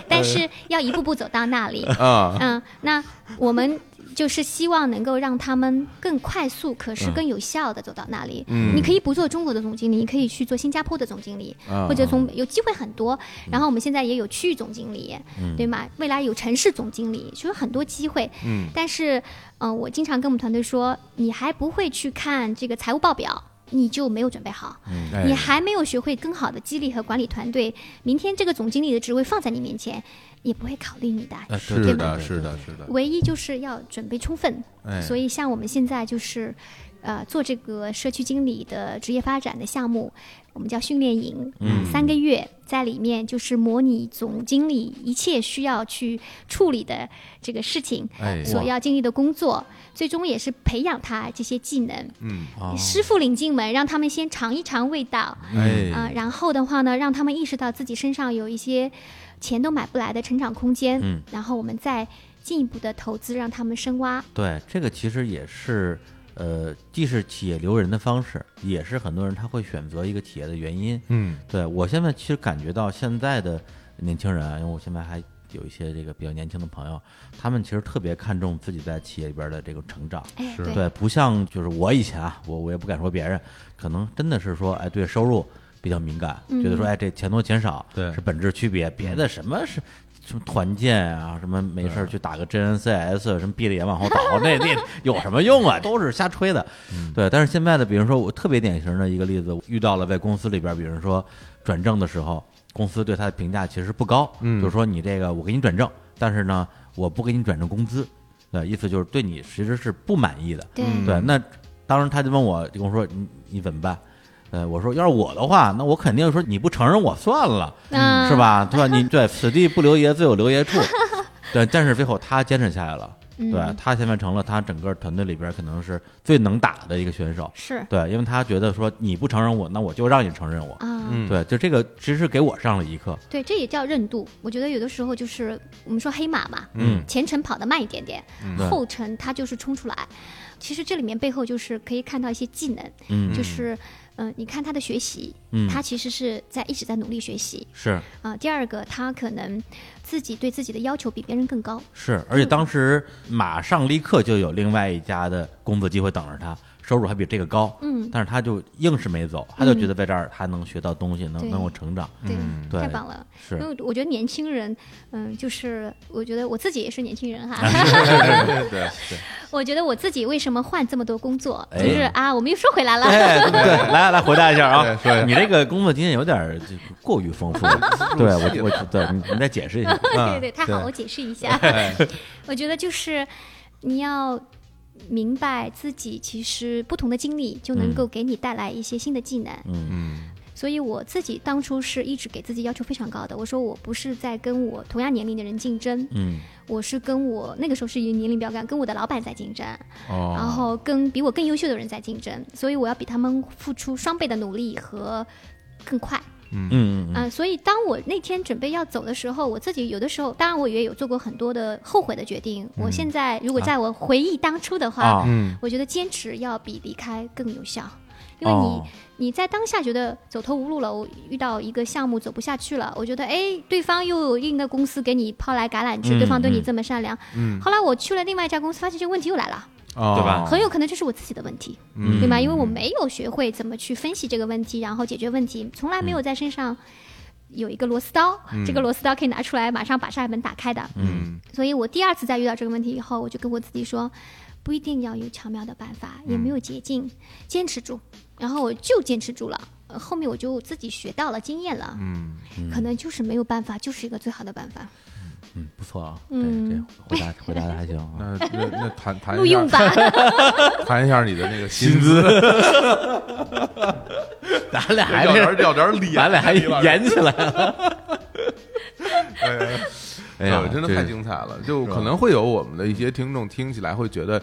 [SPEAKER 3] 但是要一步步走到那 里。
[SPEAKER 2] 嗯
[SPEAKER 3] 嗯，那我们就是希望能够让他们更快速，可是更有效的走到那里。
[SPEAKER 2] 嗯
[SPEAKER 3] 你可以不做中国的总经理，你可以去做新加坡的总经理，
[SPEAKER 2] 啊嗯
[SPEAKER 3] 或者从有机会很多。然后我们现在也有区域总经理，对吗？未来有城市总经理，就是很多机会。
[SPEAKER 2] 嗯
[SPEAKER 3] 但是，嗯、我经常跟我们团队说，你还不会去看这个财务报表。你就没有准备好，
[SPEAKER 2] 哎
[SPEAKER 3] 你还没有学会更好的激励和管理团队。明天这个总经理的职位放在你面前，也不会考虑你的。
[SPEAKER 1] 哎
[SPEAKER 2] 是的，是的，，是的，
[SPEAKER 3] 唯一就是要准备充分。
[SPEAKER 2] 哎，
[SPEAKER 3] 所以像我们现在就是，呃，做这个社区经理的职业发展的项目，我们叫训练营，嗯，三个月在里面就是模拟总经理一切需要去处理的这个事情，
[SPEAKER 2] 哎
[SPEAKER 3] 所要经历的工作，最终也是培养他这些技能。
[SPEAKER 2] 嗯，
[SPEAKER 1] 哦
[SPEAKER 3] 师傅领进门，让他们先尝一尝味道，啊、
[SPEAKER 2] 哎，
[SPEAKER 3] 然后的话呢，让他们意识到自己身上有一些钱都买不来的成长空间，
[SPEAKER 1] 嗯，
[SPEAKER 3] 然后我们再进一步的投资，让他们深挖。
[SPEAKER 1] 对，这个其实也是，呃，既是企业留人的方式，也是很多人他会选择一个企业的原因。
[SPEAKER 2] 嗯，
[SPEAKER 1] 对我现在其实感觉到现在的年轻人啊，因为我现在还有一些这个比较年轻的朋友，他们其实特别看重自己在企业里边的这个成长。
[SPEAKER 3] 哎，
[SPEAKER 2] 是
[SPEAKER 3] 对，
[SPEAKER 1] 对，不像就是我以前啊，我我也不敢说别人，可能真的是说，哎，对收入比较敏感，觉得说，哎，这钱多钱少，
[SPEAKER 2] 对
[SPEAKER 1] 是本质区别，别的什么是。什么团建啊，什么没事儿去打个 GNCS，什么闭着眼往后倒，那那有什么 用啊？都是瞎吹的。
[SPEAKER 2] 嗯
[SPEAKER 1] 对，但是现在的，比如说我特别典型的一个例子，我遇到了在公司里边，比如说转正的时候，公司对他的评价其实不高，
[SPEAKER 2] 嗯
[SPEAKER 1] 就是说你这个我给你转正，但是呢，我不给你转正工资，对，意思就是对你其实是不满意的。
[SPEAKER 3] 对，
[SPEAKER 2] 嗯
[SPEAKER 1] 对，那当时他就问我，就跟我说你你怎么办？呃，我说要是我的话，那我肯定说你不承认我算了，
[SPEAKER 3] 嗯
[SPEAKER 1] 是 吧？对吧？你对此地不留爷，自有留爷处。对，但是最后他坚持下来了，
[SPEAKER 3] 嗯
[SPEAKER 1] 对他现在成了他整个团队里边可能是最能打的一个选手。
[SPEAKER 3] 是
[SPEAKER 1] 对，因为他觉得说你不承认我，那我就让你承认我。
[SPEAKER 3] 啊，
[SPEAKER 2] 嗯
[SPEAKER 1] 对，就这个其实给我上了一课。
[SPEAKER 3] 对，这也叫任度。我觉得有的时候就是我们说黑马嘛，
[SPEAKER 1] 嗯
[SPEAKER 3] 前程跑得慢一点点，
[SPEAKER 1] 对
[SPEAKER 3] 后程它就是冲出来。其实这里面背后就是可以看到一些技能，
[SPEAKER 1] 嗯
[SPEAKER 3] 就是嗯、呃你看他的学习，
[SPEAKER 1] 嗯
[SPEAKER 3] 他其实是在一直在努力学习
[SPEAKER 1] 是
[SPEAKER 3] 啊、第二个，他可能自己对自己的要求比别人更高，
[SPEAKER 1] 是，而且当时马上立刻就有另外一家的工作机会等着他，收入还比这个高，
[SPEAKER 3] 嗯，
[SPEAKER 1] 但是他就硬是没走，他就觉得在这儿他能学到东西，能
[SPEAKER 3] 对
[SPEAKER 1] 能够成长，
[SPEAKER 3] 对，
[SPEAKER 1] 对
[SPEAKER 3] 太棒了。嗯因
[SPEAKER 1] 是
[SPEAKER 3] 为我觉得年轻人，嗯，就是我觉得我自己也是年轻人哈，
[SPEAKER 1] 哎
[SPEAKER 2] 对对对对，
[SPEAKER 3] 我觉得我自己为什么换这么多工作，
[SPEAKER 1] 哎
[SPEAKER 3] 就是啊，我们又说回来了，
[SPEAKER 1] 哎，对，来来回答一下
[SPEAKER 2] 对
[SPEAKER 1] 啊
[SPEAKER 2] 说一下，
[SPEAKER 1] 你这个工作经验有点儿这个过于丰富了， 对我我对你你再解释一下，嗯
[SPEAKER 3] 对对，太好了，我解释一下。
[SPEAKER 1] 哎
[SPEAKER 3] 我觉得就是你要明白自己其实不同的经历就
[SPEAKER 1] 嗯
[SPEAKER 3] 能够给你带来一些新的技能。
[SPEAKER 2] 嗯
[SPEAKER 3] 所以我自己当初是一直给自己要求非常高的，我说我不是在跟我同样年龄的人竞争，
[SPEAKER 1] 嗯
[SPEAKER 3] 我是跟我那个时候是以年龄标杆，跟我的老板在竞争，
[SPEAKER 2] 哦，
[SPEAKER 3] 然后跟比我更优秀的人在竞争，所以我要比他们付出双倍的努力和更快。
[SPEAKER 1] 嗯嗯
[SPEAKER 3] 啊、所以当我那天准备要走的时候，我自己有的时候，当然我也有做过很多的后悔的决定。我现在如果在我回忆当初的话，
[SPEAKER 1] 嗯啊
[SPEAKER 2] 嗯
[SPEAKER 3] 我觉得坚持要比离开更有效，因为你、
[SPEAKER 1] 哦
[SPEAKER 3] 你在当下觉得走投无路了，我遇到一个项目走不下去了，我觉得哎，对方又有另一个公司给你抛来橄榄枝，
[SPEAKER 1] 嗯
[SPEAKER 3] 对方对你
[SPEAKER 1] 嗯
[SPEAKER 3] 这么善良。
[SPEAKER 2] 嗯，
[SPEAKER 3] 后来我去了另外一家公司，发现这个问题又来了，
[SPEAKER 2] 对
[SPEAKER 1] 吧
[SPEAKER 3] 很有可能这是我自己的问题。
[SPEAKER 1] 哦嗯
[SPEAKER 3] 对吧？因为我没有学会怎么去分析这个问题，然后解决问题，从来没
[SPEAKER 1] 嗯
[SPEAKER 3] 有在身上有一个螺丝刀，这个螺丝刀可以拿出来马上把扇门打开的。
[SPEAKER 2] 嗯
[SPEAKER 3] 所以我第二次再遇到这个问题以后，我就跟我自己说，不一定要有巧妙的办法，也没
[SPEAKER 1] 嗯
[SPEAKER 3] 有捷径，坚持住。然后我就坚持住了。呃后面我就自己学到了经验了，
[SPEAKER 2] 嗯，
[SPEAKER 3] 可能就是没有办法，就是一个最好的办法，
[SPEAKER 1] 嗯，不错啊，对
[SPEAKER 3] 嗯
[SPEAKER 1] 这回答回答的还行啊，
[SPEAKER 2] 那那那谈
[SPEAKER 1] 哎
[SPEAKER 2] 谈
[SPEAKER 3] 录
[SPEAKER 2] 一
[SPEAKER 3] 用
[SPEAKER 2] 下
[SPEAKER 3] 吧。
[SPEAKER 2] 谈一下你的那个薪资，
[SPEAKER 1] 咱俩还
[SPEAKER 2] 要点儿
[SPEAKER 1] 是
[SPEAKER 2] 要点儿脸，
[SPEAKER 1] 咱俩还
[SPEAKER 2] 李老师
[SPEAKER 1] 演起 来了，哎
[SPEAKER 2] 哎
[SPEAKER 1] 呀
[SPEAKER 2] 呀，，真的
[SPEAKER 1] 这
[SPEAKER 2] 太精彩了！就可能会有我们的一些听众听起来会觉得，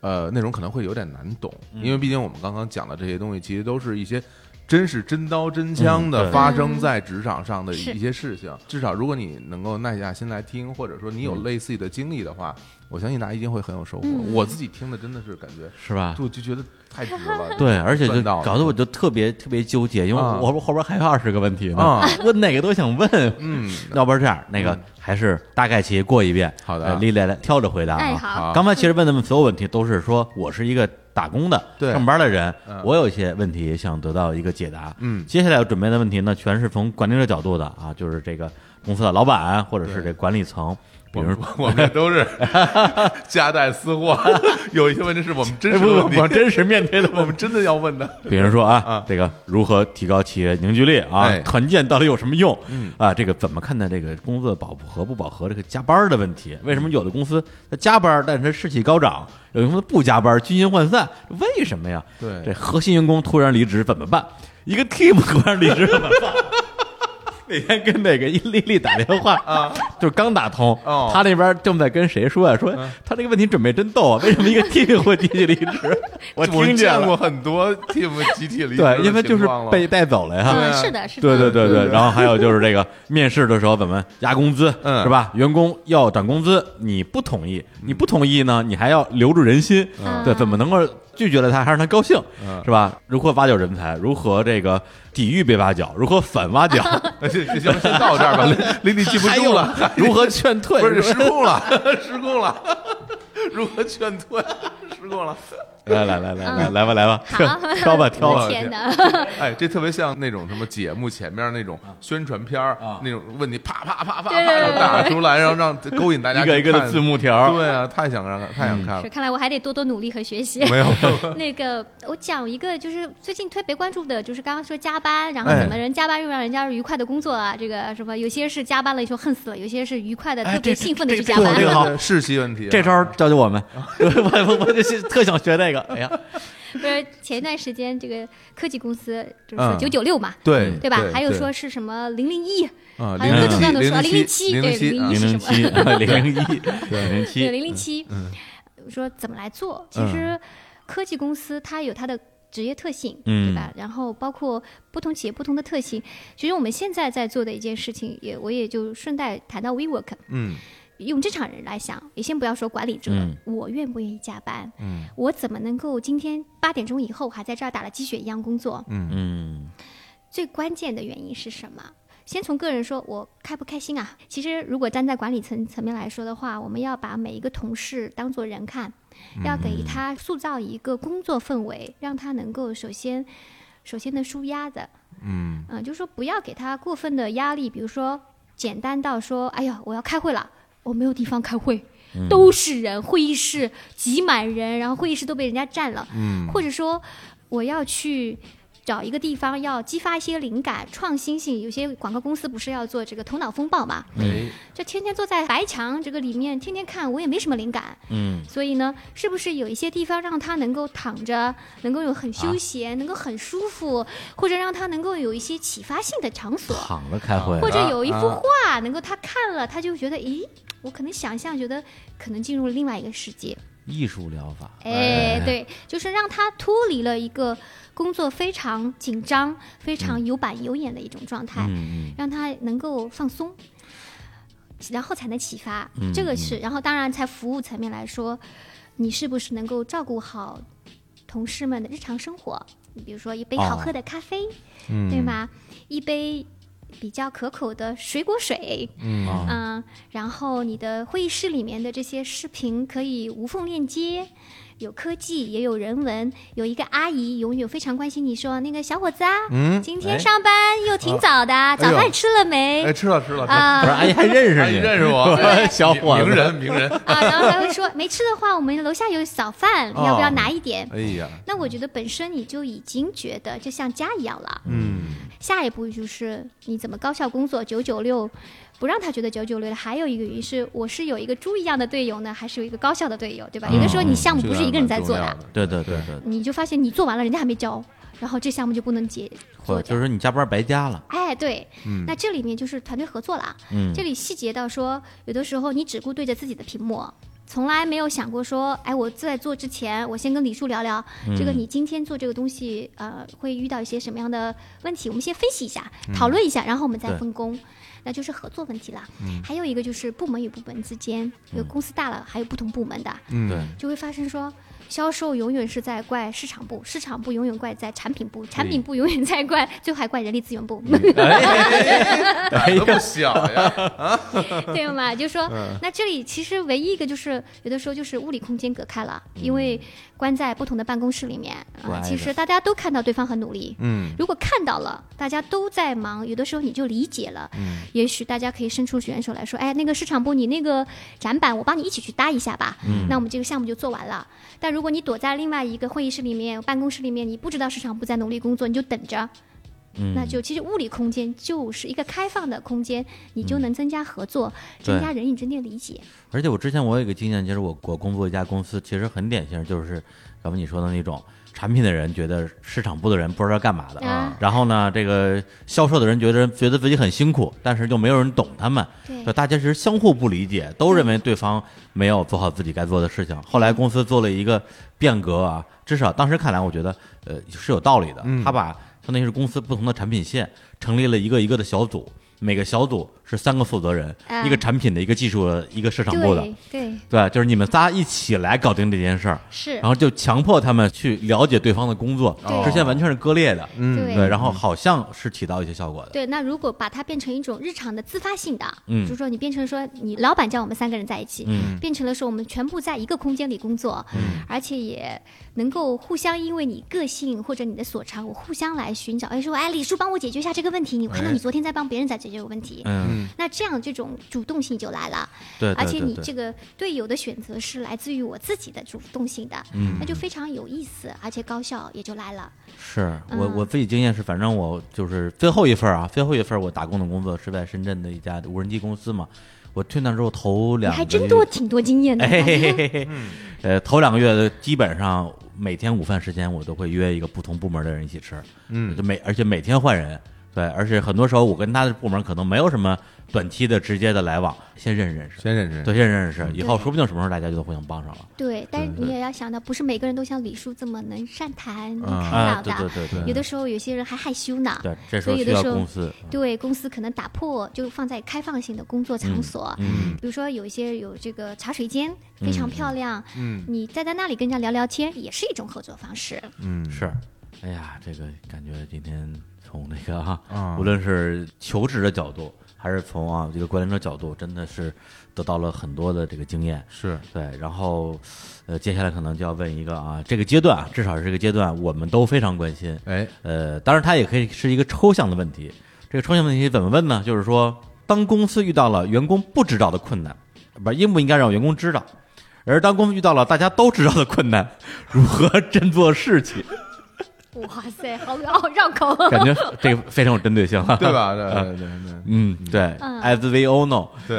[SPEAKER 2] 呃，内容可能会有点难懂，
[SPEAKER 1] 嗯
[SPEAKER 2] 因为毕竟我们刚刚讲的这些东西，其实都是一些真是真刀真枪
[SPEAKER 1] 嗯
[SPEAKER 2] 的
[SPEAKER 1] 对
[SPEAKER 2] 发生在职场上的
[SPEAKER 3] 嗯是
[SPEAKER 2] 一些事情。至少如果你能够耐下心来听，或者说你有
[SPEAKER 1] 嗯
[SPEAKER 2] 类似的经历的话，我相信大家一定会很有收获。
[SPEAKER 3] 嗯
[SPEAKER 2] 我自己听的真的是感觉，
[SPEAKER 1] 是吧？
[SPEAKER 2] 就就觉得太值 了。
[SPEAKER 1] 啊对，而且就
[SPEAKER 2] 赚到了
[SPEAKER 1] 搞得我就特别特别纠结，因为
[SPEAKER 2] 啊
[SPEAKER 1] 我我后边还有二十个问题呢
[SPEAKER 2] 啊，
[SPEAKER 1] 问哪个都想问。
[SPEAKER 2] 嗯，
[SPEAKER 1] 要不然这样，那个还是大概其过一遍。
[SPEAKER 2] 好的
[SPEAKER 1] 呃丽丽来挑着回答
[SPEAKER 3] 哎，
[SPEAKER 1] 啊。
[SPEAKER 3] 好，
[SPEAKER 2] 好
[SPEAKER 1] 刚才其实问的所有问题都是说我是一个打工的、
[SPEAKER 2] 对
[SPEAKER 1] 上班的人
[SPEAKER 2] 嗯，
[SPEAKER 1] 我有一些问题想得到一个解答。
[SPEAKER 2] 嗯
[SPEAKER 1] 接下来要准备的问题呢，全是从管理者角度的啊，就是这个公司的老板或者是
[SPEAKER 2] 对
[SPEAKER 1] 这管理层，比
[SPEAKER 2] 我
[SPEAKER 1] 如
[SPEAKER 2] 们 我们这 都是夹带私货，有一些问题是我们真
[SPEAKER 1] 哎
[SPEAKER 2] 实
[SPEAKER 1] 不
[SPEAKER 2] 的
[SPEAKER 1] 不
[SPEAKER 2] 问题
[SPEAKER 1] 不，，真实面对的
[SPEAKER 2] 我
[SPEAKER 1] 问题
[SPEAKER 2] 们。真的要问的。
[SPEAKER 1] 比如说啊
[SPEAKER 2] 啊，
[SPEAKER 1] 这个如何提高企业凝聚力啊
[SPEAKER 2] 哎，
[SPEAKER 1] 团建到底有什么用？
[SPEAKER 2] 嗯
[SPEAKER 1] 啊，这个怎么看待这个工作饱和不饱和这个加班的问题？为什么有的公司它加班，但是它士气高涨；有的公司不加班，军心涣散？为什么呀？
[SPEAKER 2] 对
[SPEAKER 1] 这核心员工突然离职怎么办？一个 team 突然离职怎么 办？那天跟那个伊丽丽打电话啊，就是刚打通，
[SPEAKER 2] 哦嗯
[SPEAKER 1] 他那边正在跟谁说啊？说他这个问题准备真逗啊，为什么一个 team 会集体离职？ 我
[SPEAKER 2] 我
[SPEAKER 1] 听见了
[SPEAKER 2] 见过很多 team 集体离职 的
[SPEAKER 1] 对，因为就是
[SPEAKER 2] 情况了
[SPEAKER 1] 被带走了呀。
[SPEAKER 2] 对
[SPEAKER 3] 嗯，
[SPEAKER 2] 啊
[SPEAKER 3] 是的，是
[SPEAKER 1] 对
[SPEAKER 3] 的，
[SPEAKER 1] 对对
[SPEAKER 2] 对
[SPEAKER 1] 对，然后还有就是这个面试的时候怎么压工资，
[SPEAKER 2] 嗯
[SPEAKER 1] 是吧？员工要涨工资，你不同意，你不同意呢，你还要留住人心，
[SPEAKER 3] 嗯
[SPEAKER 1] 对，怎么能够拒绝了他，还让他高兴，
[SPEAKER 2] 嗯
[SPEAKER 1] 是吧？如何挖角人才，如何这个抵御被挖角，如何反挖 角，
[SPEAKER 2] 呃这这 行，先到 这儿吧，林林记不
[SPEAKER 1] 还
[SPEAKER 2] 住
[SPEAKER 1] 有
[SPEAKER 2] 了，
[SPEAKER 1] 如何劝退，
[SPEAKER 2] 不是失控了， 失控了，如何劝退？ 失控了，
[SPEAKER 1] 来来来来来
[SPEAKER 3] 嗯
[SPEAKER 1] 来吧来吧，
[SPEAKER 3] 好
[SPEAKER 1] 挑挑 吧挑吧
[SPEAKER 2] 我，
[SPEAKER 3] 天哪！
[SPEAKER 2] 哎，这特别像那种什么节目前面那种宣传片儿
[SPEAKER 1] 啊
[SPEAKER 2] 那种问题，啪啪啪啪
[SPEAKER 3] 对
[SPEAKER 2] 啪
[SPEAKER 3] 对对
[SPEAKER 2] 打出来，然后让勾引大家
[SPEAKER 1] 一个一个的字
[SPEAKER 2] 幕。
[SPEAKER 1] 幕嗯条，
[SPEAKER 2] 对啊，太想让太想看
[SPEAKER 3] 是，
[SPEAKER 2] 了，
[SPEAKER 3] 看来我还得多多努力和学习。
[SPEAKER 2] 没有没有，
[SPEAKER 3] 那个，我讲一个，就是最近特别关注的，就是刚刚说加班，
[SPEAKER 1] 哎
[SPEAKER 3] 然后怎么人加班又让人家愉快的工作啊？这个什么，有些是加班了以后恨死了，有些是愉快的、
[SPEAKER 1] 哎
[SPEAKER 3] 特
[SPEAKER 1] 这
[SPEAKER 3] 别
[SPEAKER 1] 这
[SPEAKER 3] 兴奋的去
[SPEAKER 1] 这
[SPEAKER 3] 加
[SPEAKER 1] 这
[SPEAKER 3] 班。
[SPEAKER 1] 这个好
[SPEAKER 2] 对对对士气问题，
[SPEAKER 1] 这招儿教教我们，我我我就是特想学这个，哎呀，
[SPEAKER 3] 不是前一段时间这个科技公司就是说
[SPEAKER 2] 嗯
[SPEAKER 3] 九九六嘛，
[SPEAKER 2] 对
[SPEAKER 3] 对吧？还有说是什么零零一，
[SPEAKER 2] 啊，
[SPEAKER 3] 还有各种各样的说
[SPEAKER 2] 零零
[SPEAKER 3] 007
[SPEAKER 2] 零
[SPEAKER 3] 对
[SPEAKER 2] 七
[SPEAKER 3] 007
[SPEAKER 2] 啊
[SPEAKER 1] 零零七，零零一，零零
[SPEAKER 3] 对
[SPEAKER 1] 七，嗯
[SPEAKER 3] 零零七，我说怎么来做？其实科技公司它有它的。职业特性，
[SPEAKER 1] 嗯
[SPEAKER 3] 对吧？然后包括不同企业不同的特性。其实我们现在在做的一件事情也，我也就顺带谈到 WeWork，
[SPEAKER 2] 嗯
[SPEAKER 3] 用职场人来想，也先不要说管理者，
[SPEAKER 1] 嗯
[SPEAKER 3] 我愿不愿意加班？
[SPEAKER 2] 嗯
[SPEAKER 3] 我怎么能够今天八点钟以后还在这儿打了鸡血一样工作？
[SPEAKER 2] 嗯
[SPEAKER 1] 嗯
[SPEAKER 3] 最关键的原因是什么？先从个人说，我开不开心啊？其实如果站在管理层层面来说的话，我们要把每一个同事当做人看，
[SPEAKER 2] 嗯
[SPEAKER 3] 要给他塑造一个工作氛围，让他能够首先首先的舒压的，
[SPEAKER 2] 嗯
[SPEAKER 3] 嗯、就是说不要给他过分的压力，比如说简单到说，哎呀，我要开会了，我没有地方开会，
[SPEAKER 2] 嗯
[SPEAKER 3] 都是人，会议室挤满人，然后会议室都被人家占了，
[SPEAKER 2] 嗯
[SPEAKER 3] 或者说我要去。找一个地方要激发一些灵感、创新性，有些广告公司不是要做这个头脑风暴嘛？
[SPEAKER 2] 哎，
[SPEAKER 3] 这天天坐在白墙这个里面，天天看，我也没什么灵感。
[SPEAKER 1] 嗯，
[SPEAKER 3] 所以呢，是不是有一些地方让他能够躺着，能够有很休闲，能够很舒服，或者让他能够有一些启发性的场所，
[SPEAKER 1] 躺着开会
[SPEAKER 3] 或者有一幅
[SPEAKER 2] 啊
[SPEAKER 3] 画，能够他看了，他就觉得，咦，我可能想象觉得可能进入了另外一个世界。
[SPEAKER 1] 艺术疗法，
[SPEAKER 3] 哎，对，就是让他脱离了一个工作非常紧张、非常有板有眼的一种状态。
[SPEAKER 1] 嗯
[SPEAKER 3] 让他能够放松，然后才能启发。
[SPEAKER 1] 嗯
[SPEAKER 3] 这个是，然后当然在服务层面来说，你是不是能够照顾好同事们的日常生活？比如说一杯好喝
[SPEAKER 1] 哦
[SPEAKER 3] 的咖啡，
[SPEAKER 2] 嗯
[SPEAKER 3] 对？吗？一杯比较可口的水果水，
[SPEAKER 1] 嗯啊
[SPEAKER 3] 嗯，然后你的会议室里面的这些视频可以无缝链接，有科技也有人文，有一个阿姨永远非常关心你说那个小伙子啊，
[SPEAKER 2] 嗯，
[SPEAKER 3] 今
[SPEAKER 1] 哎
[SPEAKER 3] 天上班又挺早的，
[SPEAKER 2] 哎呦
[SPEAKER 3] 早饭吃了没？
[SPEAKER 2] 哎，吃了吃了，吃了
[SPEAKER 1] 不是
[SPEAKER 3] 啊
[SPEAKER 1] 阿姨还认
[SPEAKER 2] 哎
[SPEAKER 1] 识你，
[SPEAKER 2] 认识我
[SPEAKER 1] 小伙子
[SPEAKER 2] 名人名人，
[SPEAKER 3] 啊，然后还会说没吃的话，我们楼下有早饭，
[SPEAKER 2] 哦
[SPEAKER 3] 要不要拿一点？
[SPEAKER 2] 哎呀，
[SPEAKER 3] 那我觉得本身你就已经觉得就像家一样了。
[SPEAKER 2] 嗯
[SPEAKER 3] 下一步就是你怎么高效工作，九九六，不让他觉得九九六了。还有一个原因是，我是有一个猪一样的队友呢，还是有一个高效的队友，对吧？
[SPEAKER 2] 嗯
[SPEAKER 3] 有的时候你项目不是一个人在做
[SPEAKER 2] 这
[SPEAKER 3] 的
[SPEAKER 2] 还，蛮重要
[SPEAKER 1] 对对对对，
[SPEAKER 3] 你就发现你做完了，人家还没交，然后这项目就不能结
[SPEAKER 1] 或者
[SPEAKER 3] 做
[SPEAKER 1] 就
[SPEAKER 3] 掉
[SPEAKER 1] 是。说你加班白加了，
[SPEAKER 3] 哎，对，
[SPEAKER 2] 嗯
[SPEAKER 3] 那这里面就是团队合作啊啦。
[SPEAKER 1] 嗯
[SPEAKER 3] 这里细节到说，有的时候你只顾对着自己的屏幕，从来没有想过说，哎，我在做之前，我先跟李叔聊聊，这个你今天做这个东西，呃，会遇到一些什么样的问题，我们先分析一下，讨论一下，然后我们再
[SPEAKER 1] 对
[SPEAKER 3] 分工。那就是合作问题啦，还有一个就是部门与部门之间，因为公司大了，还有不同部门的，
[SPEAKER 2] 嗯
[SPEAKER 1] 对，
[SPEAKER 3] 就会发生说，销售永远是在怪市场部，市场部永远怪在产品部，产品部永远在怪，最后还怪人力资源部。
[SPEAKER 2] 胆子不小呀，
[SPEAKER 3] 对嘛？就说、那这里其实唯一一个就是有的时候就是物理空间隔开了，因为关在不同的办公室里面
[SPEAKER 1] 不挨
[SPEAKER 3] 啊、
[SPEAKER 1] 着
[SPEAKER 3] 其实大家都看到对方很努力。
[SPEAKER 2] 嗯
[SPEAKER 3] 如果看到了，大家都在忙，有的时候你就理解了。
[SPEAKER 2] 嗯
[SPEAKER 3] 也许大家可以伸出援手来说：“哎，那个市场部，你那个展板，我帮你一起去搭一下吧。那我们这个项目就做完了。但如果你躲在另外一个会议室里面、办公室里面，你不知道市场部在努力工作，你就等着。
[SPEAKER 1] 嗯
[SPEAKER 3] 那就其实物理空间就是一个开放的空间，你就能增加合作，
[SPEAKER 1] 嗯对
[SPEAKER 3] 增加人与之间的理解。
[SPEAKER 1] 而且我之前我有一个经验，就是我我工作一家公司，其实很典型，就是要不你说的那种产品的人觉得市场部的人不知道干嘛的，
[SPEAKER 3] 啊
[SPEAKER 1] 然后呢，这个销售的人觉得觉得自己很辛苦，但是就没有人懂他们，
[SPEAKER 3] 对
[SPEAKER 1] 就大家其实相互不理解，都认为对方没有做好自己该做的事情。后来公司做了一个变革啊，至少当时看来，我觉得呃是有道理的。他把相当于是公司不同的产品线成立了一个一个的小组，每个小组是三个负责人，
[SPEAKER 3] 啊
[SPEAKER 1] 一个产品的，一个技术的，一个市场部的。
[SPEAKER 3] 对对
[SPEAKER 1] 对，就是你们仨一起来搞定这件事儿，
[SPEAKER 3] 是
[SPEAKER 1] 然，后就强迫他们去了解对方的工作
[SPEAKER 3] 对，
[SPEAKER 1] 之前完全是割裂的，
[SPEAKER 2] 嗯
[SPEAKER 3] 对
[SPEAKER 1] 对，然后好像是起到一些效果的，
[SPEAKER 3] 对。那如果把它变成一种日常的自发性的，
[SPEAKER 1] 嗯
[SPEAKER 3] 就是说你变成说你老板叫我们三个人在一起，
[SPEAKER 1] 嗯
[SPEAKER 3] 变成了说我们全部在一个空间里工作，而且也能够互相因为你个性或者你的所长，我互相来寻找。哎，说哎，李叔帮我解决一下这个问题，你我看到
[SPEAKER 2] 哎
[SPEAKER 3] 你昨天在帮别人在解决问题，
[SPEAKER 1] 嗯，
[SPEAKER 3] 那这样这种主动性就来了。
[SPEAKER 1] 对，对
[SPEAKER 3] 而且
[SPEAKER 1] 对
[SPEAKER 3] 你
[SPEAKER 1] 对
[SPEAKER 3] 这个队友的选择是来自于我自己的主动性的，
[SPEAKER 1] 嗯
[SPEAKER 3] 那就非常有意思，而且高效也就来了。
[SPEAKER 1] 是我
[SPEAKER 3] 嗯
[SPEAKER 1] 我自己经验是，反正我就是最后一份儿啊，最后一份儿我打工的工作是在深圳的一家无人机公司嘛，我去那之后头
[SPEAKER 3] 你
[SPEAKER 1] 两
[SPEAKER 3] 还
[SPEAKER 1] 个
[SPEAKER 3] 真
[SPEAKER 1] 月
[SPEAKER 3] 多，挺多经验的。
[SPEAKER 1] 哎嘿嘿嘿嘿，呃，头两个月基本上每天午饭时间我都会约一个不同部门的人一起吃，
[SPEAKER 2] 嗯
[SPEAKER 1] 就每而且每天换人，对，而且很多时候我跟他的部门可能没有什么短期的直接的来往，先认识认识，
[SPEAKER 2] 先认识，
[SPEAKER 1] 对，先认识认识，以后说不定什么时候大家就都互相帮上了
[SPEAKER 3] 对，但是
[SPEAKER 1] 对
[SPEAKER 3] 你也要想到，不是每个人都像李叔这么能善谈、能
[SPEAKER 2] 啊
[SPEAKER 3] 开
[SPEAKER 1] 啊，
[SPEAKER 3] 朗
[SPEAKER 1] 对对
[SPEAKER 3] 的。
[SPEAKER 1] 对对
[SPEAKER 3] 有的时候有些人还害羞呢。
[SPEAKER 1] 对，这时
[SPEAKER 3] 所
[SPEAKER 1] 候
[SPEAKER 3] 以有
[SPEAKER 1] 需
[SPEAKER 3] 的
[SPEAKER 1] 要
[SPEAKER 3] 时候
[SPEAKER 1] 公司，
[SPEAKER 3] 对公司可能打破，就放在开放性的工作场所，
[SPEAKER 1] 嗯
[SPEAKER 3] 比如说有一些有这个茶水间，非常漂亮，
[SPEAKER 2] 嗯
[SPEAKER 3] 你再在那里跟人家聊聊天，也是一种合作方式。
[SPEAKER 2] 嗯
[SPEAKER 1] 是，哎呀，这个感觉今天从那个啊，
[SPEAKER 2] 啊
[SPEAKER 1] 无论是求职的角度，还是从啊这个关联者角度，真的是得到了很多的这个经验。
[SPEAKER 2] 是
[SPEAKER 1] 对，然后，呃，接下来可能就要问一个啊，这个阶段啊，至少是这个阶段，我们都非常关心。
[SPEAKER 2] 哎
[SPEAKER 1] 呃，当然它也可以是一个抽象的问题。这个抽象问题怎么问呢？就是说，当公司遇到了员工不知道的困难，不应不应该让员工知道？而当公司遇到了大家都知道的困难， 如何振作士气？
[SPEAKER 3] 哇塞，好好绕口。啊
[SPEAKER 1] 感觉这个非常有针对性啊。
[SPEAKER 2] 对吧？对对对
[SPEAKER 1] 嗯，对
[SPEAKER 3] 嗯
[SPEAKER 1] ，as we all know，
[SPEAKER 2] 对，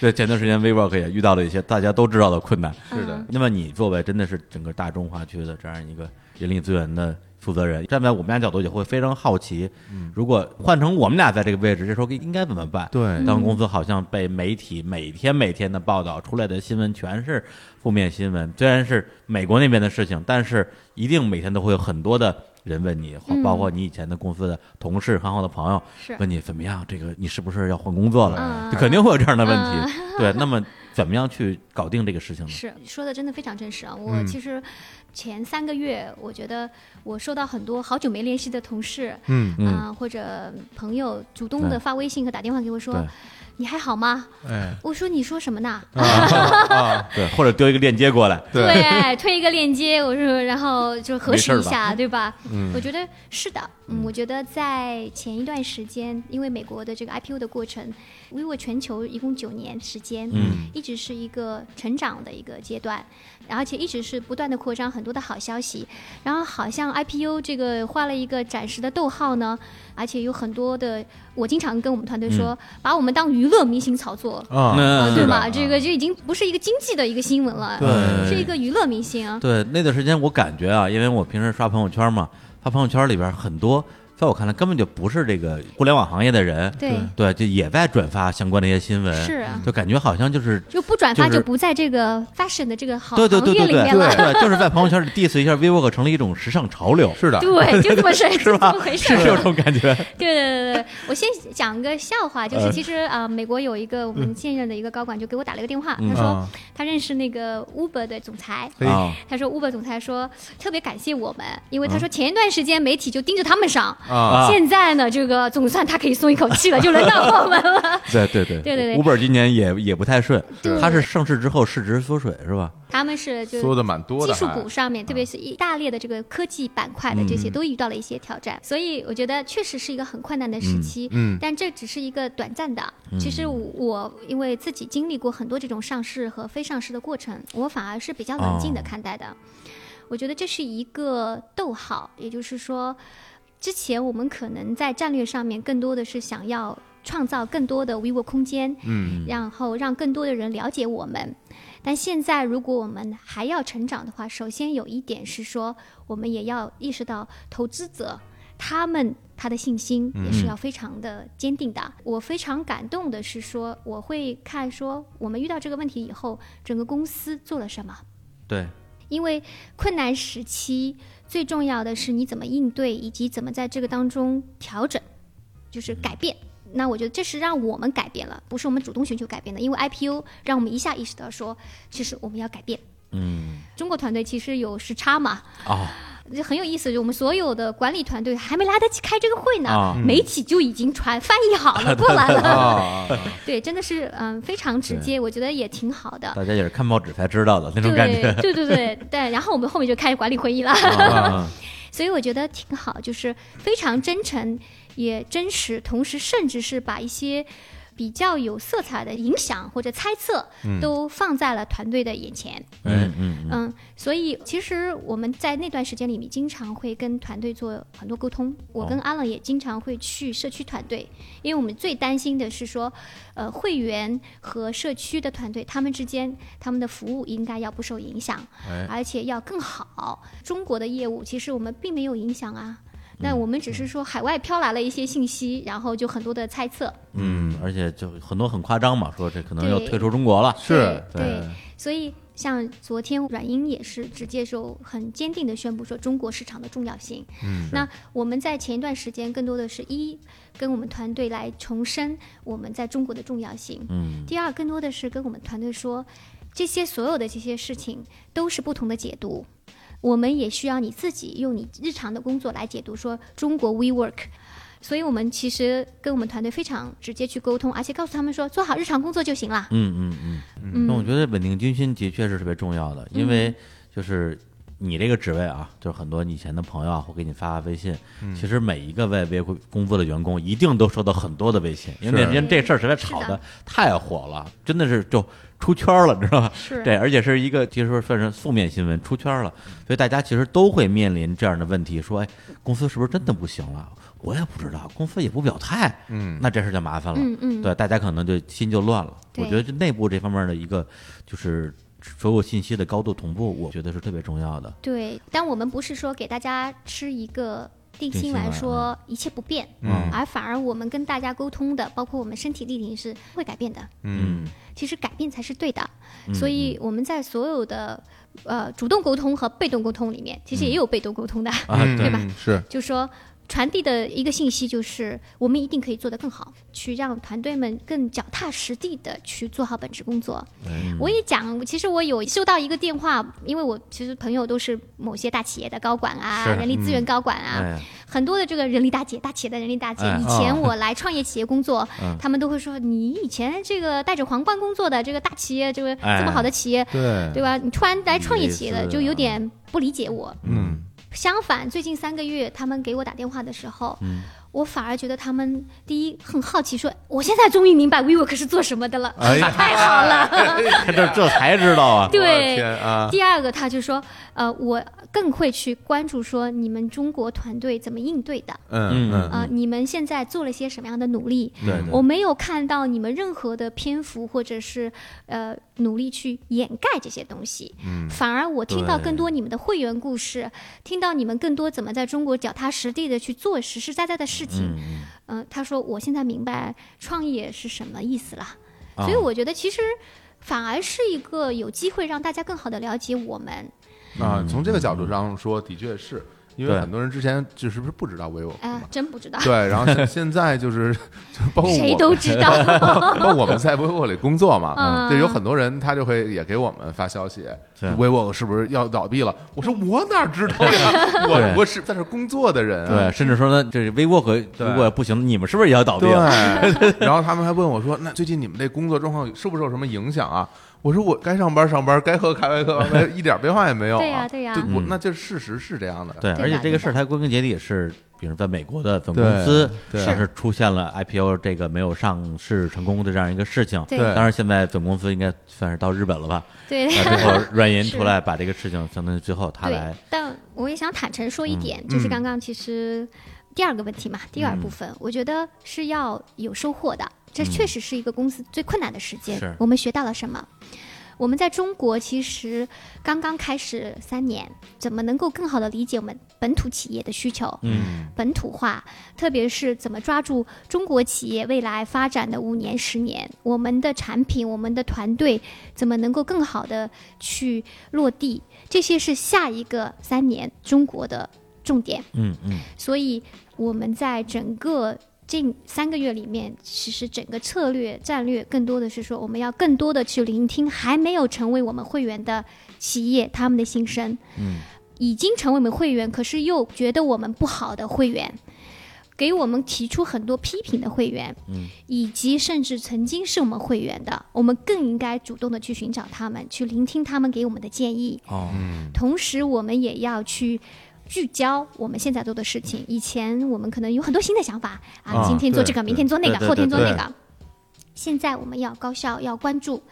[SPEAKER 1] 对，前段时间 WeWork 也遇到了一些大家都知道的困难。
[SPEAKER 2] 是的，
[SPEAKER 1] 那么你作为真的是整个大中华区的这样一个人力资源的负责人，站在我们俩角度也会非常好奇，如果换成我们俩在这个位置，这时候应该怎么办？
[SPEAKER 2] 对
[SPEAKER 3] 嗯
[SPEAKER 1] 当公司好像被媒体每天每天的报道出来的新闻全是负面新闻，虽然是美国那边的事情，但是一定每天都会有很多的。人问你，或
[SPEAKER 3] 嗯
[SPEAKER 1] 包括你以前的公司的同事、很好的朋友，
[SPEAKER 3] 是
[SPEAKER 1] 问你怎么样？这个你是不是要换工作了？
[SPEAKER 3] 嗯
[SPEAKER 1] 就肯定会有这样的问题。对，那么怎么样去搞定这个事情呢？
[SPEAKER 3] 是说的真的非常真实啊！我
[SPEAKER 2] 嗯
[SPEAKER 3] 其实前三个月，我觉得我收到很多好久没联系的同事啊、
[SPEAKER 2] 嗯，
[SPEAKER 1] 嗯，
[SPEAKER 3] 或者朋友主动的
[SPEAKER 1] 对
[SPEAKER 3] 发微信和打电话给我
[SPEAKER 1] 对
[SPEAKER 3] 说。你还好吗？
[SPEAKER 2] 哎
[SPEAKER 3] 我说你说什么呢？
[SPEAKER 2] 啊，
[SPEAKER 1] 对，或者丢一个链接过来，
[SPEAKER 2] 对，
[SPEAKER 3] 推一个链接，我说，然后就核实一下，对吧？
[SPEAKER 2] 嗯
[SPEAKER 3] 我觉得是的，嗯，我觉得在前一段时间，因为美国的这个 IPO 的过程，vivo 全球一共九年时间，
[SPEAKER 1] 嗯，
[SPEAKER 3] 一直是一个成长的一个阶段，而且一直是不断的扩张很多的好消息，然后好像 IPO 这个画了一个暂时的逗号呢，而且有很多的，我经常跟我们团队说，把我们当娱乐明星炒作。
[SPEAKER 2] 啊
[SPEAKER 1] 那嗯
[SPEAKER 3] 对
[SPEAKER 1] 是
[SPEAKER 3] 吧？这个就已经不是一个经济的一个新闻了，
[SPEAKER 1] 对
[SPEAKER 3] 是一个娱乐明星啊。
[SPEAKER 1] 对，那段时间我感觉啊，因为我平时刷朋友圈嘛，他朋友圈里边很多，在我看来根本就不是这个互联网行业的人，
[SPEAKER 3] 对
[SPEAKER 1] 对，就也在转发相关的一些新闻，
[SPEAKER 3] 是啊
[SPEAKER 1] 就感觉好像就是。
[SPEAKER 3] 就不转发
[SPEAKER 1] 就是
[SPEAKER 3] 就不在这个 fashion 的这个行
[SPEAKER 1] 对对对
[SPEAKER 3] 行业
[SPEAKER 1] 对
[SPEAKER 3] 里
[SPEAKER 1] 对
[SPEAKER 3] 面了。
[SPEAKER 1] 对，就是在朋友圈里 diss 一下 vivo 成了一种时尚潮流，
[SPEAKER 2] 是的，
[SPEAKER 3] 对，就这么事，
[SPEAKER 1] 是
[SPEAKER 3] 就
[SPEAKER 1] 吧
[SPEAKER 3] 这么回？事
[SPEAKER 1] 是
[SPEAKER 3] 儿。
[SPEAKER 1] 是有这种感觉，
[SPEAKER 3] 对对对对，我先讲个笑话，
[SPEAKER 1] 嗯
[SPEAKER 3] 就是其实啊、呃美国有一个我们现任的一个高管就给我打了一个电话，
[SPEAKER 1] 嗯
[SPEAKER 3] 他说
[SPEAKER 2] 啊
[SPEAKER 3] 他认识那个 Uber 的总裁，
[SPEAKER 2] 嘿
[SPEAKER 1] 啊
[SPEAKER 3] 他说 Uber 总裁说特别感谢我们，因为
[SPEAKER 1] 嗯
[SPEAKER 3] 他说前一段时间媒体就盯着他们上，
[SPEAKER 2] 啊，
[SPEAKER 3] 现在呢，这个总算他可以松一口气了，就轮到我 们了。
[SPEAKER 1] 对对对
[SPEAKER 3] 对对对
[SPEAKER 1] u b e r 今年也也不太顺，
[SPEAKER 3] 对
[SPEAKER 1] 它是上市之后市值缩水是吧？
[SPEAKER 3] 他们是就
[SPEAKER 2] 说的蛮多的嗯
[SPEAKER 3] 技
[SPEAKER 2] 还，
[SPEAKER 3] 术股上面，特别是一大列的这个科技板块的这
[SPEAKER 2] 嗯
[SPEAKER 3] 些，都遇到了一些挑战，所以我觉得确实是一个很困难的时期。
[SPEAKER 2] 嗯嗯嗯
[SPEAKER 3] 但这只是一个短暂的。其实我我因为自己经历过很多这种上市和非上市的过程，我反而是比较冷
[SPEAKER 2] 哦
[SPEAKER 3] 静的看待的。我觉得这是一个逗号，也就是说，之前我们可能在战略上面更多的是想要创造更多的 vivo 空间，
[SPEAKER 2] 嗯，
[SPEAKER 3] 然后让更多的人了解我们。但现在，如果我们还要成长的话，首先有一点是说，我们也要意识到投资者他们他的信心也是要非常的坚定的。我非常感动的是说，我会看说我们遇到这个问题以后，整个公司做了什么。
[SPEAKER 1] 对，
[SPEAKER 3] 因为困难时期最重要的是你怎么应对，以及怎么在这个当中调整，就是改变。那我觉得这是让我们改变了，不是我们主动寻求改变的。因为 IPO 让我们一下意识到说，其实我们要改变。
[SPEAKER 1] 嗯
[SPEAKER 3] 中国团队其实有时差嘛，
[SPEAKER 1] 啊
[SPEAKER 3] 就很有意思。就我们所有的管理团队还没来得及开这个会呢，
[SPEAKER 1] 啊
[SPEAKER 3] 媒体就已经传翻译好了过来
[SPEAKER 2] 啊
[SPEAKER 3] 了。
[SPEAKER 2] 啊，啊
[SPEAKER 3] 对，真的是嗯非常直接，我觉得也挺好的。
[SPEAKER 1] 大家也是看报纸才知道的那种感
[SPEAKER 3] 对
[SPEAKER 1] 觉。
[SPEAKER 3] 对对对对，然后我们后面就开管理会议了。
[SPEAKER 1] 啊
[SPEAKER 3] 所以我觉得挺好，就是非常真诚，也真实，同时甚至是把一些比较有色彩的影响或者猜测都放在了团队的眼前。
[SPEAKER 1] 嗯嗯嗯，
[SPEAKER 3] 嗯，所以其实我们在那段时间里面，经常会跟团队做很多沟通。我跟阿冷也经常会去社区团队，因为我们最担心的是说，呃，会员和社区的团队他们之间，他们的服务应该要不受影响，
[SPEAKER 2] 哎
[SPEAKER 3] 而且要更好。中国的业务其实我们并没有影响啊。那我们只是说海外飘来了一些信息，然后就很多的猜测，
[SPEAKER 1] 嗯，而且就很多很夸张嘛，说这可能
[SPEAKER 3] 对
[SPEAKER 1] 要退出中国了。嗯
[SPEAKER 2] 是，
[SPEAKER 3] 对所以像昨天软银也是直接就很坚定的宣布说中国市场的重要性。
[SPEAKER 2] 嗯，
[SPEAKER 3] 那我们在前一段时间更多的是一跟我们团队来重申我们在中国的重要性，
[SPEAKER 1] 嗯，
[SPEAKER 3] 第二更多的是跟我们团队说，这些所有的这些事情都是不同的解读。我们也需要你自己用你日常的工作来解读说中国 WeWork。所以我们其实跟我们团队非常直接去沟通，而且告诉他们说做好日常工作就行了。
[SPEAKER 1] 嗯嗯嗯。
[SPEAKER 3] 嗯
[SPEAKER 1] 那我觉得稳定军心的确是特别重要的，因为就是你这个职位啊，就是很多你以前的朋友啊会给你发微信，其实每一个外边工作的员工一定都收到很多的微信，因为那
[SPEAKER 2] 是
[SPEAKER 1] 因为这事儿实在炒
[SPEAKER 3] 是
[SPEAKER 1] 的
[SPEAKER 3] 的
[SPEAKER 1] 太火了，真的是就出圈了，你知道吧？
[SPEAKER 3] 是嗯
[SPEAKER 1] 对，而且是一个其实说算是负面新闻出圈了，所以大家其实都会面临这样的问题，说哎，公司是不是真的不行了？我也不知道，公司也不表态，
[SPEAKER 2] 嗯
[SPEAKER 1] 那这事儿就麻烦了。
[SPEAKER 3] 嗯嗯
[SPEAKER 1] 对，大家可能就心就乱了。我
[SPEAKER 3] 对
[SPEAKER 1] 觉得这内部这方面的一个就是所有信息的高度同步，我觉得是特别重要的。
[SPEAKER 3] 对，但我们不是说给大家吃一个定
[SPEAKER 1] 定
[SPEAKER 3] 心
[SPEAKER 1] 心丸啊
[SPEAKER 3] 丸，说一切不变，
[SPEAKER 1] 嗯
[SPEAKER 3] 而反而我们跟大家沟通的，包括我们身体力行是会改变的。
[SPEAKER 1] 嗯，
[SPEAKER 3] 其实改变才是对的，
[SPEAKER 1] 嗯
[SPEAKER 3] 所以我们在所有的呃主动沟通和被动沟通里面，其
[SPEAKER 1] 嗯
[SPEAKER 3] 实也有被动沟通的，
[SPEAKER 1] 啊，对，
[SPEAKER 3] 吧
[SPEAKER 2] 嗯？是，
[SPEAKER 3] 就说传递的一个信息就是，我们一定可以做得更好，去让团队们更脚踏实地的去做好本职工作。
[SPEAKER 1] 嗯
[SPEAKER 3] 我也讲，其实我有收到一个电话，因为我其实朋友都是某些大企业的高管啊，
[SPEAKER 1] 是
[SPEAKER 3] 人力资源高管啊，
[SPEAKER 1] 哎，
[SPEAKER 3] 很多的这个人力大姐、大企业的人力大姐，
[SPEAKER 1] 哎
[SPEAKER 3] 以前我来创业企业工作，
[SPEAKER 1] 嗯
[SPEAKER 3] 他们都会说你以前这个戴着皇冠工作的这个大企业，这个
[SPEAKER 1] 哎
[SPEAKER 3] 这么好的企业，
[SPEAKER 2] 对
[SPEAKER 3] 对吧？你突然来创业企业
[SPEAKER 1] 类
[SPEAKER 3] 了，
[SPEAKER 1] 似
[SPEAKER 3] 就有点不理解我。
[SPEAKER 2] 嗯
[SPEAKER 3] 相反，最近三个月他们给我打电话的时候，
[SPEAKER 2] 嗯
[SPEAKER 3] 我反而觉得他们第一很好奇说，我现在终于明白 WeWork 是做什么的了，
[SPEAKER 2] 哎呀
[SPEAKER 3] 太好了。
[SPEAKER 1] 他这这才知道啊。
[SPEAKER 2] 我的
[SPEAKER 3] 对，
[SPEAKER 2] 天啊，
[SPEAKER 3] 第二个他就说，呃，我更会去关注说你们中国团队怎么应对的，
[SPEAKER 1] 嗯
[SPEAKER 2] 嗯嗯
[SPEAKER 3] 啊，你们现在做了些什么样的努力？
[SPEAKER 1] 对对
[SPEAKER 3] 我没有看到你们任何的篇幅，或者是呃努力去掩盖这些东西，反而我听到
[SPEAKER 1] 对
[SPEAKER 3] 更多你们的会员故事，听到你们更多怎么在中国脚踏实地的去做实实在在的事情。
[SPEAKER 1] 嗯，
[SPEAKER 3] 嗯、他说我现在明白创业是什么意思了，
[SPEAKER 1] 啊
[SPEAKER 3] 所以我觉得其实反而是一个有机会让大家更好的了解我们。
[SPEAKER 2] 啊，从这个角度上说，的确是因为
[SPEAKER 1] 对
[SPEAKER 2] 很多人之前就是不是不知道 vivo，
[SPEAKER 3] 啊、真不知道，
[SPEAKER 2] 对，然后现现在就是就包括
[SPEAKER 3] 谁
[SPEAKER 2] 哦我哦
[SPEAKER 3] 都知道。
[SPEAKER 2] 那我们在 WeWork 里工作嘛，
[SPEAKER 3] 嗯
[SPEAKER 2] 就有很多人他就会也给我们发消息
[SPEAKER 1] 对
[SPEAKER 2] ，WeWork 是不是要倒闭了？我说我哪知 道呀，我
[SPEAKER 1] 对
[SPEAKER 2] 我是在这工作的人啊。
[SPEAKER 1] 对，甚至说呢，这 WeWork
[SPEAKER 2] 对
[SPEAKER 1] 如果不行，你们是不是也要倒闭
[SPEAKER 2] 对
[SPEAKER 1] 了？，
[SPEAKER 2] 然后他们还问我说：“那最近你们这工作状况受不受什么影响啊？”我说：“我该上班上班，该喝咖啡喝咖 啡，一点变化也没有、
[SPEAKER 3] 对呀对呀
[SPEAKER 2] 就我
[SPEAKER 1] 嗯
[SPEAKER 2] 那这事实是这样的。
[SPEAKER 1] 对，
[SPEAKER 3] 对
[SPEAKER 1] 而且
[SPEAKER 3] 吧
[SPEAKER 1] 这个事儿，它归根结底是，比如在美国的总公司，
[SPEAKER 2] 对对
[SPEAKER 1] 但是出现了 IPO 这个没有上市成功的这样一个事情。
[SPEAKER 3] 对
[SPEAKER 1] 当然现在总公司应该算是到日本了吧？
[SPEAKER 3] 对，
[SPEAKER 1] 那最后软银
[SPEAKER 3] 是
[SPEAKER 1] 出来把这个事情，相当于最后他
[SPEAKER 3] 对，
[SPEAKER 1] 来，
[SPEAKER 3] 但我也想坦诚说一点，就是刚刚其实第二个问题
[SPEAKER 1] 嗯
[SPEAKER 3] 嘛，第二部分，我觉得是要有收获的。这确实是一个公司最困难的时
[SPEAKER 1] 嗯
[SPEAKER 3] 间。
[SPEAKER 1] 是
[SPEAKER 3] 我们学到了什么？我们在中国其实刚刚开始三年，怎么能够更好的理解我们本土企业的需求？
[SPEAKER 1] 嗯，
[SPEAKER 3] 本土化，特别是怎么抓住中国企业未来发展的五年、十年，我们的产品、我们的团队怎么能够更好的去落地，这些是下一个三年中国的重点。
[SPEAKER 1] 嗯嗯
[SPEAKER 3] 所以我们在整个近三个月里面，其实整个策略战略更多的是说，我们要更多的去聆听还没有成为我们会员的企业他们的心声，
[SPEAKER 1] 嗯，
[SPEAKER 3] 已经成为我们会员，可是又觉得我们不好的会员。给我们提出很多批评的会员，
[SPEAKER 1] 嗯，
[SPEAKER 3] 以及甚至曾经是我们会员的，我们更应该主动的去寻找他们，去聆听他们给我们的建议，
[SPEAKER 1] 哦，
[SPEAKER 3] 同时我们也要去。聚焦我们现在做的事情。以前我们可能有很多新的想法啊
[SPEAKER 2] 啊，
[SPEAKER 3] 今天做这
[SPEAKER 2] 对
[SPEAKER 3] 个，明天做那
[SPEAKER 1] 对对
[SPEAKER 3] 个，后天做那
[SPEAKER 2] 对
[SPEAKER 3] 个。现在我们要高效，要关注，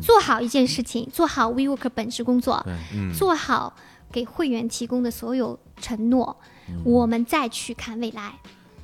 [SPEAKER 3] 做好一件事情，做好 WeWork 本职工作
[SPEAKER 1] 对，
[SPEAKER 2] 嗯
[SPEAKER 3] 做好给会员提供的所有承诺，
[SPEAKER 2] 嗯
[SPEAKER 3] 我们再去看未来。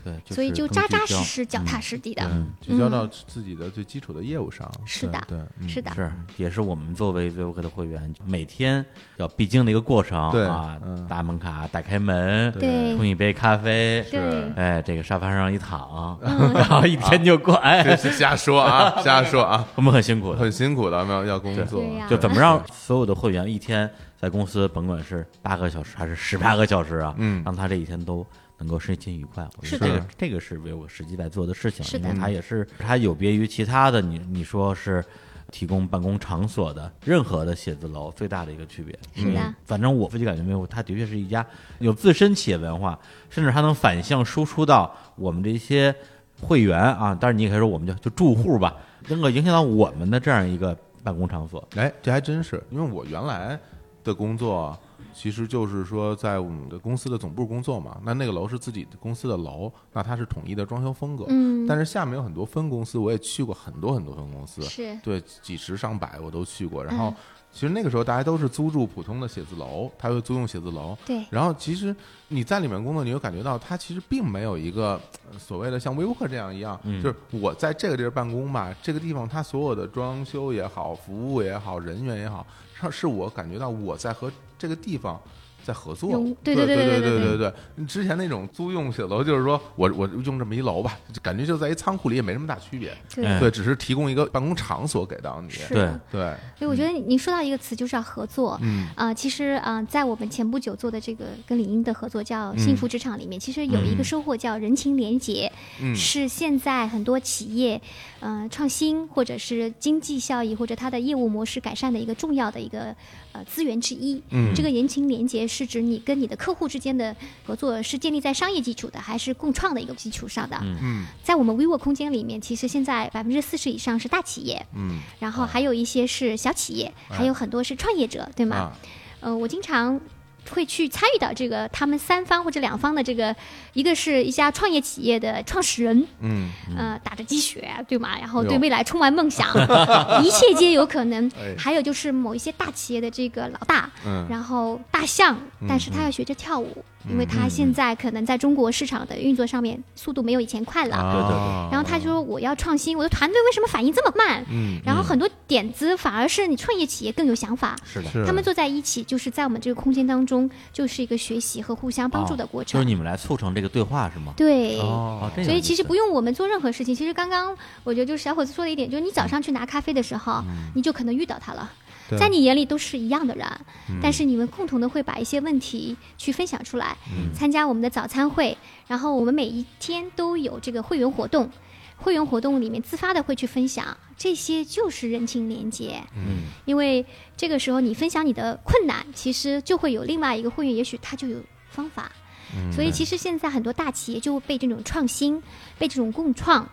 [SPEAKER 1] 对，
[SPEAKER 3] 所以就扎扎实实、脚踏
[SPEAKER 1] 实。
[SPEAKER 3] 实地的。
[SPEAKER 2] 嗯，聚焦到自己的最基础的业务上。
[SPEAKER 3] 是的
[SPEAKER 2] 对，对嗯
[SPEAKER 3] 是的，
[SPEAKER 1] 是，也是我们作为 VOK 的会员，每天要必经的一个过程
[SPEAKER 2] 对
[SPEAKER 1] 啊
[SPEAKER 2] 嗯，
[SPEAKER 1] 打门卡，打开门，
[SPEAKER 3] 对
[SPEAKER 1] 冲一杯咖啡，
[SPEAKER 3] 对嗯
[SPEAKER 1] 哎，这个沙发上一躺，然后一天就过，哎，
[SPEAKER 2] 这是瞎说啊，瞎说啊，
[SPEAKER 1] 我们很辛苦的，
[SPEAKER 2] 很辛苦的，没有要工作。
[SPEAKER 3] 对呀
[SPEAKER 1] 就怎么让 所有的会员一天在公司，甭管是八个小时还是十八个小时啊，
[SPEAKER 2] 嗯
[SPEAKER 1] 让他这一天都能够身心愉快。我觉
[SPEAKER 3] 是
[SPEAKER 1] 得
[SPEAKER 3] 的
[SPEAKER 1] 这个这个是为我实际在做的事情，
[SPEAKER 3] 是
[SPEAKER 1] 因
[SPEAKER 3] 的
[SPEAKER 1] 为它也是它有别于其他的，你你说是。提供办公场所的任何的写字楼最大的一个区别。嗯
[SPEAKER 3] 是的，
[SPEAKER 1] 反正我自己感觉没有，它的确是一家有自身企业文化，甚至它能反向输出到我们这些会员啊。但是你也可以说我们就就住户吧，能够影响到我们的这样一个办公场所。
[SPEAKER 2] 哎，这还真是，因为我原来的工作其实就是说在我们的公司的总部工作嘛，那那个楼是自己的公司的楼，那它是统一的装修风格。
[SPEAKER 3] 嗯，
[SPEAKER 2] 但是下面有很多分公司，我也去过很多很多分公司，
[SPEAKER 3] 是
[SPEAKER 2] 对，几十上百我都去过。然后其实那个时候大家都是租住普通的写字楼，他会租用写字楼。
[SPEAKER 3] 对，
[SPEAKER 2] 然后其实你在里面工作，你会感觉到它其实并没有一个呃所谓的像微沃克这样一样，
[SPEAKER 1] 嗯
[SPEAKER 2] 就是我在这个地儿办公吧，这个地方它所有的装修也好、服务也好、人员也好，是是我感觉到我在和这个地方。在合作
[SPEAKER 3] 融，
[SPEAKER 2] 对
[SPEAKER 3] 对
[SPEAKER 2] 对对
[SPEAKER 3] 对对对
[SPEAKER 2] 对
[SPEAKER 3] 对
[SPEAKER 2] 对对。你之前那种租用写字楼，就是说我我用这么一楼吧，就感觉就在一仓库里也没什么大区别，
[SPEAKER 3] 对。
[SPEAKER 1] 哎
[SPEAKER 2] 对，只是提供一个办公场所给到你。
[SPEAKER 3] 是
[SPEAKER 1] 对
[SPEAKER 3] 的，
[SPEAKER 2] 对，
[SPEAKER 3] 所以我觉得您说到一个词，就是要合作。
[SPEAKER 2] 嗯
[SPEAKER 3] 啊、其实啊、呃在我们前不久做的这个跟李英的合作叫《幸福职场》里面，其实有一个收获叫人情联结，
[SPEAKER 2] 嗯
[SPEAKER 3] 是现在很多企业，呃，创新或者是经济效益或者它的业务模式改善的一个重要的一个呃资源之一。
[SPEAKER 2] 嗯
[SPEAKER 3] 这个人情联结是指你跟你的客户之间的合作是建立在商业基础的，还是共创的一个基础上的？
[SPEAKER 2] 嗯
[SPEAKER 3] 在我们 vivo 空间里面，其实现在百分之四十以上是大企业，
[SPEAKER 2] 嗯
[SPEAKER 3] 然后还有一些是小企业，
[SPEAKER 2] 哎
[SPEAKER 3] 还有很多是创业者，对吗？
[SPEAKER 2] 啊
[SPEAKER 3] 呃，我经常会去参与到这个他们三方或者两方的这个，一个是一家创业企业的创始人，
[SPEAKER 2] 嗯，
[SPEAKER 3] 呃，打着鸡血，对吗？然后
[SPEAKER 2] 哎呦
[SPEAKER 3] 对未来充满梦 想，一切皆有可能
[SPEAKER 2] 哎。
[SPEAKER 3] 还有就是某一些大企业的这个老大，
[SPEAKER 2] 嗯
[SPEAKER 3] 然后大象，但是他要学着跳舞，因为
[SPEAKER 2] 嗯
[SPEAKER 3] 他现在可能在中国市场的运作上面速度没有以前快了。
[SPEAKER 1] 对对
[SPEAKER 2] 啊
[SPEAKER 3] 然后他就说我要创新，我的团队为什么反应这么慢？
[SPEAKER 2] 嗯
[SPEAKER 3] 然后很多点子反而是你创业企业更有想法，
[SPEAKER 1] 是的，
[SPEAKER 2] 是
[SPEAKER 3] 他们坐在一起，就是在我们这个空间当中，就是一个学习和互相帮助的过
[SPEAKER 1] 哦就
[SPEAKER 3] 程。
[SPEAKER 1] 是你们来促成这个对话是吗？
[SPEAKER 3] 对。
[SPEAKER 2] 哦，
[SPEAKER 1] 这个
[SPEAKER 3] 所以
[SPEAKER 1] 意
[SPEAKER 3] 其实
[SPEAKER 1] 思
[SPEAKER 3] 不用我们做任何事情。其实刚刚我觉得就是小伙子说的一点，就是你早上去拿咖啡的时候，
[SPEAKER 1] 嗯
[SPEAKER 3] 你就可能遇到他了，
[SPEAKER 2] 对
[SPEAKER 3] 在你眼里都是一样的人，
[SPEAKER 1] 嗯
[SPEAKER 3] 但是你们共同的会把一些问题去分享出来，
[SPEAKER 1] 嗯
[SPEAKER 3] 参加我们的早餐会，然后我们每一天都有这个会员活动，会员活动里面自发的会去分享，这些就是人情连接。
[SPEAKER 1] 嗯，
[SPEAKER 3] 因为这个时候你分享你的困难，其实就会有另外一个会员，也许他就有方法。所以其实现在很多大企业就被这种创新、被这种共创、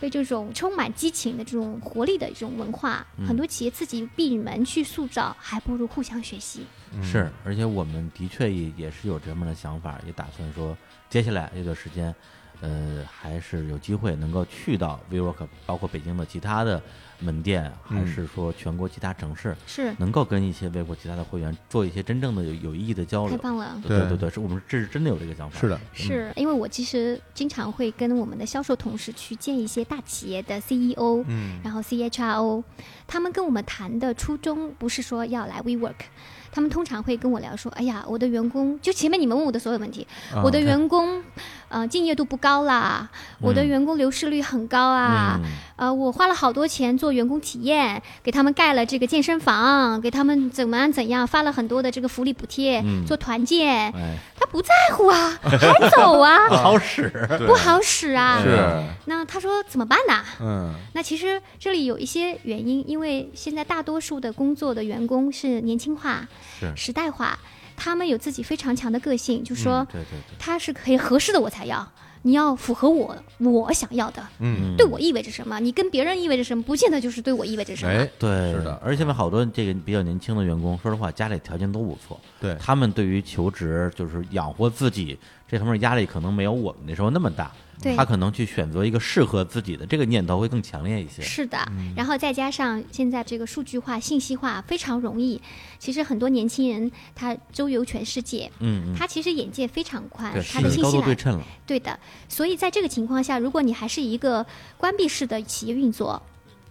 [SPEAKER 3] 被这种充满激情的这种活力的这种文化，很多企业自己闭门去塑造，还不如互相学习。
[SPEAKER 2] 嗯
[SPEAKER 1] 是，而且我们的确也也是有这么的想法，也打算说接下来这段时间，呃，还是有机会能够去到 WeWork，包括北京的其他的门店，
[SPEAKER 2] 嗯
[SPEAKER 1] 还是说全国其他城市，
[SPEAKER 3] 是
[SPEAKER 1] 能够跟一些外国其他的会员做一些真正的有有意义的交
[SPEAKER 3] 太
[SPEAKER 1] 流。
[SPEAKER 3] 棒了。
[SPEAKER 1] 对
[SPEAKER 2] 对
[SPEAKER 1] 对对，是我们这是真的有这个想法。
[SPEAKER 2] 是的，
[SPEAKER 3] 是因为我其实经常会跟我们的销售同事去见一些大企业的 E CEO，
[SPEAKER 2] 嗯
[SPEAKER 3] 然后 CHRO，他们跟我们谈的初衷不是说要来 WeWork，他们通常会跟我聊说，哎呀，我的员工就前面你们问我的所有问题，
[SPEAKER 2] 啊
[SPEAKER 3] 嗯我的员工，呃，敬业度不高啦，我的员工流失率很高啊，
[SPEAKER 1] 嗯
[SPEAKER 3] 呃，我花了好多钱做员工体验，给他们盖了这个健身房，给他们怎么样怎样，发了很多的这个福利补贴，
[SPEAKER 1] 嗯
[SPEAKER 3] 做团建，
[SPEAKER 1] 哎，
[SPEAKER 3] 他不在乎啊，还走啊，
[SPEAKER 1] 不好使。
[SPEAKER 3] 不好使啊。
[SPEAKER 2] 是
[SPEAKER 3] 那他说怎么办呢、
[SPEAKER 2] 嗯
[SPEAKER 3] 那其实这里有一些原因，因为现在大多数的工作的员工是年轻化、
[SPEAKER 1] 是
[SPEAKER 3] 时代化，他们有自己非常强的个性，就说
[SPEAKER 1] 对对对，
[SPEAKER 3] 他是可以合适的我才要，你要符合我我想要的，
[SPEAKER 2] 嗯，
[SPEAKER 1] 嗯
[SPEAKER 3] 对我意味着什么，你跟别人意味着什么，不见得就是对我意味着什么。
[SPEAKER 2] 哎
[SPEAKER 1] 对，
[SPEAKER 2] 是的
[SPEAKER 1] 而且好多这个比较年轻的员工，说实话，家里条件都不错，
[SPEAKER 2] 对
[SPEAKER 1] 他们对于求职就是养活自己这方面压力，可能没有我们那时候那么大。
[SPEAKER 3] 对
[SPEAKER 1] 他可能去选择一个适合自己的这个念头会更强烈一些。
[SPEAKER 3] 是的，
[SPEAKER 1] 嗯
[SPEAKER 3] 然后再加上现在这个数据化、信息化非常容易，其实很多年轻人他周游全世界，
[SPEAKER 1] 嗯嗯，
[SPEAKER 3] 他其实眼界非常宽
[SPEAKER 1] 对，，
[SPEAKER 3] 他
[SPEAKER 1] 信
[SPEAKER 3] 的
[SPEAKER 1] 息
[SPEAKER 3] 信
[SPEAKER 1] 高
[SPEAKER 3] 息
[SPEAKER 1] 度
[SPEAKER 3] 来
[SPEAKER 1] 对称了。
[SPEAKER 3] 对的，所以在这个情况下，如果你还是一个关闭式的企业运作，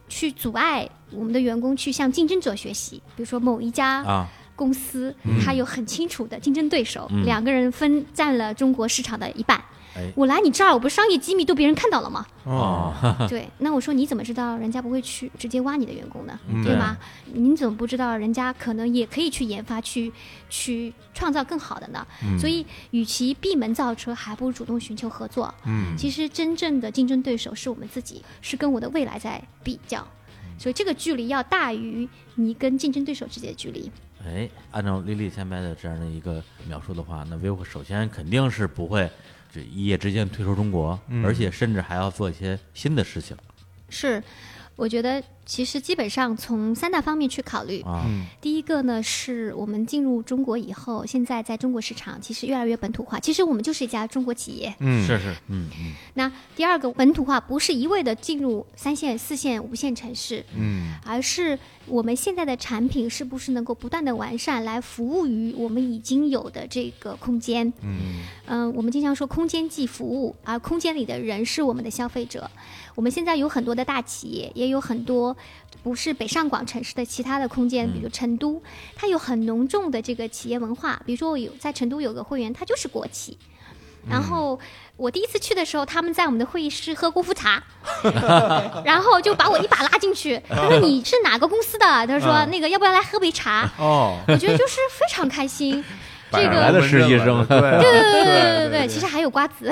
[SPEAKER 3] 去阻碍我们的员工去向竞争者学习，比如说某一家
[SPEAKER 1] 啊，
[SPEAKER 3] 公司，它有很清楚的竞争对手，
[SPEAKER 1] 嗯
[SPEAKER 3] 两个人分占了中国市场的一半。
[SPEAKER 1] 哎
[SPEAKER 3] 我来你这儿，我不是商业机密都别人看到了吗？
[SPEAKER 2] 哦，
[SPEAKER 3] 对，那我说你怎么知道人家不会去直接挖你的员工呢？
[SPEAKER 2] 嗯
[SPEAKER 3] 对吗？您怎么不知道人家可能也可以去研发、去去创造更好的呢？
[SPEAKER 2] 嗯
[SPEAKER 3] 所以，与其闭门造车，还不如主动寻求合作。
[SPEAKER 2] 嗯
[SPEAKER 3] 其实真正的竞争对手是我们自己，是跟我的未来在比较。
[SPEAKER 2] 嗯
[SPEAKER 3] 所以这个距离要大于你跟竞争对手之间的距离。
[SPEAKER 1] 哎，按照丽丽现在的这样的一个描述的话，那 vivo 首先肯定是不会这一夜之间退出中国，
[SPEAKER 2] 嗯
[SPEAKER 1] 而且甚至还要做一些新的事情
[SPEAKER 3] 是，我觉得其实基本上从三大方面去考虑。
[SPEAKER 1] 啊。
[SPEAKER 2] 嗯
[SPEAKER 3] 第一个呢，是我们进入中国以后，现在在中国市场其实越来越本土化。其实我们就是一家中国企业。
[SPEAKER 2] 嗯
[SPEAKER 1] 是是，嗯嗯，
[SPEAKER 3] 那第二个，本土化不是一味的进入三线、四线、五线城市，
[SPEAKER 2] 嗯
[SPEAKER 3] 而是我们现在的产品是不是能够不断的完善，来服务于我们已经有的这个空间。
[SPEAKER 2] 嗯
[SPEAKER 3] 嗯、我们经常说空间即服务，而空间里的人是我们的消费者。我们现在有很多的大企业，也有很多不是北上广城市的其他的空
[SPEAKER 2] 嗯
[SPEAKER 3] 间，比如成都，它有很浓重的这个企业文化。比如说，我有在成都有个会员，他就是国企。然后我第一次去的时候，他们在我们的会议室喝功夫茶，然后就把我一把拉进去，他说你是哪个公司的？他说那个要不要来喝杯茶？
[SPEAKER 2] 哦，哎
[SPEAKER 3] 我觉得就是非常开心。这
[SPEAKER 2] 摆
[SPEAKER 3] 个
[SPEAKER 2] 上来
[SPEAKER 1] 了
[SPEAKER 2] 的
[SPEAKER 1] 实习生
[SPEAKER 2] 对啊对
[SPEAKER 3] 对对对
[SPEAKER 2] 对
[SPEAKER 3] 对，其实还有瓜子，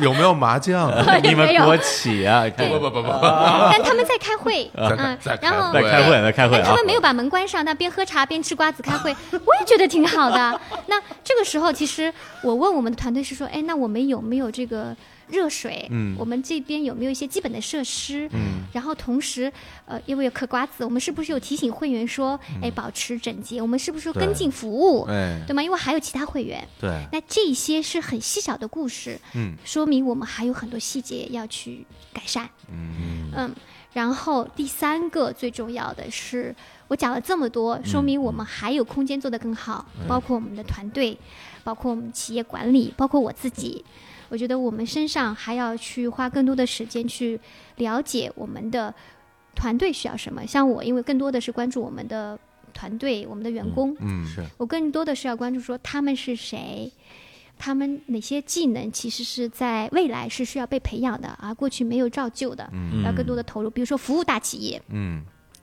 [SPEAKER 2] 有没有麻将？啊
[SPEAKER 1] 你们
[SPEAKER 3] 没有
[SPEAKER 1] 国企啊，这
[SPEAKER 2] 不不不不不，
[SPEAKER 3] 但他们在开会，
[SPEAKER 2] 在
[SPEAKER 3] 嗯
[SPEAKER 2] 在，开
[SPEAKER 3] 然后
[SPEAKER 2] 会
[SPEAKER 1] 在开会，在开会
[SPEAKER 3] 哎但他
[SPEAKER 1] 啊
[SPEAKER 3] 们，没有把门关上，但边喝茶边吃瓜子开会， 我也觉得挺好的。那这个时候，其实我问我们的团队是说，哎，那我们有没有这个热水？
[SPEAKER 2] 嗯
[SPEAKER 3] 我们这边有没有一些基本的设施？
[SPEAKER 2] 嗯，
[SPEAKER 3] 然后同时，呃，因为有嗑瓜子，我们是不是有提醒会员说，哎，保持整洁？我们是不是有跟进服务？
[SPEAKER 2] 哎，
[SPEAKER 3] 对吗？因为还有其他会员，
[SPEAKER 1] 对，
[SPEAKER 3] 那这些是很细小的故事，
[SPEAKER 2] 嗯
[SPEAKER 3] 说明我们还有很多细节要去改善。
[SPEAKER 2] 嗯
[SPEAKER 3] 嗯，然后第三个最重要的是，我讲了这么多，
[SPEAKER 2] 嗯
[SPEAKER 3] 说明我们还有空间做得更好，包括我们的团队，包括我们企业管理，包括我自己。我觉得我们身上还要去花更多的时间去了解我们的团队需要什么。像我，因为更多的是关注我们的团队、我们的员工，
[SPEAKER 2] 嗯
[SPEAKER 1] 是
[SPEAKER 3] 我更多的是要关注说他们是谁，他们哪些技能其实是在未来是需要被培养的，而过去没有照旧的。
[SPEAKER 2] 嗯
[SPEAKER 3] 要更多的投入。比如说服务大企业
[SPEAKER 2] 嗯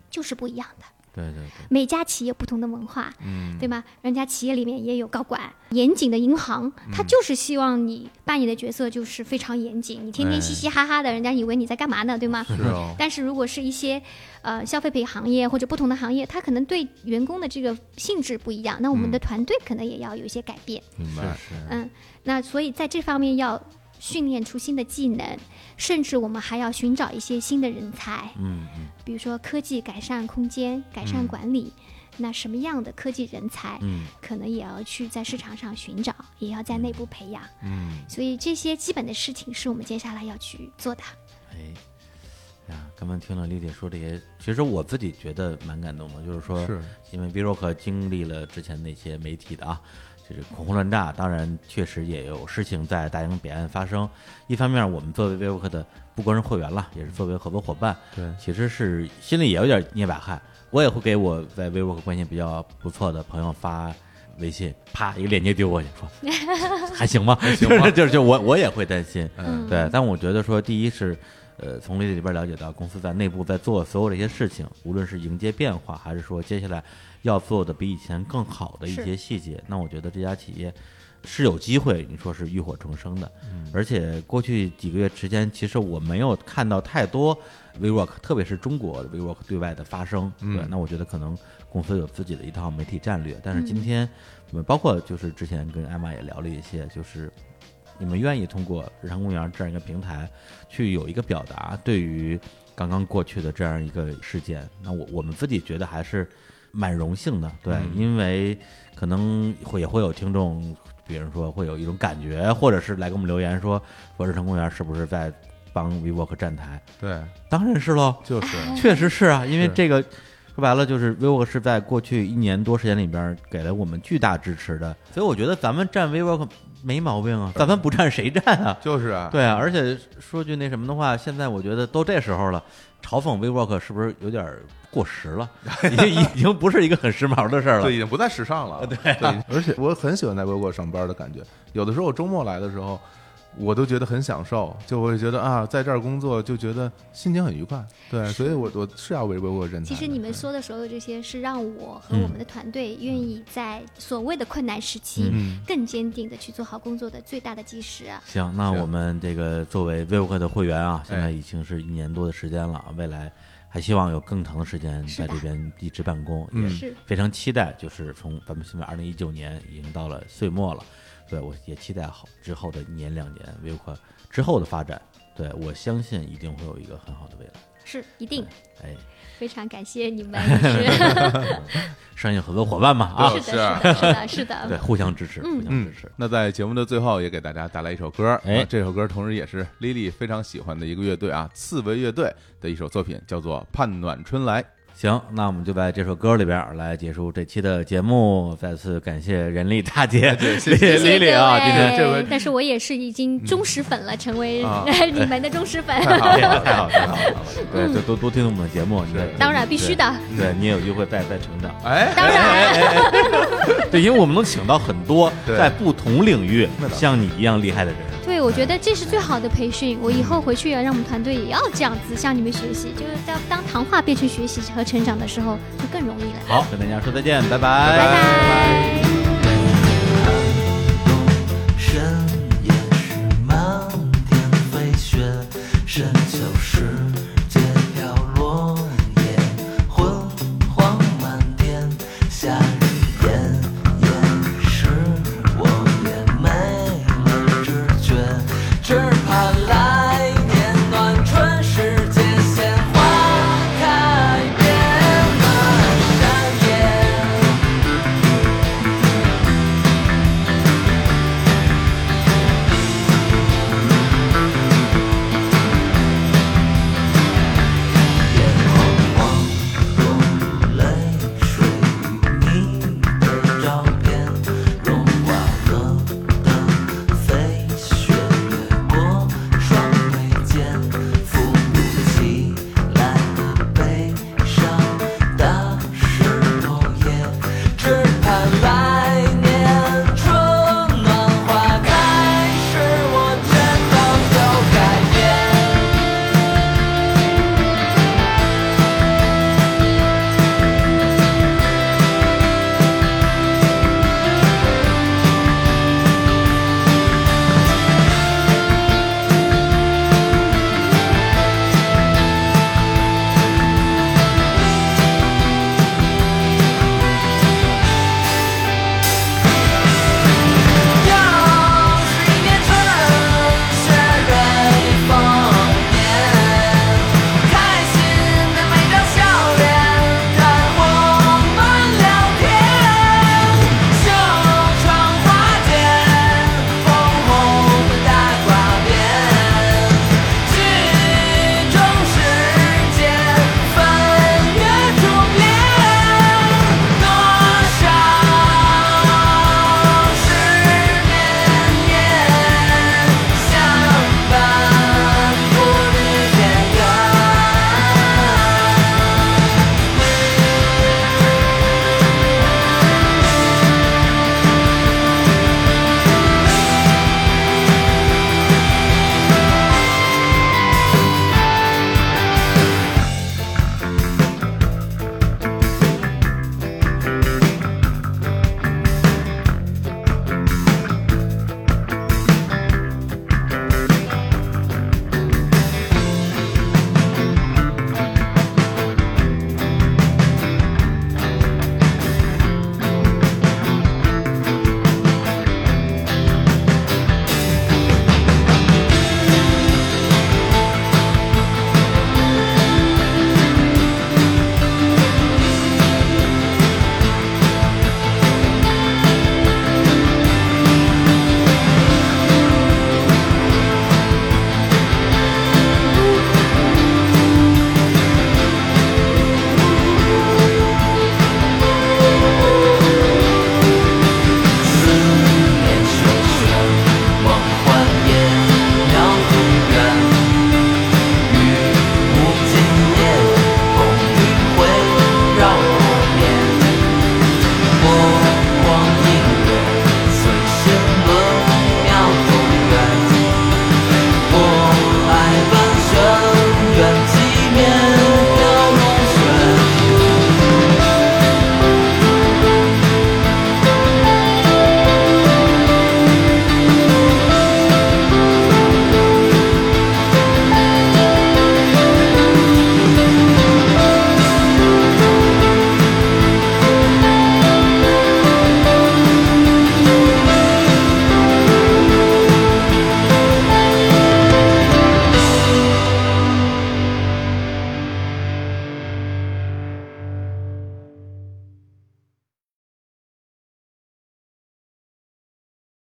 [SPEAKER 3] 就是不一样的，
[SPEAKER 1] 对对对，
[SPEAKER 3] 每家企业不同的文化，
[SPEAKER 2] 嗯，
[SPEAKER 3] 对吗？人家企业里面也有高管，严谨的银行，
[SPEAKER 2] 嗯
[SPEAKER 3] 他就是希望你扮演的角色就是非常严谨，你天天
[SPEAKER 1] 哎
[SPEAKER 3] 嘻嘻哈哈的，人家以为你在干嘛呢，对吗？
[SPEAKER 2] 是哦，
[SPEAKER 3] 但是如果是一些呃消费品行业或者不同的行业，他可能对员工的这个性质不一样，那
[SPEAKER 1] 嗯
[SPEAKER 3] 我们的团队可能也要有一些改变。
[SPEAKER 2] 明白
[SPEAKER 1] 是
[SPEAKER 3] 嗯，那所以在这方面要训练出新的技能，甚至我们还要寻找一些新的人才。
[SPEAKER 1] 嗯嗯
[SPEAKER 3] 比如说科技改善空间、改善管理，那什么样的科技人才，
[SPEAKER 1] 嗯，
[SPEAKER 3] 可能也要去在市场上寻找，也要在内部培养。
[SPEAKER 2] 嗯，
[SPEAKER 3] 所以这些基本的事情是我们接下来要去做的。
[SPEAKER 1] 哎，呀，刚刚听了丽姐说这些，其实我自己觉得蛮感动的，就是说，
[SPEAKER 2] 是
[SPEAKER 1] 因为 v i r o k 经历了之前那些媒体的啊，就是狂轰滥炸，当然确实也有事情在大洋彼岸发生。一方面，我们作为 v i r o k 的不光是会员了，也是作为合作伙伴，
[SPEAKER 2] 对
[SPEAKER 1] 其实是心里也有点捏把汗。我也会给我在 v i v o k 关系比较不错的朋友发微信，啪一个链接丢过去，说还行吧， 就是就是就我我也会担心，
[SPEAKER 2] 嗯
[SPEAKER 1] 对，但我觉得说，第一是，呃，从这里边了解到公司在内部在做所有这些事情，无论是迎接变化，还是说接下来要做的比以前更好的一
[SPEAKER 3] 是
[SPEAKER 1] 些细节，那我觉得这家企业是有机会，你说是浴火重生的。而且过去几个月时间，其实我没有看到太多 WeWork，特别是中国 WeWork 对外的发声。对，那我觉得可能公司有自己的一套媒体战略，但是今天，嗯、包括就是之前跟艾玛也聊了一些，就是你们愿意通过日常公园这样一个平台去有一个表达，对于刚刚过去的这样一个事件，那我我们自己觉得还是蛮荣幸的，对，因为可能会也会有听众，比如说会有一种感觉，或者是来给我们留言说说日常公园是不是在帮 WeWork 站台？
[SPEAKER 2] 对，
[SPEAKER 1] 当然是喽，
[SPEAKER 2] 就是
[SPEAKER 3] 哎
[SPEAKER 1] 确实是啊，因为
[SPEAKER 2] 是
[SPEAKER 1] 这个说白了就是 vivo 是在过去一年多时间里边给了我们巨大支持的，所以我觉得咱们站 vivo 没毛病啊，咱们不站谁站啊？
[SPEAKER 2] 就是啊，
[SPEAKER 1] 对啊，而且说句那什么的话，现在我觉得都这时候了，嘲讽 vivo 是不是有点过时 了？已经已经不是一个很时髦的事儿
[SPEAKER 2] 这
[SPEAKER 1] 了
[SPEAKER 2] 已。经不再时尚了。对，而且我很喜欢在微博上班的感觉。有的时候我周末来的时候，我都觉得很享受，就会觉得啊，在这儿工作就觉得心情很愉快。对，所以我我是要为微博站台的。
[SPEAKER 3] 其实你们说的所有这些，是让我和我们的团队愿意在所谓的困难时期，
[SPEAKER 2] 嗯
[SPEAKER 3] 更坚定的去做好工作的最大的基石啊、
[SPEAKER 1] 行，那
[SPEAKER 2] 行
[SPEAKER 1] 我们这个作为 vivo 的会员啊，现在
[SPEAKER 2] 哎
[SPEAKER 1] 已经是一年多的时间了，未来还希望有更长的时间
[SPEAKER 3] 是
[SPEAKER 1] 在
[SPEAKER 3] 的
[SPEAKER 1] 这边一直办公，也
[SPEAKER 2] 嗯
[SPEAKER 3] 是
[SPEAKER 1] 非常期待，就是从咱们现在二零一九年已经到了岁末了，对我也期待好之后的一年两年 v i q 之后的发展，对我相信一定会有一个很好的未来。
[SPEAKER 3] 是一定，
[SPEAKER 1] 哎，
[SPEAKER 3] 非常感谢你们，也是
[SPEAKER 1] 商业合作伙伴嘛啊，
[SPEAKER 3] 是的，是的，是的，是
[SPEAKER 1] 对，
[SPEAKER 3] 的，
[SPEAKER 1] 互相支持，互相
[SPEAKER 2] 嗯
[SPEAKER 1] 支持。，
[SPEAKER 2] 那在节目的最后，也给大家带来一首歌，
[SPEAKER 1] 哎
[SPEAKER 2] 啊这首歌同时也是 Lily 非常喜欢的一个乐队啊，刺猬乐队的一首作品，叫做《盼暖春来》。
[SPEAKER 1] 行，那我们就在这首歌里边儿来结束这期的节目。再次感谢人力大姐，谢
[SPEAKER 3] 谢
[SPEAKER 1] 丽
[SPEAKER 3] 谢
[SPEAKER 1] 丽
[SPEAKER 3] 各
[SPEAKER 1] 啊，今天
[SPEAKER 2] 天这
[SPEAKER 3] 位
[SPEAKER 2] 回。
[SPEAKER 3] 但是我也是已经忠实粉了，成为
[SPEAKER 2] 啊
[SPEAKER 3] 你们的忠实粉，
[SPEAKER 2] 太好了，太好了，太好了！
[SPEAKER 1] 对，多多多听我们的节目，你看
[SPEAKER 2] 是
[SPEAKER 3] 嗯当然必须的。
[SPEAKER 1] 对对你也有机会再再成长。
[SPEAKER 2] 哎，
[SPEAKER 3] 当然，
[SPEAKER 1] 对，因为我们能请到很多
[SPEAKER 2] 对
[SPEAKER 1] 在不同领域
[SPEAKER 2] 那倒是
[SPEAKER 1] 像你一样厉害的人。
[SPEAKER 3] 对我觉得这是最好的培训。我以后回去也让我们团队也要这样子向你们学习，就是当当谈话变成学习和成长的时候，就更容易了。
[SPEAKER 1] 好，跟大家说再见，拜拜
[SPEAKER 2] 拜拜
[SPEAKER 3] 拜。
[SPEAKER 4] 山也是漫天飞雪，深秋时节飘落叶，昏黄满天，夏日炎炎时，我也没了知觉，只盼来。